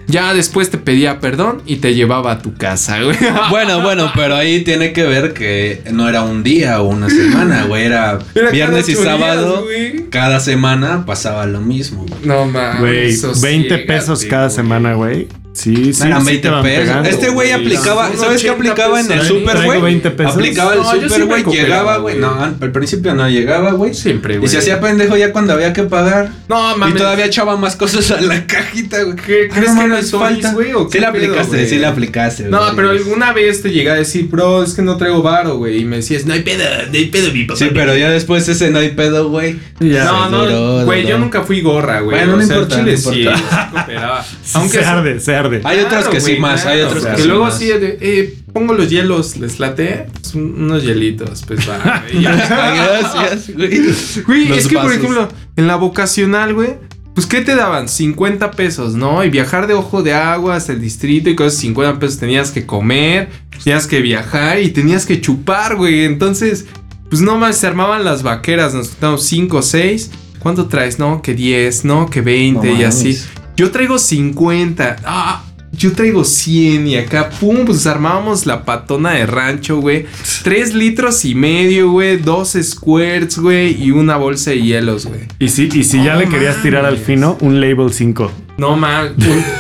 Speaker 1: Ya después te pedía perdón y te llevaba a tu casa, güey.
Speaker 2: Bueno, bueno, pero ahí tiene que ver que no era un día o una semana, güey. Era, viernes y sábado. cada semana pasaba lo mismo, Ah, güey.
Speaker 1: no mames.
Speaker 3: Güey, 20
Speaker 1: sosiégate,
Speaker 3: pesos cada
Speaker 1: güey.
Speaker 3: semana, güey. Sí, sí,
Speaker 2: No eran
Speaker 3: sí te
Speaker 2: 20
Speaker 3: van
Speaker 2: pesos.
Speaker 3: pegando,
Speaker 2: este güey aplicaba,
Speaker 1: Son
Speaker 2: ¿sabes qué
Speaker 1: 80
Speaker 2: aplicaba en el
Speaker 1: pesos.
Speaker 2: super,
Speaker 3: Traigo
Speaker 2: güey?
Speaker 3: 20 pesos.
Speaker 2: Aplicaba
Speaker 1: No, yo
Speaker 2: el super,
Speaker 1: siempre
Speaker 2: güey.
Speaker 1: cooperaba,
Speaker 2: Llegaba, güey.
Speaker 1: güey.
Speaker 2: No, al principio no llegaba, güey.
Speaker 1: Siempre, güey.
Speaker 2: Y se hacía pendejo ya cuando había que pagar.
Speaker 1: No mames.
Speaker 2: Y todavía echaba más cosas a la cajita, güey.
Speaker 1: ¿Qué,
Speaker 2: Ah,
Speaker 1: ¿Crees
Speaker 2: no
Speaker 1: que no
Speaker 2: mames,
Speaker 1: es falta, güey? o
Speaker 2: Sí
Speaker 1: qué
Speaker 2: la
Speaker 1: pedo,
Speaker 2: aplicaste,
Speaker 1: güey?
Speaker 2: sí la aplicaste,
Speaker 1: No,
Speaker 2: güey.
Speaker 1: pero alguna vez te llega a decir, bro, es que no traigo varo, güey. Y me decías, no hay pedo, no hay pedo, mi papá.
Speaker 2: Sí, pero ya después ese no hay pedo, güey.
Speaker 3: Ya.
Speaker 1: no,
Speaker 2: se
Speaker 1: no,
Speaker 2: duró,
Speaker 1: güey,
Speaker 2: duró.
Speaker 1: yo nunca fui gorra, güey.
Speaker 2: Bueno, no
Speaker 1: O sea,
Speaker 2: importa,
Speaker 1: en Chile
Speaker 2: no
Speaker 1: sí,
Speaker 2: importa.
Speaker 1: sí cooperaba.
Speaker 3: Sí,
Speaker 1: Aunque
Speaker 3: se arde, se arde.
Speaker 2: Hay otros que sí más, hay otros
Speaker 3: o sea,
Speaker 2: que
Speaker 1: que
Speaker 2: sí
Speaker 1: luego
Speaker 2: más.
Speaker 1: sí, de, eh, pongo los hielos, les late, pues, un- unos hielitos, pues va. güey, ya.
Speaker 2: Gracias, güey.
Speaker 1: Güey,
Speaker 2: Los
Speaker 1: es que por
Speaker 2: vasos.
Speaker 1: ejemplo, en la vocacional, güey, pues ¿qué te daban? 50 pesos, ¿no? Y viajar de ojo de agua hasta el distrito y cosas, 50 pesos tenías que comer, tenías que viajar y tenías que chupar, güey. Entonces, pues no más se armaban las vaqueras, nos juntamos 5 o 6. ¿Cuánto traes? No, que 10, no, que 20
Speaker 2: No
Speaker 1: y así.
Speaker 2: mames.
Speaker 1: Yo traigo 50. Ah, yo traigo 100 y acá, pum, pues armábamos la patona de rancho, güey. 3 litros y medio, güey. Dos squirts, güey. Y una bolsa de hielos, güey.
Speaker 3: Y si, y si ya
Speaker 1: No
Speaker 3: le querías tirar al
Speaker 1: mames.
Speaker 3: fino, un label 5.
Speaker 1: No mames,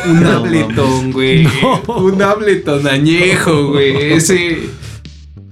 Speaker 1: un, un Ableton, güey. Un Ableton añejo, güey. Ese.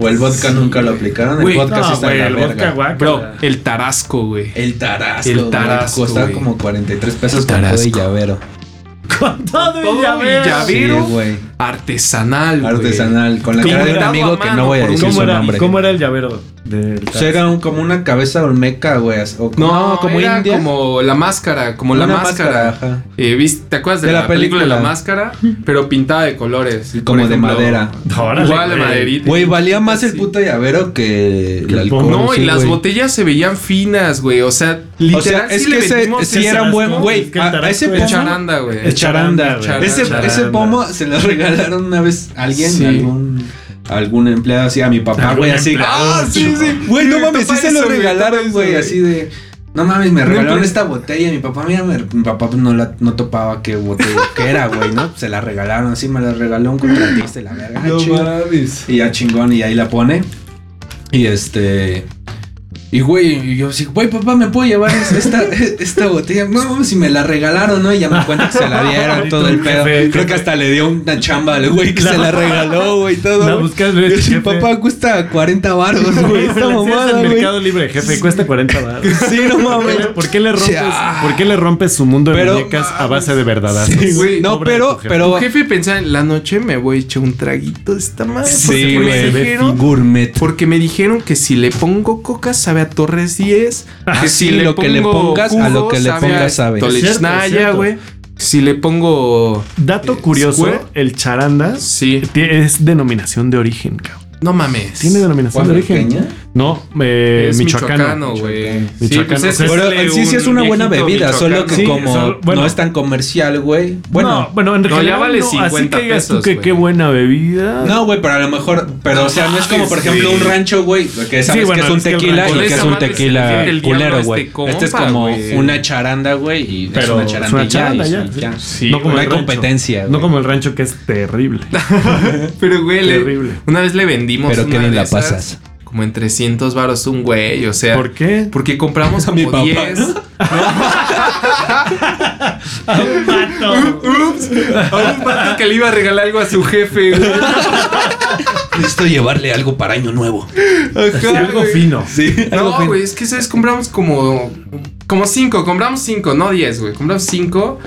Speaker 2: O el vodka nunca lo aplicaron.
Speaker 1: Güey,
Speaker 2: el vodka sí
Speaker 3: No,
Speaker 2: está
Speaker 3: güey,
Speaker 2: en la
Speaker 3: el
Speaker 2: verga.
Speaker 3: vodka guaca.
Speaker 1: Bro, el Tarasco, güey.
Speaker 2: El tarasco.
Speaker 1: El
Speaker 2: güey,
Speaker 1: tarasco,
Speaker 2: Costaba
Speaker 1: güey.
Speaker 2: como 43 pesos
Speaker 1: El
Speaker 2: con todo y
Speaker 1: tarasco.
Speaker 2: llavero.
Speaker 3: con todo
Speaker 1: Todo
Speaker 3: y
Speaker 1: y
Speaker 3: llaveros.
Speaker 1: llavero
Speaker 2: Sí, güey.
Speaker 1: artesanal, güey.
Speaker 2: Artesanal. Con la
Speaker 1: Como
Speaker 2: cara de un
Speaker 1: grabado
Speaker 2: amigo
Speaker 1: a
Speaker 2: que
Speaker 1: mano
Speaker 2: no voy a
Speaker 1: por un-
Speaker 2: decir
Speaker 3: ¿Cómo
Speaker 2: su
Speaker 3: era,
Speaker 2: nombre.
Speaker 3: ¿Y cómo era el llavero? del
Speaker 2: Pues era un- como una cabeza olmeca, güey. as- o como-
Speaker 1: No,
Speaker 2: no,
Speaker 1: como
Speaker 2: era
Speaker 1: como la máscara, como la
Speaker 2: Una
Speaker 1: máscara.
Speaker 2: ajá.
Speaker 1: Eh, ¿viste- ¿Te acuerdas de, la, película, La Máscara? Pero pintada de colores.
Speaker 2: Sí, como
Speaker 1: Por
Speaker 2: de madera.
Speaker 3: Órale,
Speaker 1: igual de
Speaker 3: güey.
Speaker 1: maderita.
Speaker 2: Güey, valía más el
Speaker 1: Sí.
Speaker 2: puto llavero que el
Speaker 3: Que el
Speaker 2: alcohol.
Speaker 3: pomo.
Speaker 1: No,
Speaker 2: sí,
Speaker 1: y las
Speaker 2: güey.
Speaker 1: botellas se veían finas, güey. O sea,
Speaker 2: O sea,
Speaker 1: literal,
Speaker 2: es
Speaker 1: sí
Speaker 2: que
Speaker 1: le
Speaker 2: ese
Speaker 1: metimos
Speaker 2: sí
Speaker 1: ese
Speaker 2: era un buen, güey.
Speaker 3: es que el
Speaker 2: a- A
Speaker 3: tarasco
Speaker 2: ese
Speaker 3: es
Speaker 1: de
Speaker 2: pomo,
Speaker 1: charanda, güey.
Speaker 3: Es charanda, güey.
Speaker 1: Charanda.
Speaker 2: ese,
Speaker 1: Charanda.
Speaker 2: ese pomo se lo regalaron una vez a alguien,
Speaker 1: Sí.
Speaker 2: algún, algún empleado así, a mi papá,
Speaker 3: Algún
Speaker 2: güey, así.
Speaker 3: empleado.
Speaker 2: Ah, sí, sí. Güey, no
Speaker 1: Sí,
Speaker 2: mames, sí
Speaker 1: topa
Speaker 2: se lo
Speaker 1: eso, güey, topa
Speaker 2: regalaron,
Speaker 1: eso,
Speaker 2: güey,
Speaker 1: güey.
Speaker 2: así de. No mames, me regalaron
Speaker 1: emple-
Speaker 2: esta botella. Mi papá, mira, me- mi papá pues, no, la, no topaba qué botella que era, güey, ¿no? Se la regalaron así, me la regaló un contratista y la verga. ah, chido. Y ya chingón, y ahí la pone. Y este. Y güey, y yo así, güey, papá, ¿me puedo llevar es- esta, e-, esta botella? No, mames, si me la regalaron, ¿no? Y ya me cuenta que se la dieron, todo el pedo.
Speaker 3: Jefe,
Speaker 2: Creo
Speaker 3: jefe.
Speaker 2: que hasta le dio una chamba al güey que
Speaker 3: La-
Speaker 2: se la regaló, güey, todo.
Speaker 3: La
Speaker 2: güey.
Speaker 3: buscas, güey,
Speaker 2: Yo así,
Speaker 3: jefe.
Speaker 2: papá, cuesta 40 baros, güey,
Speaker 3: Güey,
Speaker 2: esta
Speaker 3: la hacías
Speaker 2: mamada,
Speaker 3: en
Speaker 2: güey.
Speaker 3: Mercado Libre, jefe, cuesta 40 baros.
Speaker 2: Sí, no
Speaker 3: ¿Por qué
Speaker 2: mames.
Speaker 3: le- ¿Por qué le rompes,
Speaker 2: Ya.
Speaker 3: ¿por qué le rompes su mundo de
Speaker 2: Pero-
Speaker 3: muñecas a base de verdadazos?
Speaker 2: Sí, güey. No,
Speaker 3: Pobre de tu
Speaker 2: pero,
Speaker 3: jefe.
Speaker 1: Tu
Speaker 2: pero.
Speaker 1: jefe pensaba, en la noche me voy a echar un traguito de esta madre.
Speaker 2: Sí,
Speaker 1: porque
Speaker 2: güey.
Speaker 1: me dijeron,
Speaker 2: Gourmet.
Speaker 1: porque me dijeron que si le pongo coca sabe a Torres 10. Que
Speaker 2: Ah, sí, lo que le pongas, a lo que le pongas sabe.
Speaker 1: Tolechnaya,
Speaker 3: Cierto, cierto.
Speaker 1: güey. Si le pongo.
Speaker 3: Dato
Speaker 1: Eh,
Speaker 3: curioso,
Speaker 1: Square.
Speaker 3: el charanda
Speaker 1: Sí.
Speaker 3: ti- es denominación de origen, cabrón.
Speaker 1: No mames.
Speaker 3: Tiene denominación de origen.
Speaker 2: ¿Pequeña?
Speaker 3: No, eh,
Speaker 1: Es
Speaker 3: michoacano.
Speaker 1: michoacano, güey.
Speaker 3: Michoacano.
Speaker 1: es
Speaker 3: Pero
Speaker 1: este,
Speaker 2: en sí sí es una
Speaker 1: un
Speaker 2: buena
Speaker 1: viejito
Speaker 2: bebida, solo
Speaker 1: michoacano.
Speaker 2: que
Speaker 3: Sí,
Speaker 2: como
Speaker 3: solo- bueno.
Speaker 2: no es tan comercial, güey.
Speaker 3: Bueno,
Speaker 2: Bueno,
Speaker 3: bueno, en
Speaker 1: No, ya
Speaker 3: realidad
Speaker 1: vale
Speaker 3: no, así
Speaker 1: 50
Speaker 3: que digas tú
Speaker 1: pesos,
Speaker 3: que
Speaker 1: güey.
Speaker 3: qué buena bebida.
Speaker 2: no, güey, pero a lo mejor, pero o sea, no es
Speaker 1: Ah,
Speaker 2: como por ejemplo un rancho, güey, que sabes
Speaker 3: bueno,
Speaker 2: que es un
Speaker 3: es que el
Speaker 2: tequila
Speaker 1: rancho-
Speaker 2: y que es un
Speaker 1: Por esa
Speaker 2: tequila
Speaker 1: madre se le dice el diablo a
Speaker 2: culero,
Speaker 1: este
Speaker 2: güey. Este, es
Speaker 1: compa,
Speaker 2: como
Speaker 1: güey.
Speaker 2: una charanda, güey, y es
Speaker 3: pero
Speaker 2: una charanda, y ya, y
Speaker 3: ya,
Speaker 2: sí,
Speaker 3: sí.
Speaker 2: ya.
Speaker 3: Sí,
Speaker 2: no como
Speaker 3: güey,
Speaker 2: hay
Speaker 3: el rancho.
Speaker 2: competencia,
Speaker 3: No
Speaker 2: güey.
Speaker 3: como el rancho que es terrible.
Speaker 1: Pero, güey, le-
Speaker 3: Terrible.
Speaker 1: una vez le vendimos.
Speaker 2: Pero
Speaker 1: una
Speaker 2: que ni
Speaker 1: de
Speaker 2: la
Speaker 1: esas,
Speaker 2: pasas.
Speaker 1: Como en 300 varos un güey, o sea.
Speaker 3: ¿Por qué?
Speaker 1: Porque compramos
Speaker 2: mi
Speaker 1: como
Speaker 2: papá,
Speaker 1: 10.
Speaker 2: ¿no?
Speaker 1: Ups, a un pato que le iba a regalar algo a su jefe. güey.
Speaker 2: Necesito llevarle algo para año nuevo.
Speaker 3: Sí,
Speaker 1: Ajá,
Speaker 3: algo
Speaker 1: güey.
Speaker 3: fino.
Speaker 2: algo
Speaker 1: No,
Speaker 2: fino.
Speaker 1: güey, es que sabes, compramos como. Como cinco, compramos cinco, no 10, güey. Compramos cinco.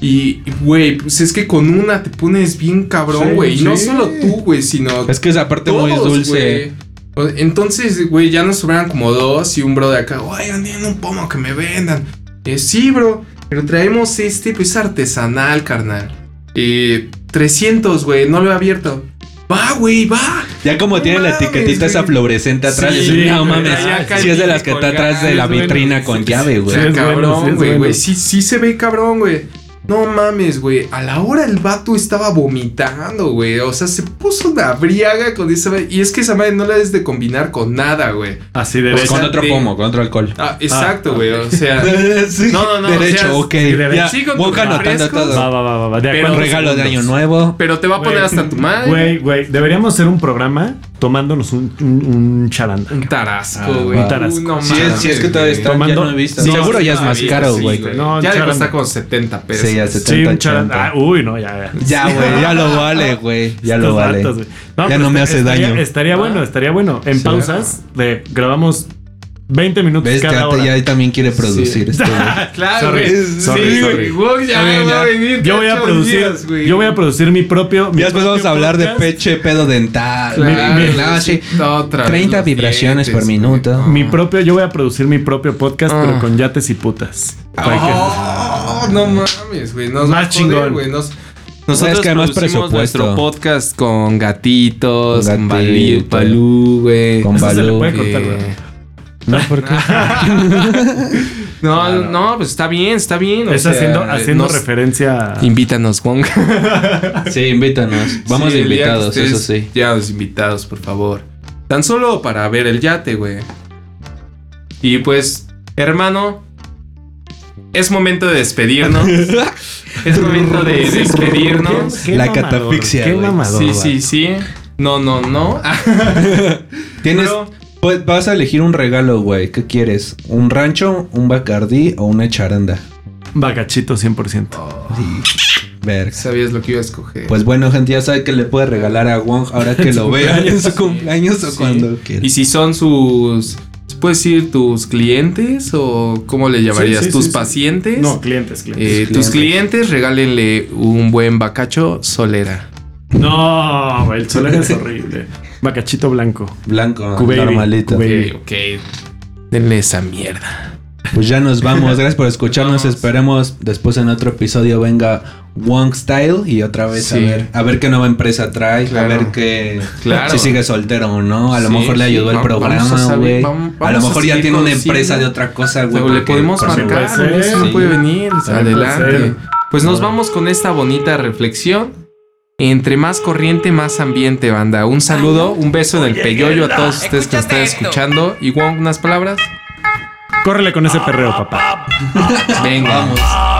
Speaker 1: Y, güey, pues es que con una te pones bien
Speaker 3: Sí,
Speaker 1: cabrón, güey. y no
Speaker 3: sí.
Speaker 1: solo tú, güey, sino
Speaker 2: Es que es aparte
Speaker 1: todos,
Speaker 2: muy dulce.
Speaker 1: güey. O- Entonces, güey, ya nos sobraron como dos y un bro de acá. Oigan, tienen un pomo que me vendan. Eh, sí, bro, pero traemos este, pues artesanal, carnal. Eh, 300, güey, no lo he abierto. Va, güey, va.
Speaker 2: Ya como
Speaker 1: No
Speaker 2: tiene la
Speaker 1: mames,
Speaker 2: etiquetita esa
Speaker 1: güey.
Speaker 2: fluorescente atrás,
Speaker 1: Sí,
Speaker 2: es- no
Speaker 1: güey,
Speaker 2: mames.
Speaker 1: ya
Speaker 2: Si es de las que está
Speaker 1: colgada,
Speaker 2: atrás de
Speaker 1: es
Speaker 2: la
Speaker 1: bueno.
Speaker 2: vitrina con llave, güey.
Speaker 1: O sea,
Speaker 3: Sí, es bueno,
Speaker 1: cabrón,
Speaker 3: sí, es
Speaker 1: güey,
Speaker 3: bueno.
Speaker 1: güey. Sí, sí se ve cabrón, güey. No mames, güey. A la hora el vato estaba vomitando, güey. O sea, se puso una briaga con esa madre. Y es que esa madre no la debes de combinar con nada, güey.
Speaker 3: Así
Speaker 1: O
Speaker 3: derecho.
Speaker 1: sea,
Speaker 2: Con otro
Speaker 1: de-
Speaker 2: pomo, con otro alcohol.
Speaker 1: Ah, exacto, güey. O sea.
Speaker 2: Sí.
Speaker 1: No, no, no,
Speaker 2: Derecho,
Speaker 1: o sea,
Speaker 2: ok.
Speaker 3: sí, derecho.
Speaker 2: Ya,
Speaker 1: Sí, con
Speaker 2: voy
Speaker 1: tus
Speaker 2: anotando
Speaker 1: refrescos.
Speaker 2: todo.
Speaker 3: Va, va, va, va, va. De
Speaker 1: Pero-
Speaker 3: acuerdo.
Speaker 2: Un regalo de año nuevo.
Speaker 1: Pero te va a poner
Speaker 3: Güey.
Speaker 1: hasta tu madre.
Speaker 3: Güey, güey, deberíamos hacer un programa tomándonos un, un, un charanda.
Speaker 1: Un tarasco,
Speaker 2: Ah,
Speaker 1: güey.
Speaker 2: un
Speaker 3: tarasco.
Speaker 1: No
Speaker 2: Si es,
Speaker 1: mames,
Speaker 2: si es que todavía
Speaker 1: güey.
Speaker 2: está,
Speaker 3: Tomando-
Speaker 2: ya no he visto.
Speaker 3: Sí,
Speaker 2: Seguro
Speaker 3: sí,
Speaker 2: ya es
Speaker 3: sí,
Speaker 2: más
Speaker 1: sí,
Speaker 2: caro,
Speaker 1: sí,
Speaker 2: güey.
Speaker 3: No,
Speaker 1: ya le
Speaker 3: charanda.
Speaker 1: cuesta como 70 pesos.
Speaker 2: Sí, ya
Speaker 3: Sí,
Speaker 2: 70,
Speaker 3: un charanda.
Speaker 2: 80.
Speaker 3: Ah, uy, no, ya, ya.
Speaker 2: Ya, güey, ya lo vale, güey. Ya lo
Speaker 3: Estos
Speaker 2: vale.
Speaker 3: vatos, güey.
Speaker 2: Ya
Speaker 3: pero
Speaker 2: no me
Speaker 3: esta-
Speaker 2: hace
Speaker 3: estaría-
Speaker 2: daño.
Speaker 3: Estaría bueno, estaría bueno. En
Speaker 2: Sí.
Speaker 3: pausas de, grabamos 20 minutos
Speaker 2: Ves,
Speaker 3: cada
Speaker 2: Teate
Speaker 3: hora.
Speaker 2: este ya también quiere producir este, güey.
Speaker 1: Claro,
Speaker 3: Sorry,
Speaker 1: güey.
Speaker 3: sorry,
Speaker 1: Sí,
Speaker 3: sorry.
Speaker 1: güey. Wok ya
Speaker 3: Está bien,
Speaker 1: va a
Speaker 3: ya.
Speaker 1: venir.
Speaker 3: Yo voy a
Speaker 1: ocho
Speaker 3: producir,
Speaker 1: días, güey.
Speaker 3: yo voy a producir mi propio. mi
Speaker 2: Ya después vamos
Speaker 3: propio
Speaker 2: a hablar de
Speaker 3: podcast.
Speaker 2: peche pedo dental.
Speaker 1: Claro,
Speaker 2: güey. No, sí.
Speaker 1: otra vez
Speaker 2: 30
Speaker 1: los
Speaker 2: vibraciones por
Speaker 1: dientes, güey.
Speaker 2: minuto.
Speaker 3: Mi propio, yo voy a producir mi propio podcast,
Speaker 1: Ah.
Speaker 3: pero con yates y putas.
Speaker 2: Ah,
Speaker 3: Para que-
Speaker 1: Oh, Ah, no mames, güey. Nos
Speaker 3: Más
Speaker 1: va a joder,
Speaker 3: chingón.
Speaker 1: güey. Nos,
Speaker 2: Sabes
Speaker 1: nosotros
Speaker 2: que hay más
Speaker 1: producimos
Speaker 2: presupuesto.
Speaker 1: nuestro podcast con gatitos,
Speaker 2: Con
Speaker 1: con Balú,
Speaker 2: gatito.
Speaker 1: Balú, güey.
Speaker 2: Con
Speaker 3: Eso se le
Speaker 2: Balú.
Speaker 3: puede cortar,
Speaker 1: Eh,
Speaker 3: ¿verdad?
Speaker 2: No, ¿por qué?
Speaker 1: No, no, pues está bien, está bien. o
Speaker 3: Es
Speaker 1: sea,
Speaker 3: haciendo,
Speaker 1: eh,
Speaker 3: haciendo
Speaker 1: nos-
Speaker 3: referencia a.
Speaker 1: Invítanos, Wong.
Speaker 2: Sí, invítanos. Vamos
Speaker 1: Sí,
Speaker 2: de
Speaker 1: el día que
Speaker 2: invitados,
Speaker 1: ustedes
Speaker 2: eso sí.
Speaker 1: Ya los invitados, por favor. Tan solo para ver el yate, güey. Y pues, hermano, es momento de despedirnos. es momento de despedirnos.
Speaker 3: Qué
Speaker 2: La
Speaker 3: mamador,
Speaker 2: catafixia,
Speaker 3: Qué
Speaker 2: güey.
Speaker 3: mamador.
Speaker 1: Sí,
Speaker 3: va.
Speaker 1: sí, sí. No, no, no. Ah,
Speaker 2: Tienes.
Speaker 1: Pero-
Speaker 2: pues, vas a elegir un regalo, güey. ¿Qué quieres? ¿Un rancho, un bacardí o una charanda?
Speaker 3: Bagachito 100%.
Speaker 2: Verga.
Speaker 1: Sabías lo que iba a escoger.
Speaker 2: Pues bueno, gente, ya sabe que le puede regalar a Wong ahora que lo vean en su cumpleaños o
Speaker 1: Sí.
Speaker 2: cuando quiera.
Speaker 1: y si son sus. Puedes decir tus clientes o cómo le llamarías,
Speaker 3: sí,
Speaker 1: tus
Speaker 3: sí, sí.
Speaker 1: pacientes.
Speaker 3: No, clientes, clientes.
Speaker 1: Eh, tus
Speaker 2: clientes.
Speaker 1: clientes, regálenle un buen bacacho solera.
Speaker 3: No, güey, el solar es horrible. Bagachito blanco.
Speaker 2: Blanco,
Speaker 3: Cubaby,
Speaker 2: normalito.
Speaker 1: Ok,
Speaker 3: Cubaby.
Speaker 1: ok. Denle esa mierda.
Speaker 2: Pues ya nos vamos. Gracias por escucharnos. Esperemos después en otro episodio venga Wong Style y otra vez a
Speaker 1: Sí.
Speaker 2: ver a ver qué nueva empresa trae,
Speaker 1: Claro.
Speaker 2: a ver qué
Speaker 1: Claro.
Speaker 2: si sigue soltero o no. A lo
Speaker 1: Sí,
Speaker 2: mejor le
Speaker 1: sí.
Speaker 2: ayudó el
Speaker 1: Va- vamos a
Speaker 2: programa,
Speaker 1: saber-
Speaker 2: güey.
Speaker 1: vam-
Speaker 2: A lo
Speaker 1: vamos a
Speaker 2: mejor ya
Speaker 1: seguir
Speaker 2: tiene una
Speaker 1: conociendo.
Speaker 2: empresa de otra cosa, güey.
Speaker 1: Luego le
Speaker 2: porque
Speaker 1: podemos
Speaker 2: con su-
Speaker 1: marcar,
Speaker 3: puede
Speaker 1: güey,
Speaker 3: ser.
Speaker 1: eso
Speaker 2: Sí.
Speaker 1: puede venir.
Speaker 3: También puede
Speaker 1: adelante.
Speaker 3: ser.
Speaker 1: Pues nos vamos con esta bonita reflexión. Entre más corriente, más ambiente, banda. Un saludo, un beso en el peyoyo a todos ustedes que están escuchando. Y Wong, unas palabras.
Speaker 3: Córrele con ese perreo, papá.
Speaker 1: Venga.
Speaker 2: Vamos.